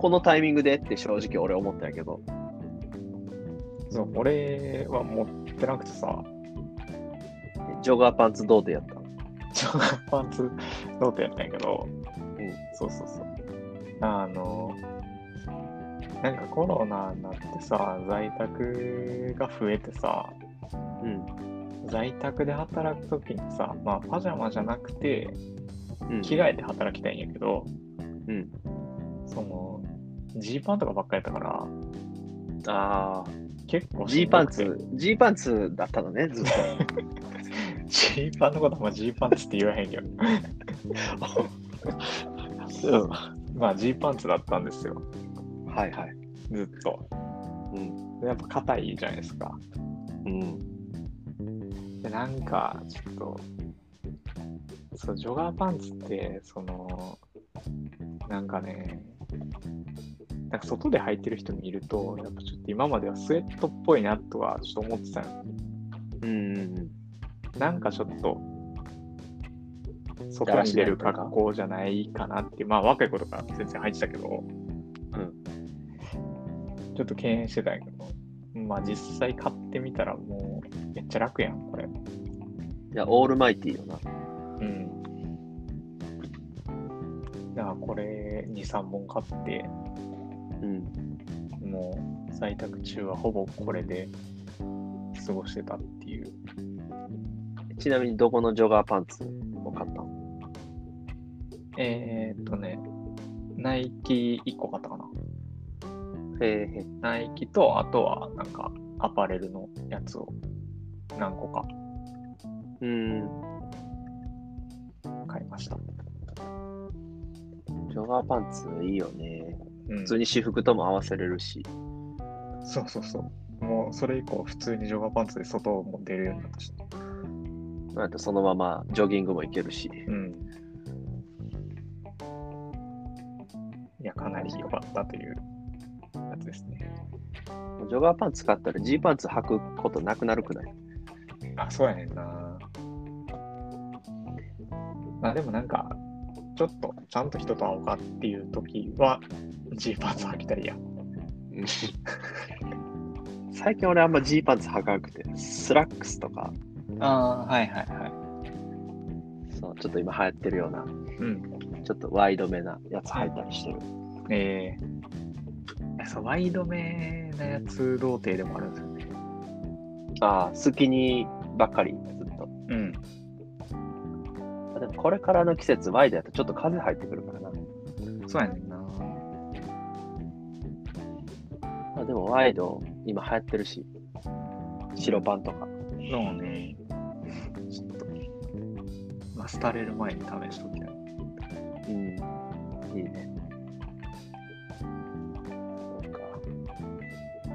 このタイミングでって正直俺思ったんやけど
う。そう俺は持ってなくてさ、
ジョガーパンツどうでやったの
ジョガーパンツノートやったんやけど、
うん
そうそうそう。あの、なんかコロナになってさ、在宅が増えてさ、
うん
在宅で働くときにさ、まあ、パジャマじゃなくて、
うん
着替えて働きたいんやけど、
うん
その、ジーパンとかばっかりやったから、
ああ
結構
ジ
し
ー
んど
パン
くて
ツジーパンツだったのねずっと (laughs)
ジーパンのことはまあジーパンツって言わへんけ (laughs) ど。
うん
まあ、ジーパンツだったんですよ、
はいはい
ずっと。
うん
でやっぱ硬いじゃないですか。
うん
で、なんか、ちょっと、そう、ジョガーパンツって、その、なんかね、なんか外で履いてる人見ると、やっぱちょっと今まではスウェットっぽいなとはちょっと思ってたの
うん
なんかちょっと、外に出る格好じゃないかなっていう、まあ若い子とか全然入ってたけど、ちょっと敬遠してたんやけど、まあ実際買ってみたらもうめっちゃ楽やん、これ。
いやオールマイティーよな
うん。だからこれ2、3本買って、
うん
もう在宅中はほぼこれで過ごしてたっていう。
ちなみにどこのジョガーパンツを買ったの
えー、っとね、ナイキ1個買ったかな。
へえ
ナイキと、あとはなんかアパレルのやつを何個か
うん
買いました。
ジョガーパンツいいよね
うん
普通に私服とも合わせれるし
そうそうそう。もうそれ以降、普通にジョガーパンツで外をも出るようになったし。
あとそのままジョギングもいけるし
うん。いや、かなり良かったというやつですね。
ジョガーパンツ買ったらジーパンツ履くことなくなるくない
あ、そうやねんな。まあでもなんか、ちょっとちゃんと人と会おうかっていう時は、ジーパンツ履きたいやん。
最近俺あんまジーパンツ履かなくて、スラックスとか、
ああ、はいはいはい。
そうちょっと今流行ってるような、
うん。
ちょっとワイドめなやつ履いたりしてる。
えー、そうワイドめなやつ童貞でもあるんですよね。
ああ、スキニーばっかり、ずっと。
うん。
あでもこれからの季節、ワイドやとちょっと風入ってくるからな。
そうやねんな。
あでもワイド、今流行ってるし、白パンとか。
そうね。ちょっと、マスタレる前に試しときたい。
うん。いいね。そうか。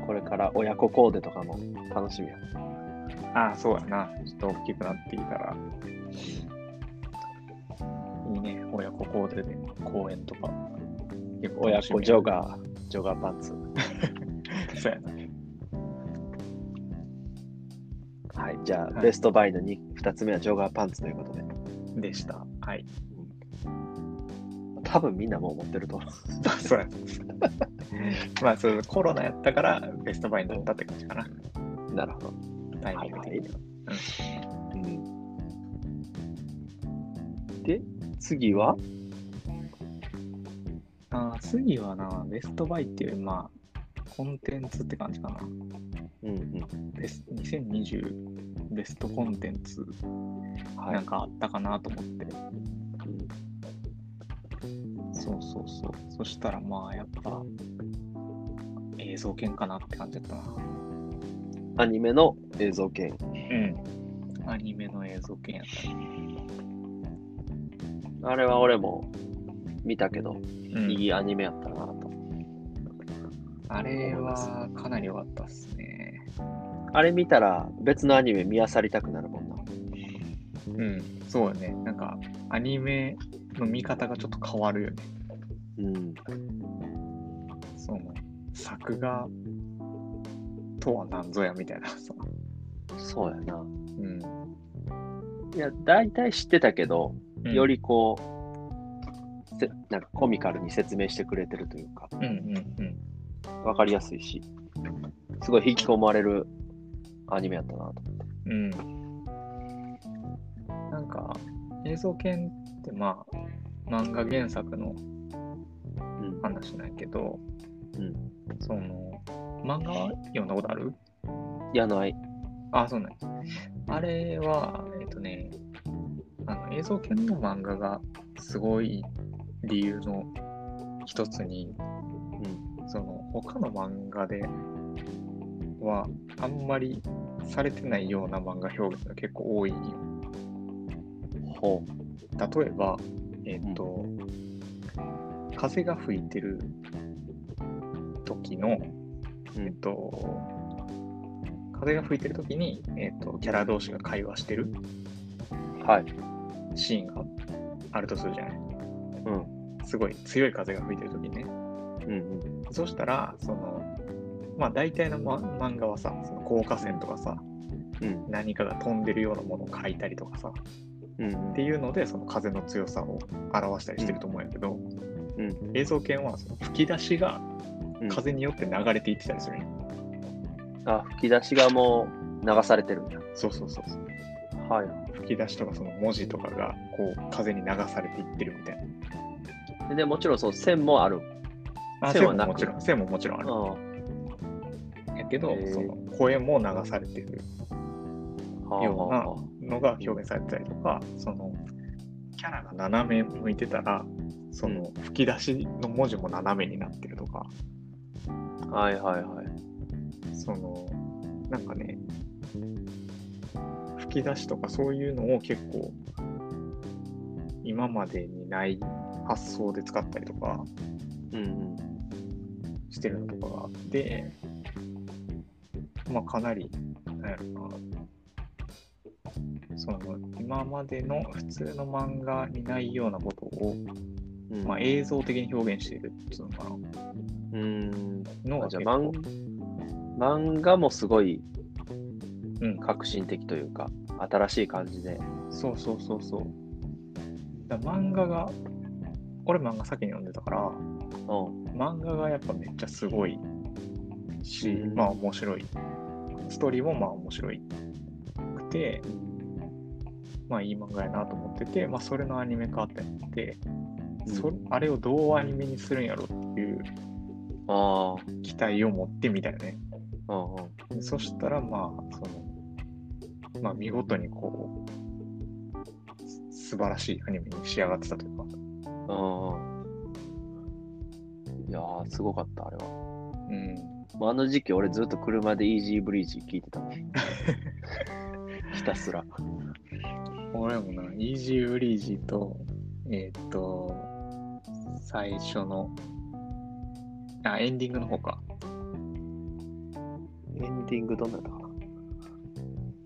これから親子コーデとかも楽しみや。
ああ、そうやな。ちょっと大きくなっていたら。いいね。親子コーデで公園とか。結構
親
楽しみ
子ジョガー、ジョガーパンツ。
(laughs) そうやな。
はい。じゃあ、
はい
ベストバイの 2, 二つ目はジョガーパンツということで。
でした。はい。
多分みんなもう持ってると思う。
まあ、 (laughs) そうやな。 (laughs) まあ、そうコロナやったからベストバイになったって感じかな。
なるほど。
タイミング的には。
うん、で、次は
ああ、次はな、ベストバイっていうより、まあ、コンテンツって感じかな。
うんうん。
ベス2020ベストコンテンツ
は
なん
い。
かあったかなと思って、そうそうそうそしたらまあやっぱ映像系かなって感じだったな
アニメの映像系。
うんアニメの映像系やったね、
あれは俺も見たけど、
うん
いいアニメやったなと。
あれはかなり良かったっすね
あれ見たら別のアニメ見漁りたくなるもんな。
うんそうよねなんかアニメの見方がちょっと変わるよね
うん。
その作画とは何ぞやみたいな (laughs) さ、
そうやな。
うん、
いや、大体知ってたけど、
うん
よりこう、せなんかコミカルに説明してくれてるというか、
うんうんうん
わかりやすいし、すごい引き込まれるアニメやったなと。
うん。なんか、映像研ってまあ、漫画原作の
うん
話なんやけど、
うん
その、漫画は読んだことある
いやない。
あ、そうなんです。あれは、えっとね、あの映像研の漫画がすごい理由の一つに、その、他の漫画では、あんまりされてないような漫画表現が結構多いんよ
ほ
例えば、えっと風が吹いてる時の、
う。う
えっ
ん。
と、風が吹いてる時に、えっと、キャラ同士が会話してる
はい。
シーンがあるとするじゃない。
うん。
すごい強い風が吹いてる時ね。
うん
そしたら、その、まあ大体の、ま、漫画はさ、その高架線とかさ、
うん。
何かが飛んでるようなものを描いたりとかさ、
うん。
っていうので、その風の強さを表したりしてると思うんやけど、
うん。
映像犬はその吹き出しが
うん
風によって流れていってたりするんよ、
あ、吹き出しがもう流されてるんだ。
そうそうそうそう
はい。
吹き出しとかその文字とかがこう風に流されていってるみたい
ででもちろんそう線もある。
なあ
線はなく
ももちろん線ももちろんある
ん。
やけど
へー
その声も流されてる
は
ような
は
のが表現されてたりとかそのキャラが斜め向いてたらその吹き出しの文字も斜めになってるとか
はいはいはい。
そのなんかね吹き出しとかそういうのを結構今までにない発想で使ったりとか
うん
してるのとかがあってまあかなりなんやろなその今までの普通の漫画にないようなことを、
うん。うん
まあ、映像的に表現しているっていうのかな
うん。
のが
あじゃあ
結
漫
構
漫画もすごい
うん
革新的というか、新しい感じで。
そうそうそうそうだから漫画が俺漫画先に読んでたから
うん。
漫画がやっぱめっちゃすごいし、
うん
まあ面白いストーリーもまあ面白いくてまあいい漫画やなと思ってて、まあ、それのアニメ化ってなって、そあれをどうアニメにするんやろっていう
あ
期待を持ってみたよね
あ。うんうん。
そしたらまあそのまあ見事にこうす素晴らしいアニメに仕上がってたというか
うんうん。いやー、すごかった、あれは。
うん
もうあの時期、俺ずっと車でイージーブリージー聞いてたもん。ひたすら。
俺もな、イージーウリージーと、えーっと、最初の、あ、エンディングの方か。
(laughs) エンディングどんなんだったかな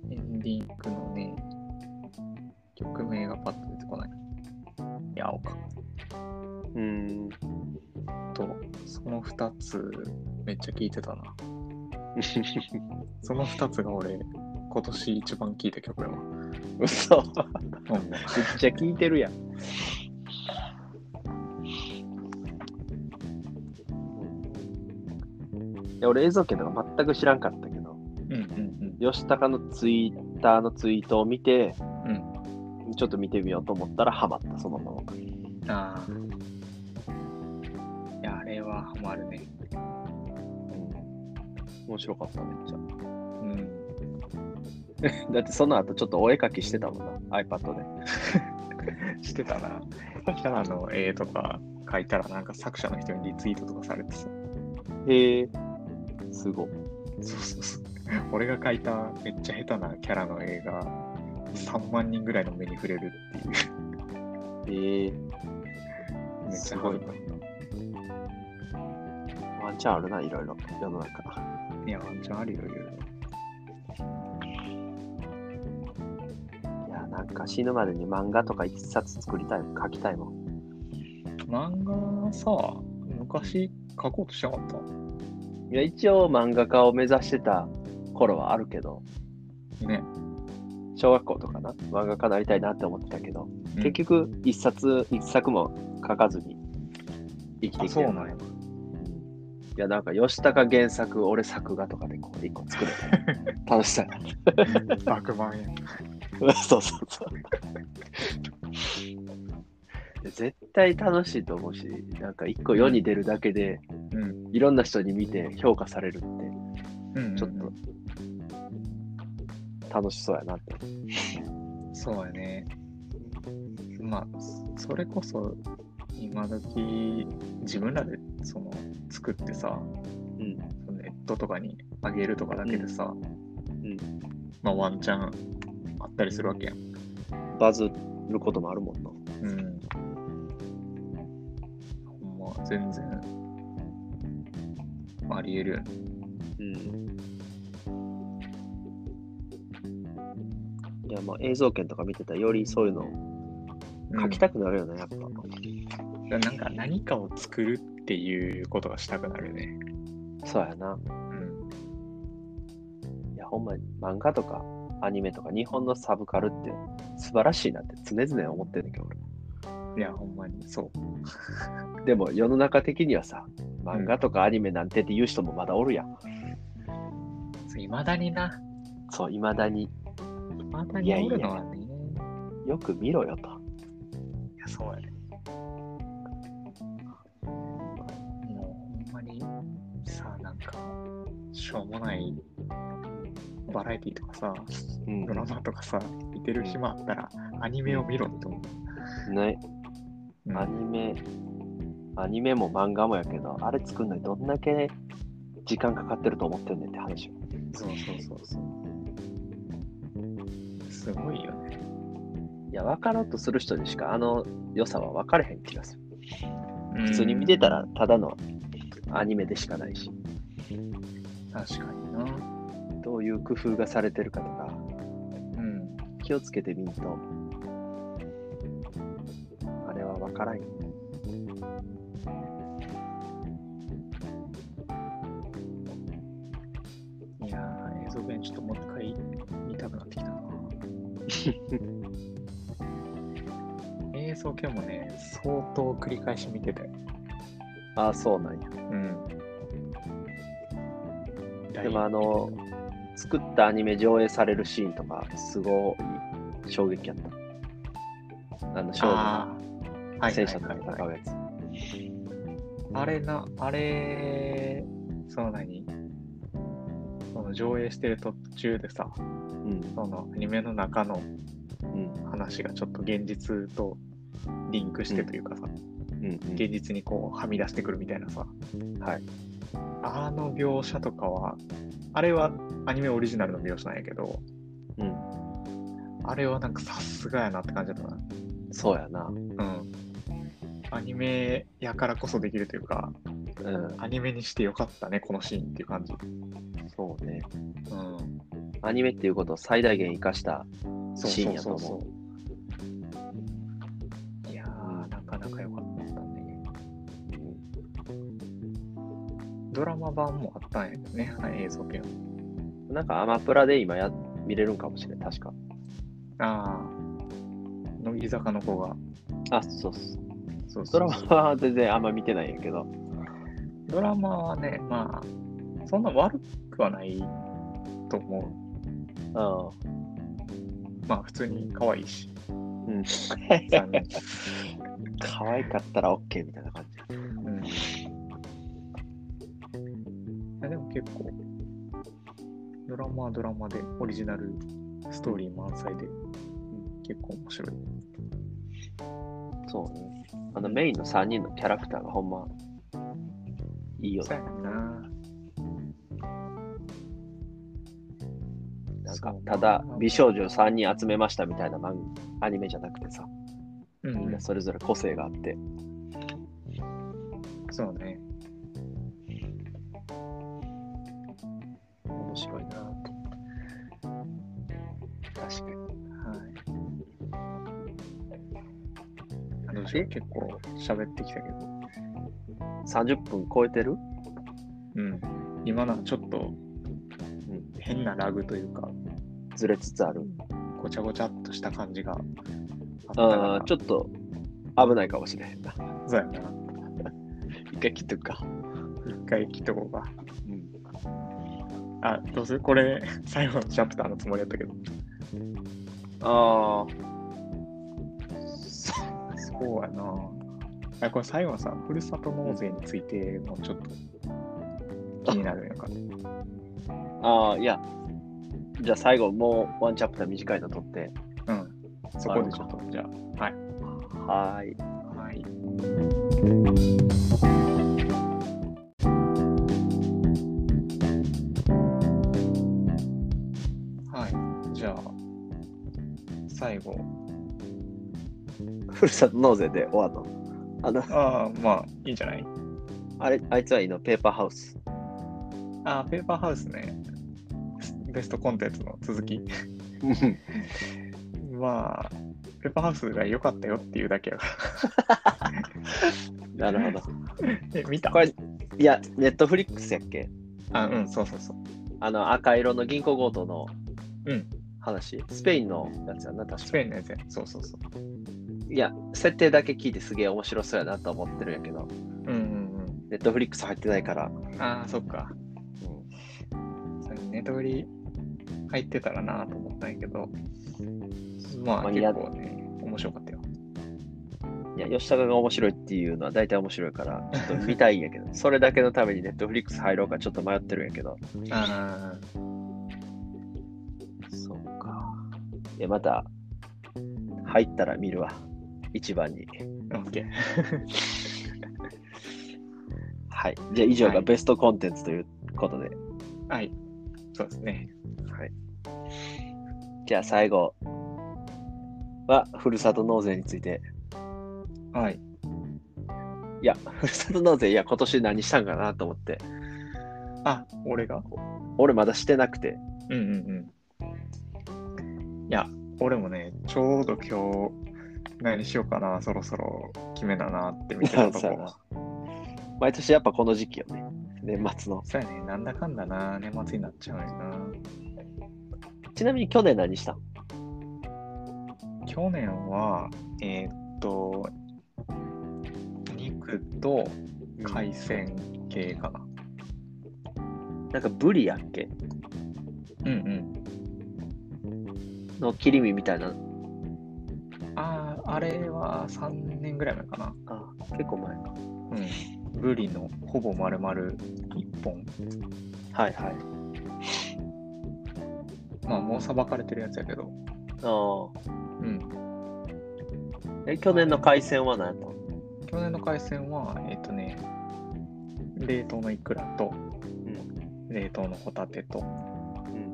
エンディングのね、曲名がパッと出てこない。いや、青か。
うーん。 (laughs)
と、その2つ、めっちゃ聴いてたな。その2つが俺、今年一番聴いた曲やわ。
嘘。
ほん
め
ま
っちゃ聞いてるやん。いや俺、映像権とか全く知らんかったけど、
うんうん
吉高のツイッターのツイートを見て、
うん。
ちょっと見てみようと思ったらハマった、そのまま。
うん。ああ。いや、あれはハマるね。
面白かった、めっちゃ。
うん。
だってその後ちょっとお絵描きしてたもんな、iPad で。
してたな。北野の絵とか書いたら、なんか作者の人にリツイートとかされてさ。
へえ、すごい。
そうそうそう。俺が描いためっちゃ下手なキャラの映画、3万人ぐらいの目に触れるってい
へ
う。
え、
めっちゃ恥ずかし
ワンチャンあるな、いろいろ、世の中。
い。いや、ワンチャンあるよ、いろいろ
いや、なんか死ぬまでに漫画とか一冊作りたい、書きたいもん。
漫画さ、昔描こうとしなかった
いや、一応漫画家を目指してた頃はあるけど、
ね。
小学校とかな、漫画家になりたいなって思ってたけど、
うん
結局、一冊、一作も書かずに生きて
あ
き
そ
て
う
る
なんや。
いや、なんか、吉高原作、俺作画とかでこう、一個作れて、 (laughs) 楽しさ
100万円。
そうそうそう。絶対楽しいと思うし、なんか一個世に出るだけで、
うん。
いろんな人に見て評価されるって、
うん、
ちょっと楽しそうやなって。
そうやね。まあ、そそれこそ、今時自分らでその作ってさ、
うん。
そのネットとかにあげるとかだけでさ、
ん
まあワンチャンあったりするわけやん。
バズることもあるもんな。
うん。ほんま、全然、ありえるよね。
うん。いや、まあ映像権とか見てたら、よりそういうの書きたくなるよね、やっぱ。
うんだからなんか何かを作るっていうことがしたくなるね。
そうやな。
うん。
いや、ほんまに漫画とかアニメとか日本のサブカルって素晴らしいなって常々思ってんねんけど、俺。
いや、ほんまに、そう。
でも世の中的にはさ、漫画とかアニメなんてって言う人もまだおるやん。
いまだにな、
そう、いまだに
いまだにおるのはね。
よく見ろよと。
いや、そうやね。もう、ほんまに、さ、なんか、しょうもないバラエティとかさ、
うん
ドラマとかさ、見てる暇あったら、アニメを見ろって思う。
ね、
うん
アニメ、アニメも漫画もやけど、あれ作るのにどんだけ時間かかってると思ってんねんって話。
そうそうそうそう。すごいよね。
いや、分かろうとする人にしかあの良さは分かれへん気がする。普通に見てたら、ただのアニメでしかないし、
うん。確かにな。
どういう工夫がされてるかとか、
うん。
気をつけてみると、あれは分からんよ。
いやー、映像弁ちょっともう一回見たくなってき (laughs) たな。映像系もね、相当繰り返し見てて。
ああ、そうなんや。
うん。
でもあの、作ったアニメ上映されるシーンとか、すごい衝撃やった。あの、少女が
あー、はいはいはいはい
戦車と戦うやつ。
あれな、あれ、その何その上映してる途中でさ、
うん。
そのアニメの中の
うん。
話がちょっと現実とリンクしてというかさ、
うん。
現実にこうはみ出してくるみたいなさ、
はい。
あの描写とかは、あれはアニメオリジナルの描写なんやけど、
うん。
あれはなんかさすがやなって感じだった
そうやな。
な。うん。アニメやからこそできるというか、
うん、
アニメにしてよかったね、このシーンっていう感じ。
そうね。
うん。
アニメっていうことを最大限生かした。
そう
シー
そ
ンやと
うそう
思
そう。いやー、なかなか良かったね。
うん
ドラマ版もあったんやけどね、はい映像系の。
なんかアマプラで今や見れるんかもしれん、確か。
あー、乃木坂の子が。
あ、そうそう。
そうそ
ド
う
ラマは全然あんま見てないんやけど。
ドラマはね、まあ、そんな悪くはないと思
う
う。まあ、普通に可愛いし。
ん。うん。
残念
可愛かったら OK みたいな感じ。
うんいやでも結構、ドラマはドラマで、オリジナルストーリー満載で、うん結構面白い。
そうね。あのメインの3人のキャラクターがほんま、いいよ
そ
ね。
うやな。
なんか、ただ美少女3人集めましたみたいな漫アニメじゃなくてさ、
う
みん
ん
な、それぞれ個性があって、
そうね。
面白いなぁと。確かに。
はい。あどうしよう結構喋ってきたけど。
30分超えてる
うん、今のはちょっと、変なラグというか、
ずれつつある。
ごちゃごちゃっとした感じがあったから
あ、ちょっと危ないかもしれへんな。
そうやな。
一回切っとくか。
一回切っとこうか。
うん。
あ、どうするこれ、 (laughs) 最後のチャプターのつもりだったけど。
あ
そうやな。あこれ最後のさ、ふるさと納税についてもちょっと気になるんやんか。
あ、ああ、いや。じゃあ最後、もうワンチャプター短いの撮って。
うん。そこでちょっと、じゃ
はーい。
あ。はい。はい。じゃあ、最後。
ふるさと納税で終わるの。あの、
ああ、まあ、いいんじゃない
あれ、あいつはいいの、ペーパーハウス。
あー、ペーパーハウスね。ベストコンテンツの続き。まあ、ペーパーハウスが良かったよっていうだけやか
なるほど。
ら。 (laughs) え、見た
これ、いや、ネットフリックスやっけ
あ、うん、そうそうそう。
あの、赤色の銀行強盗の
うん
話。スペインのやつやな、確
ス
か
ペインのやつや。そうそうそう。
いや、設定だけ聞いてすげえ面白そうやなと思ってるんやけど、
うんうん
ネットフリックス入ってないから、
うん。ああ、そっか。それネトフリ入ってたらなと思ったんやけど、まあ、
間
結
に合っ
構ね、面白かったよ。
いや、吉高が面白いっていうのは大体面白いから、ちょっと見たいんや
(laughs)
けど、それだけのためにネットフリックス入ろうかちょっと迷ってるんやけど。
あ
そうか。いや、また、入ったら見るわ。一番に。
あ、オッケー。
はい。じゃあ以上
は
が
い
ベストコンテンツということで。
はい。そうですね。
じゃあ最後は、ふるさと納税について。
はい。
いや、ふるさと納税、いや、今年何したんかなと思って。
あ、俺が
俺まだしてなくて。
うんうんうん。いや、俺もね、ちょうど今日、何しようかな、そろそろ決めだなって見てたと
そうや
こ
な。毎年やっぱこの時期よね。年末の。
そうやね、なんだかんだな、年末になっちゃうよな。
ちなみに去年何したん
(laughs) 去年は、えーっと、肉と海鮮系かな。
なんかブリやっけ
うんうん。
の切り身みたいな。
ああ、あれは3年ぐらい前かな。
あ結構前か。
うん。ブリのほぼ丸々1本。
はいはい。
まあ、もうさばかれてるやつやけど。
あ
うん。
あ。え、去年の海鮮は何やったの
去年の海鮮は、えっ、とね、冷凍のイクラと、冷凍のホタテと、
うん。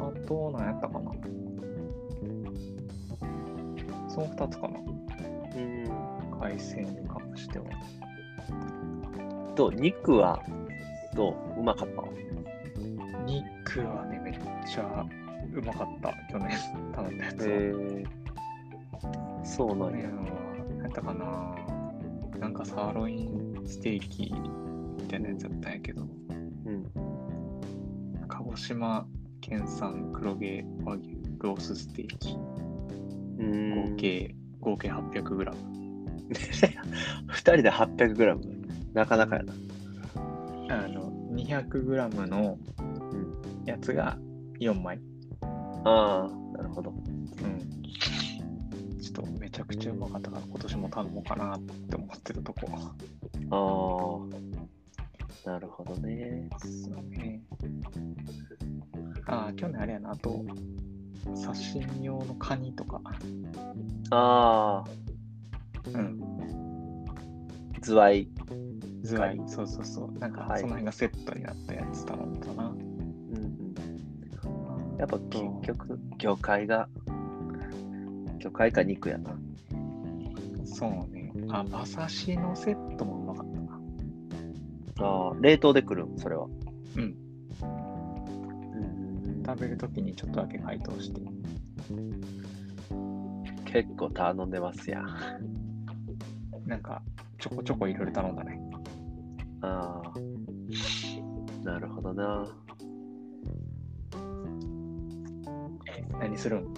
あと、何やったかな。その2つか
う
な。
ん。
海鮮に関しては。
と、肉は、どううまかった
肉はね、めっちゃうまかった、去年頼んだやつは。
え。そう
去
なんや。
年は、何やったかななんかサーロインステーキみたいなやつだったんやけど、
うん。
鹿児島県産黒毛和牛ロースステーキ、合。計、合計 800g。
2人で 800g。なかなかやな。
あの、200g のやつが4枚。
ああ、なるほど。
うん。ちょっとめちゃくちゃうまかったから、今年も頼もうかなって思ってたとこ。
ああ。なるほどね。
そうね。ああ、去年あれやな、あと、刺身用のカニとか、
ああ、
うん、
ズワイ。
ズワイ、そうそうそう、なんか、
はい
その辺がセットになったやつ頼んだな。
うんうん。やっぱ結
と
局、魚介が、魚介か肉やな。
そうね。あ、馬刺しのセットもうまかったな。
ああ、冷凍で来るんそれは。
うん
うん。
食べるときにちょっとだけ解凍して。
結構頼んでますやん。あ
なんか、ちょこちょこいろいろ頼んだね。
あ。なるほどな。
何するん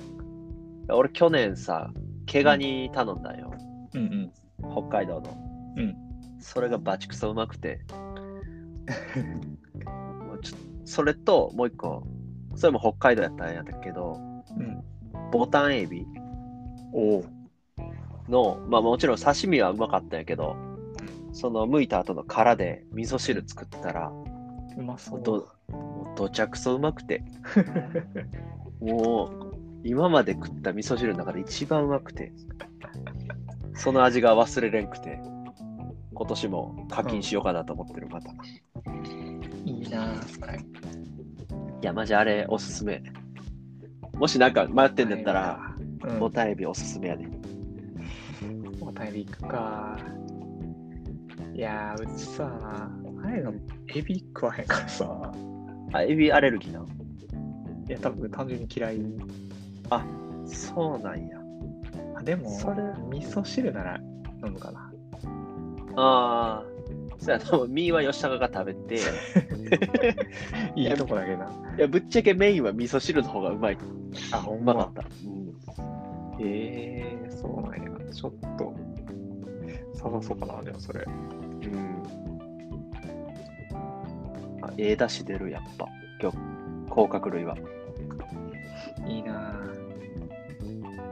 俺、去年さ、毛ガニ頼んだよ。
うん
北海道の。
うん。うん。
それがバチクソうまくて。もうちょそれと、もう一個。それも北海道やったんやったけど、
うん。
ボタンエビ
おお。
の、まあもちろん刺身はうまかったんやけど、その剥いた後の殻で味噌汁作ってたら、
うまそう。
どもうどちゃくそうまくてもう今まで食った味噌汁の中で一番うまくてその味が忘れれんくて今年も課金しようかなと思ってるまた、い
いいなぁ。それ
やマジあれおすすめもしなんか迷ってんだったら、
うん、
ボタンエビおすすめやで、
お便り行くか。いやー、うちさ、前のエビ食わへんからさ。
あエビアレルギーない
や、多分単純に嫌い。
そうなんや
あでも、
それ
味噌汁なら飲むかな。
ああそうやな身は吉高が食べてい
いいとこだけどな。
やぶっちゃけメインは味噌汁の方がうまい
あ、ほ
うまかった、うん
えー、そうなんや。ちょっと、探そうかな、でもそれ。
うんあ、ええ出汁出る、やっぱ。今日、甲殻類は。
いいなぁ。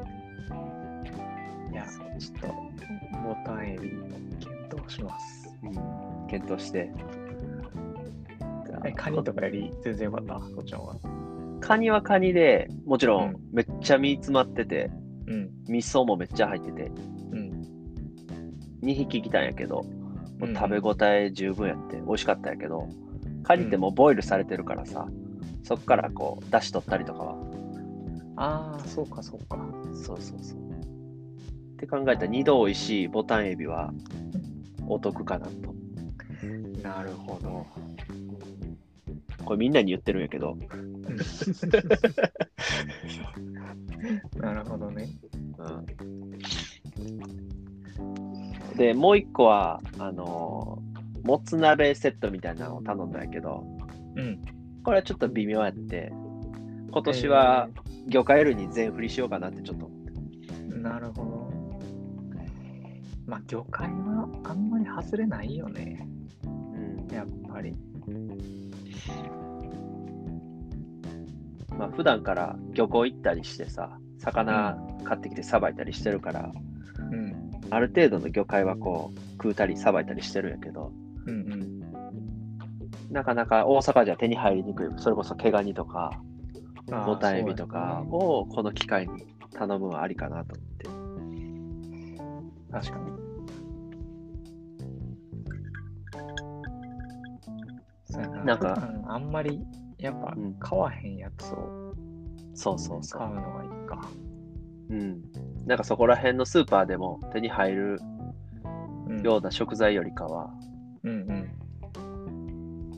いや、ちょっと、ボタンエビ検討します。
うん。検討して。
え、カニとかより全然よかった、そっちの方が。
カニはカニで、もちろ
うん
ん、めっちゃ身詰まってて、
うん。
味噌もめっちゃ入ってて、
うん。
2匹来たんやけど、もう
うん
食べ応え十分やって、美味しかったんやけど、カニってもうボイルされてるからさ、そっからこう、出汁取ったりとかは、
ああ、そうか、そうか。
そうそうそう。って考えたら、2度美味しいボタンエビは、お得かなと。
なるほど。
これみんなに言ってるんやけど、
(laughs) なるほどね。
でもう一個はあのーもつ鍋セットみたいなのを頼んだんやけど
うん。
これはちょっと微妙やって今年は魚介類に全振りしようかなってちょっと思って
えー、なるほど。まあ、魚介はあんまり外れないよね。やっぱり。
うんまあ普段から漁港行ったりしてさ魚買ってきてさばいたりしてるから、
うん。
ある程度の魚介はこう食うたりさばいたりしてるんやけど
うんうん。
なかなか大阪じゃ手に入りにくいそれこそ毛ガニとか
あー
ボタンエビとかをこの機会に頼むはありかなと思って。
そうだね確かに。そうやな
なんか
普段あんまり、やっぱ
うん、
買わへんやつを
そうそうそ
買
う
う。のがいいか。
うん。なんかそこら辺のスーパーでも手に入る
うん
ような食材よりかは、
うん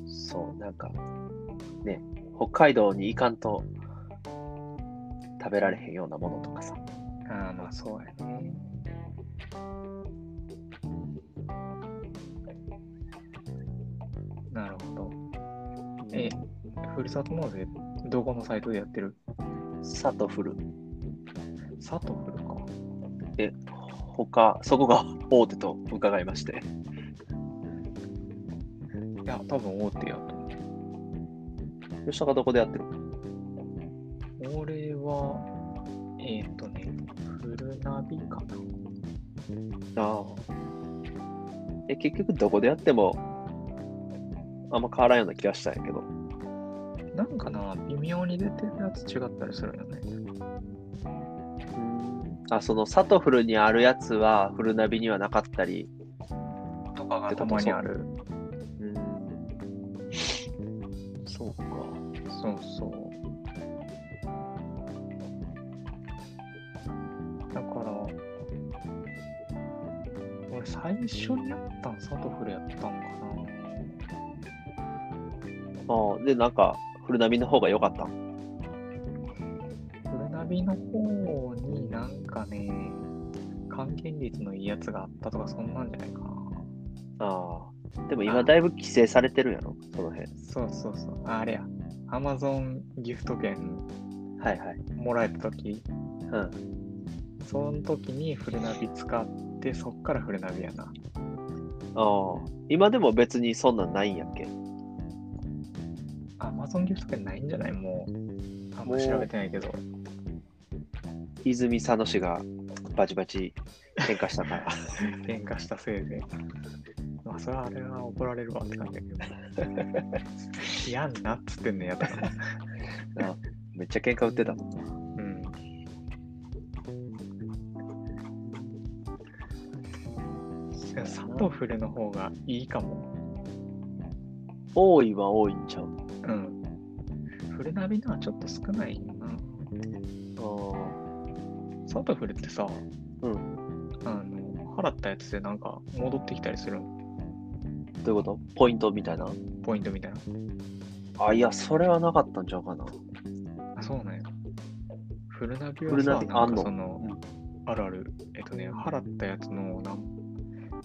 そう、なんか、ね、北海道に行かんと食べられへんようなものとかさ。
うん。ああ、まあそうやね。なるほど。え、ふるさと納税、どこのサイトでやってる
さとふる。
サトフルか。
で、他、そこが大手と伺いまして。
いや、多分大手やと思
吉高どこでやってる
う。俺は、えっ、とね、フルナビかな。
ああ。え、結局どこでやっても、あんま変わらんような気がしたんやけど。
なんかな、微妙に出てるやつ違ったりするよね。
あ、その、サトフルにあるやつは、フルナビにはなかったり。
とか
が
たまにある。
そうか。
そうそう。だから、俺最初にやったん、サトフルやったんか
ああ、で、なんか、フルナビの方が良かったん。
な。フルナビの方になんかね、還元率のいいやつがあったとか、そんなんじゃないかな。
ああ。でも今、だいぶ規制されてるんやろ、その辺。
そうそうそう。ああれや。アマゾンギフト券
はいはい。
もらえたとき、
うん。
その時にフルナビ使って、そっからフルナビやな。
ああ。今でも別にそんなんないんやっけ。
アマゾンギフト券ないんじゃないもう。あんま調べてないけど。
泉佐野市がバチバチ変化したから。
喧嘩したせいで。まあ、それはあれは怒られるわって感じだけど。嫌んなっつってんねやったから。
(laughs) めっちゃ喧嘩売ってたもんな。
うん。サトフルの方がいいかも。
多いは多いんちゃう
うん。フルナビのはちょっと少ないよな。
あ
サトフルってさ、
う
あの、払ったやつでなんか戻ってきたりする
あ。どういうことポイントみたいな
ポイントみたいな。
あ、いや、それはなかったんちゃうかな。
あ、そうなんや。フルナビ
フ
は
ル
さ、
ナ
な
ビ
ん
あん
か
の
その、あるある、えっとね、払ったやつのなん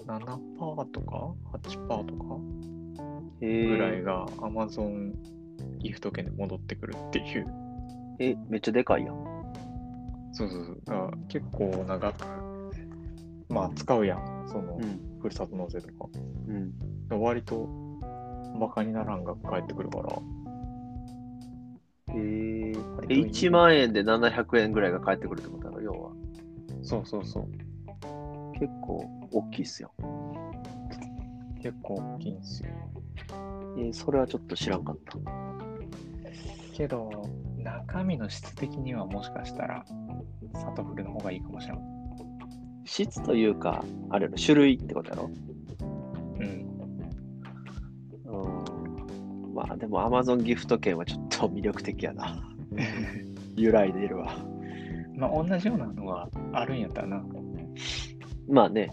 7%とか8%とか
へ
ぐらいが Amazon ギフト券で戻ってくるっていう。
え。え、めっちゃでかいやん。
そうそうそう。だから結構長く、まあ使うやん。その、
ん。
ふるさと納税とか。
うん。
割と、バカにならん額返ってくるから。
へえ。
割と
え
いい
1万円で700円ぐらいが返ってくるってことだろ、要は。
そうそうそう。
結構大きいっすよ。
結構大きいんですよ。
えーそれはちょっと知らんかった。
けど中身の質的にはもしかしたらサトフルの方がいいかもしれん。
質というか、あれの種類ってことやろ
うん。
うん。まあでも Amazon ギフト券はちょっと魅力的や (laughs) な。揺らいでいるわ。
まあ同じようなのがあるんやったらな。
まあね、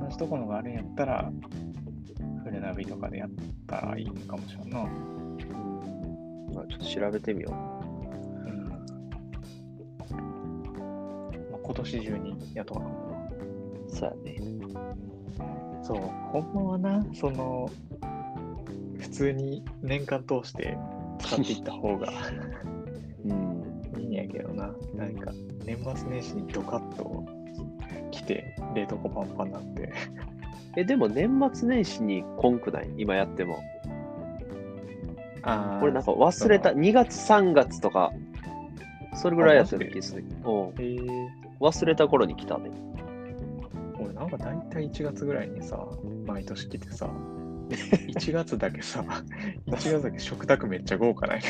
同じところがあるんやったらフルナビとかでやったらいいかもしれんな。
うんまあ、ちょっと調べてみよう。
うん。まあ、今年中にやっとかな
そうやね。
そう。ほんまはな、その普通に年間通して使っていった方が。
うん。
いいんやけどな、なんか年末年始にドカッと来て、冷凍庫パンパンになって。
え、でも年末年始にこんくない今やっても。
あ
これなんか忘れた。
そ
2月3月とか、それぐらいやつような気がする。うん
えー、
忘れた頃に来たね。
俺なんか大体1月ぐらいにさ、毎年来て (laughs) さ、1月だけさ、1月だけ食卓めっちゃ豪華ない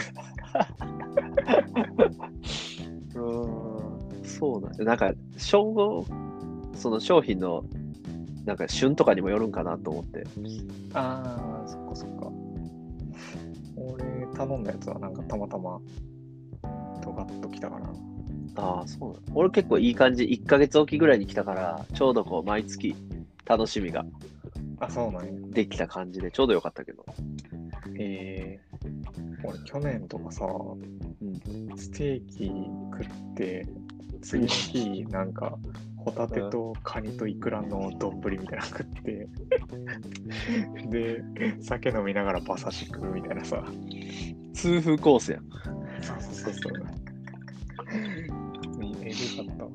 うん。そうなんだ。なんか、商後、その商品の、なんか旬とかにもよるんかなと思って。
(laughs) ああ、そっかそっか。俺頼んだやつはなんかたまたまドカッと来たから。
ああ、そうなんだ。俺結構いい感じ、1ヶ月おきぐらいに来たから、ちょうどこう、毎月楽しみが
あ、そうなんや。
できた感じで、ちょうどよかったけど。
えー、俺、去年とかさ、ステーキ食って、次の日、なんか、ホタテとカニとイクラの丼みたいなの食 (laughs) って、で、酒飲みながら馬刺し食うみたいなさ、
通風コースやん。
そうそうそうそう。えぐかったわ。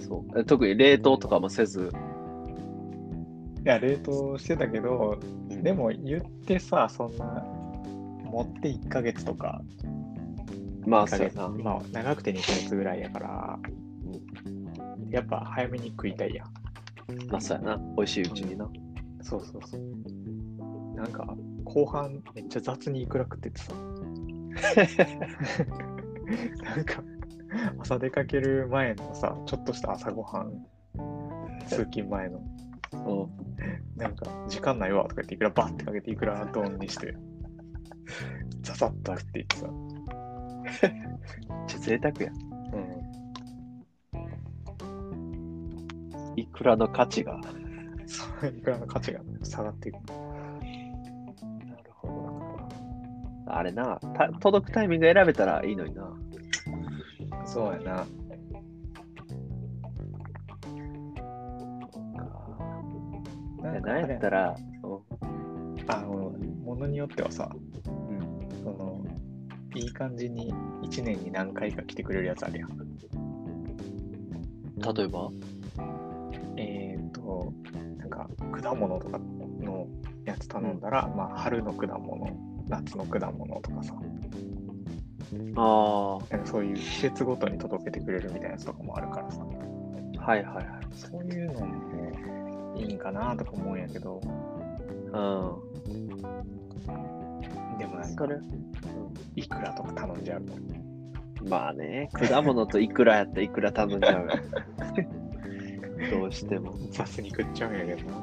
そう。え特に冷凍とかもせず。
いや、冷凍してたけど、でも言ってさ、そんな、持って1ヶ月とか、
まあ、
1ヶ
そうや
月、
な。
まあ、長くて2ヶ月ぐらいやから、やっぱ早めに食いたいやん。
まあ、そうやな。美味しいうちにな。
そうそうそう。なんか、後半、めっちゃ雑にいくら食っててさ。なんか、朝出かける前のさ、ちょっとした朝ごはん、通勤前の、
う
なんか、時間ないわとか言って、いくらバッてかけて、いくら丼にして、ザザッと食っていってさ。
ん。ちょ、贅沢や。
う
いくらの価値が。
ん。そういくらの価値が下がっていく。なるほど。
あれな、た届くタイミング選べたらいいのにな。
そうやな。
い
な
や
んか
なんやったら、う
あの、ものによってはさ、
ん
その、いい感じに1年に何回か来てくれるやつあるやん。
例えば
えっ、と、なんか、果物とかのやつ頼んだら、まあ、春の果物、夏の果物とかさ、
あ
なんかそういう季節ごとに届けてくれるみたいなやつとかもあるからさ、
あ、はいはいはい。
そういうのもいいんかなとか思うんやけど、
う
でもなん
ん。
か、
それ
いくらとか頼んじゃう。
まあね、果物といくらやったらいくら頼んじゃうよ。 (laughs) どうしても。
雑に食っちゃうんやけどな。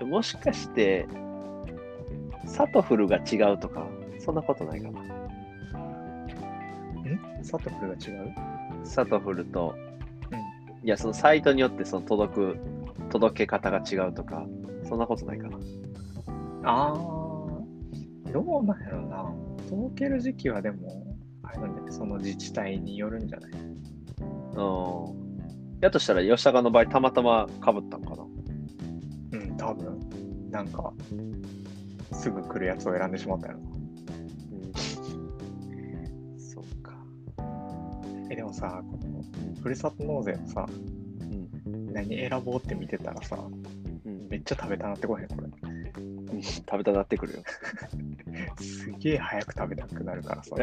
うん。もしかして、サトフルが違うとか、そんなことないかな。
んサトフルが違う
サトフルと、
うん。
いや、そのサイトによってその届く、届け方が違うとか、そんなことないかな。
ああ、どうなんやろな。届ける時期はでも、あれなんだよねその自治体によるんじゃない
うん。やとしたら、吉高の場合、たまたまかぶったのかな。
うん、多分。なんか、すぐ来るやつを選んでしまったよな。
うん。そうか。
え、でもさ、この、ふるさと納税のさ、何選ぼうって見てたらさ、
うん。
めっちゃ食べたなってこへん、こ
食べたなってくるよ。
れ。すげえ早く食べたくなるから (laughs) さ。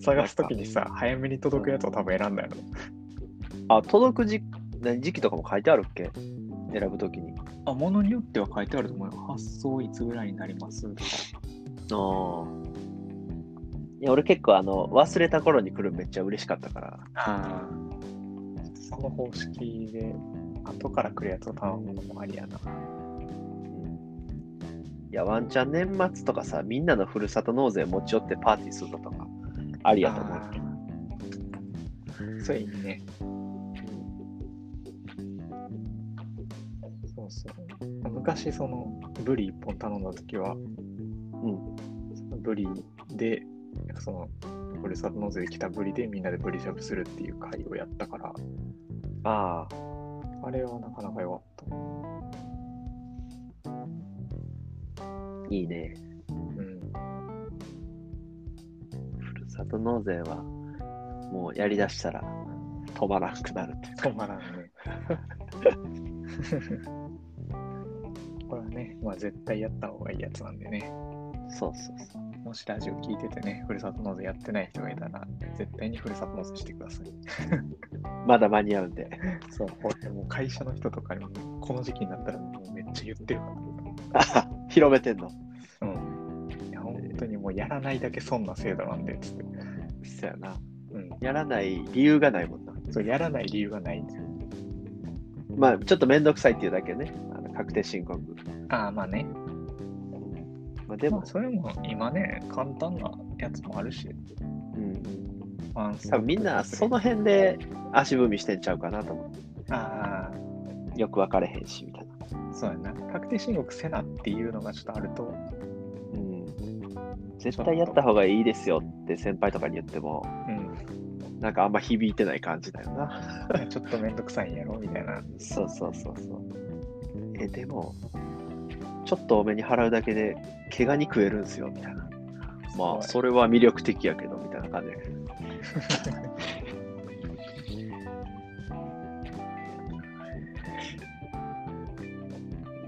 探すときにさ、早めに届くやつを多分選んだよな。
あ、届く時何時期とかも書いてあるっけ選ぶときに。
あ、ものによっては書いてあると思うよ。発送いつぐらいになります
ああ。いや、俺結構あの、忘れた頃に来るめっちゃ嬉しかったから。
あその方式で後から来るやつを頼むのもありやな。
いや、ワンチャン年末とかさ、みんなのふるさと納税持ち寄ってパーティーするのとか、ありやと思う。
う。そういいね。そうそう。昔そのブリ1本頼んだ時は、そのブリでそのふるさと納税で来たブリでみんなでブリしゃぶするっていう会をやったから、
ああ。
あれはなかなか良かった。
いいね。
うん。
ふるさと納税は、もうやりだしたら止まらなくなるって。
止まらんね。 (laughs) これはね、まあ、絶対やった方がいいやつなんでね、
そうそうそう。
もしラジオ聞いててね、ふるさと納税やってない人がいたら、絶対にふるさと納税してください。
まだ間に合うんで。 (laughs)
そう、俺もう会社の人とかにも、この時期になったらもうめっちゃ言ってるか
あはは広めてんの。
ら。うん。いや、本当にもうやらないだけ損な制度なんで、つって。
そやな。
うん。
やらない理由がないもんな。
そう、やらない理由がないんですよ。
まあ、ちょっとめんどくさいっていうだけね。あの確定申告。
ああ、まあね。
まあ、で
ま
も
あ、、それも今ね、簡単なやつもあるし、
うん。
ワンスト
多
ップ
分みんなその辺で足踏みしてんちゃうかなと思
あ
う。よく分かれへんし、みたいな。
あそうやな確定申告せなっていうのがちょっとあると
うん。絶対やった方がいいですよって先輩とかに言っても、
うん (laughs)
なんかあんま響いてない感じだよな。
ちょっとめんどくさいんやろみたいな
そうそうそうそう。え、でも、ちょっと多めに払うだけで、毛ガに食えるんすよ、みたいな。まあ、
そ
それは魅力的やけど、みたいな感 (laughs) じやけど。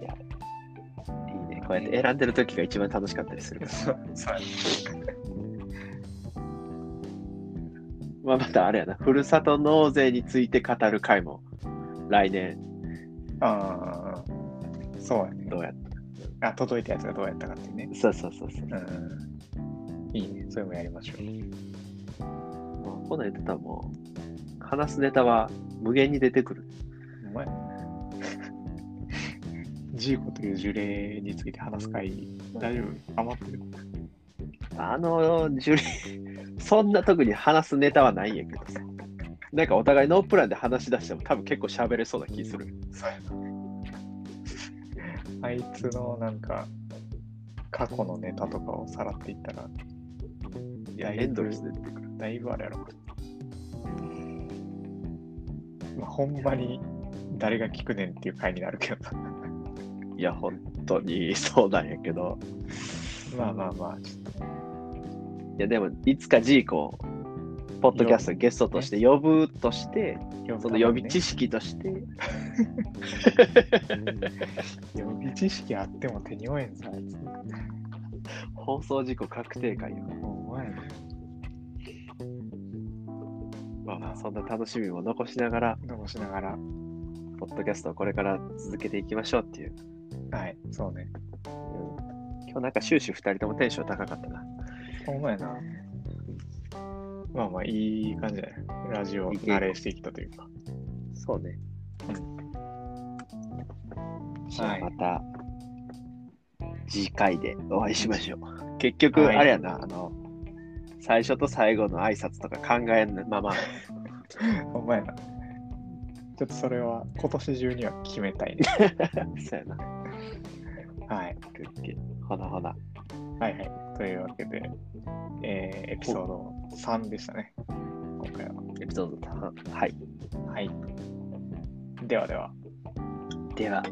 いや、いいね。こうやって選んでる時が一番楽しかったりする (laughs)
う
から。
そうそう
まあ、またあれやな、ふるさと納税について語る回も、来年
ああそうやね
どうやって。
あ届いたやつがどうやったかっていうね
そうそうそうそう。
うんいいね、それもやりましょう。
まあこんなん言ってたらもう、話すネタは無限に出てくる。
お (laughs) 前。ジーコという呪霊について話す会、大丈夫余ってる。
あの、ジュリそんな特に話すネタはないんやけどさ。なんかお互いノープランで話し出しても多分結構喋れそうな気する。
あいつのなんか、過去のネタとかをさらっていったら、
いや、
だいぶ
エンドレスで出てくる。
だいぶあれやろ。まあ、ほんまに誰が聞くねんっていう回にな
(laughs)
るけど。
いや、本当にそうなんやけど。
まあまあまあ、ちょっと
いや、でも、いつかジーコを、ポッドキャストゲストとして呼ぶとして、
呼ぶ
そ
た
の
めにね
予備知識として、
予備知識あっても手に負えんぞ、あいつ。
放送事故確定会よ。
お前ね
まあまあ、そんな楽しみも残しながら、
残しながら、
ポッドキャストをこれから続けていきましょうっていう。
はい、そうね。
今日なんか終始2人ともテンション高かったな。
ほんまやな。まあまあ、いい感じだよ。ラジオ
いけ
慣れしてきたというか。
そうね。じゃ
は
あ
い
また次回でお会いしましょう。結局、
はい
あれやな、あの、最初と最後の挨拶とか考えんま
(laughs)
ま、
ほんまやな。ちょっとそれは今年中には決めたいね。
そうやな。
はい。
オッケーほなほな。
はいはい。というわけで、えーエピソード3でしたね。今回は。
エピソード3。はい。
はい。ではでは。
では、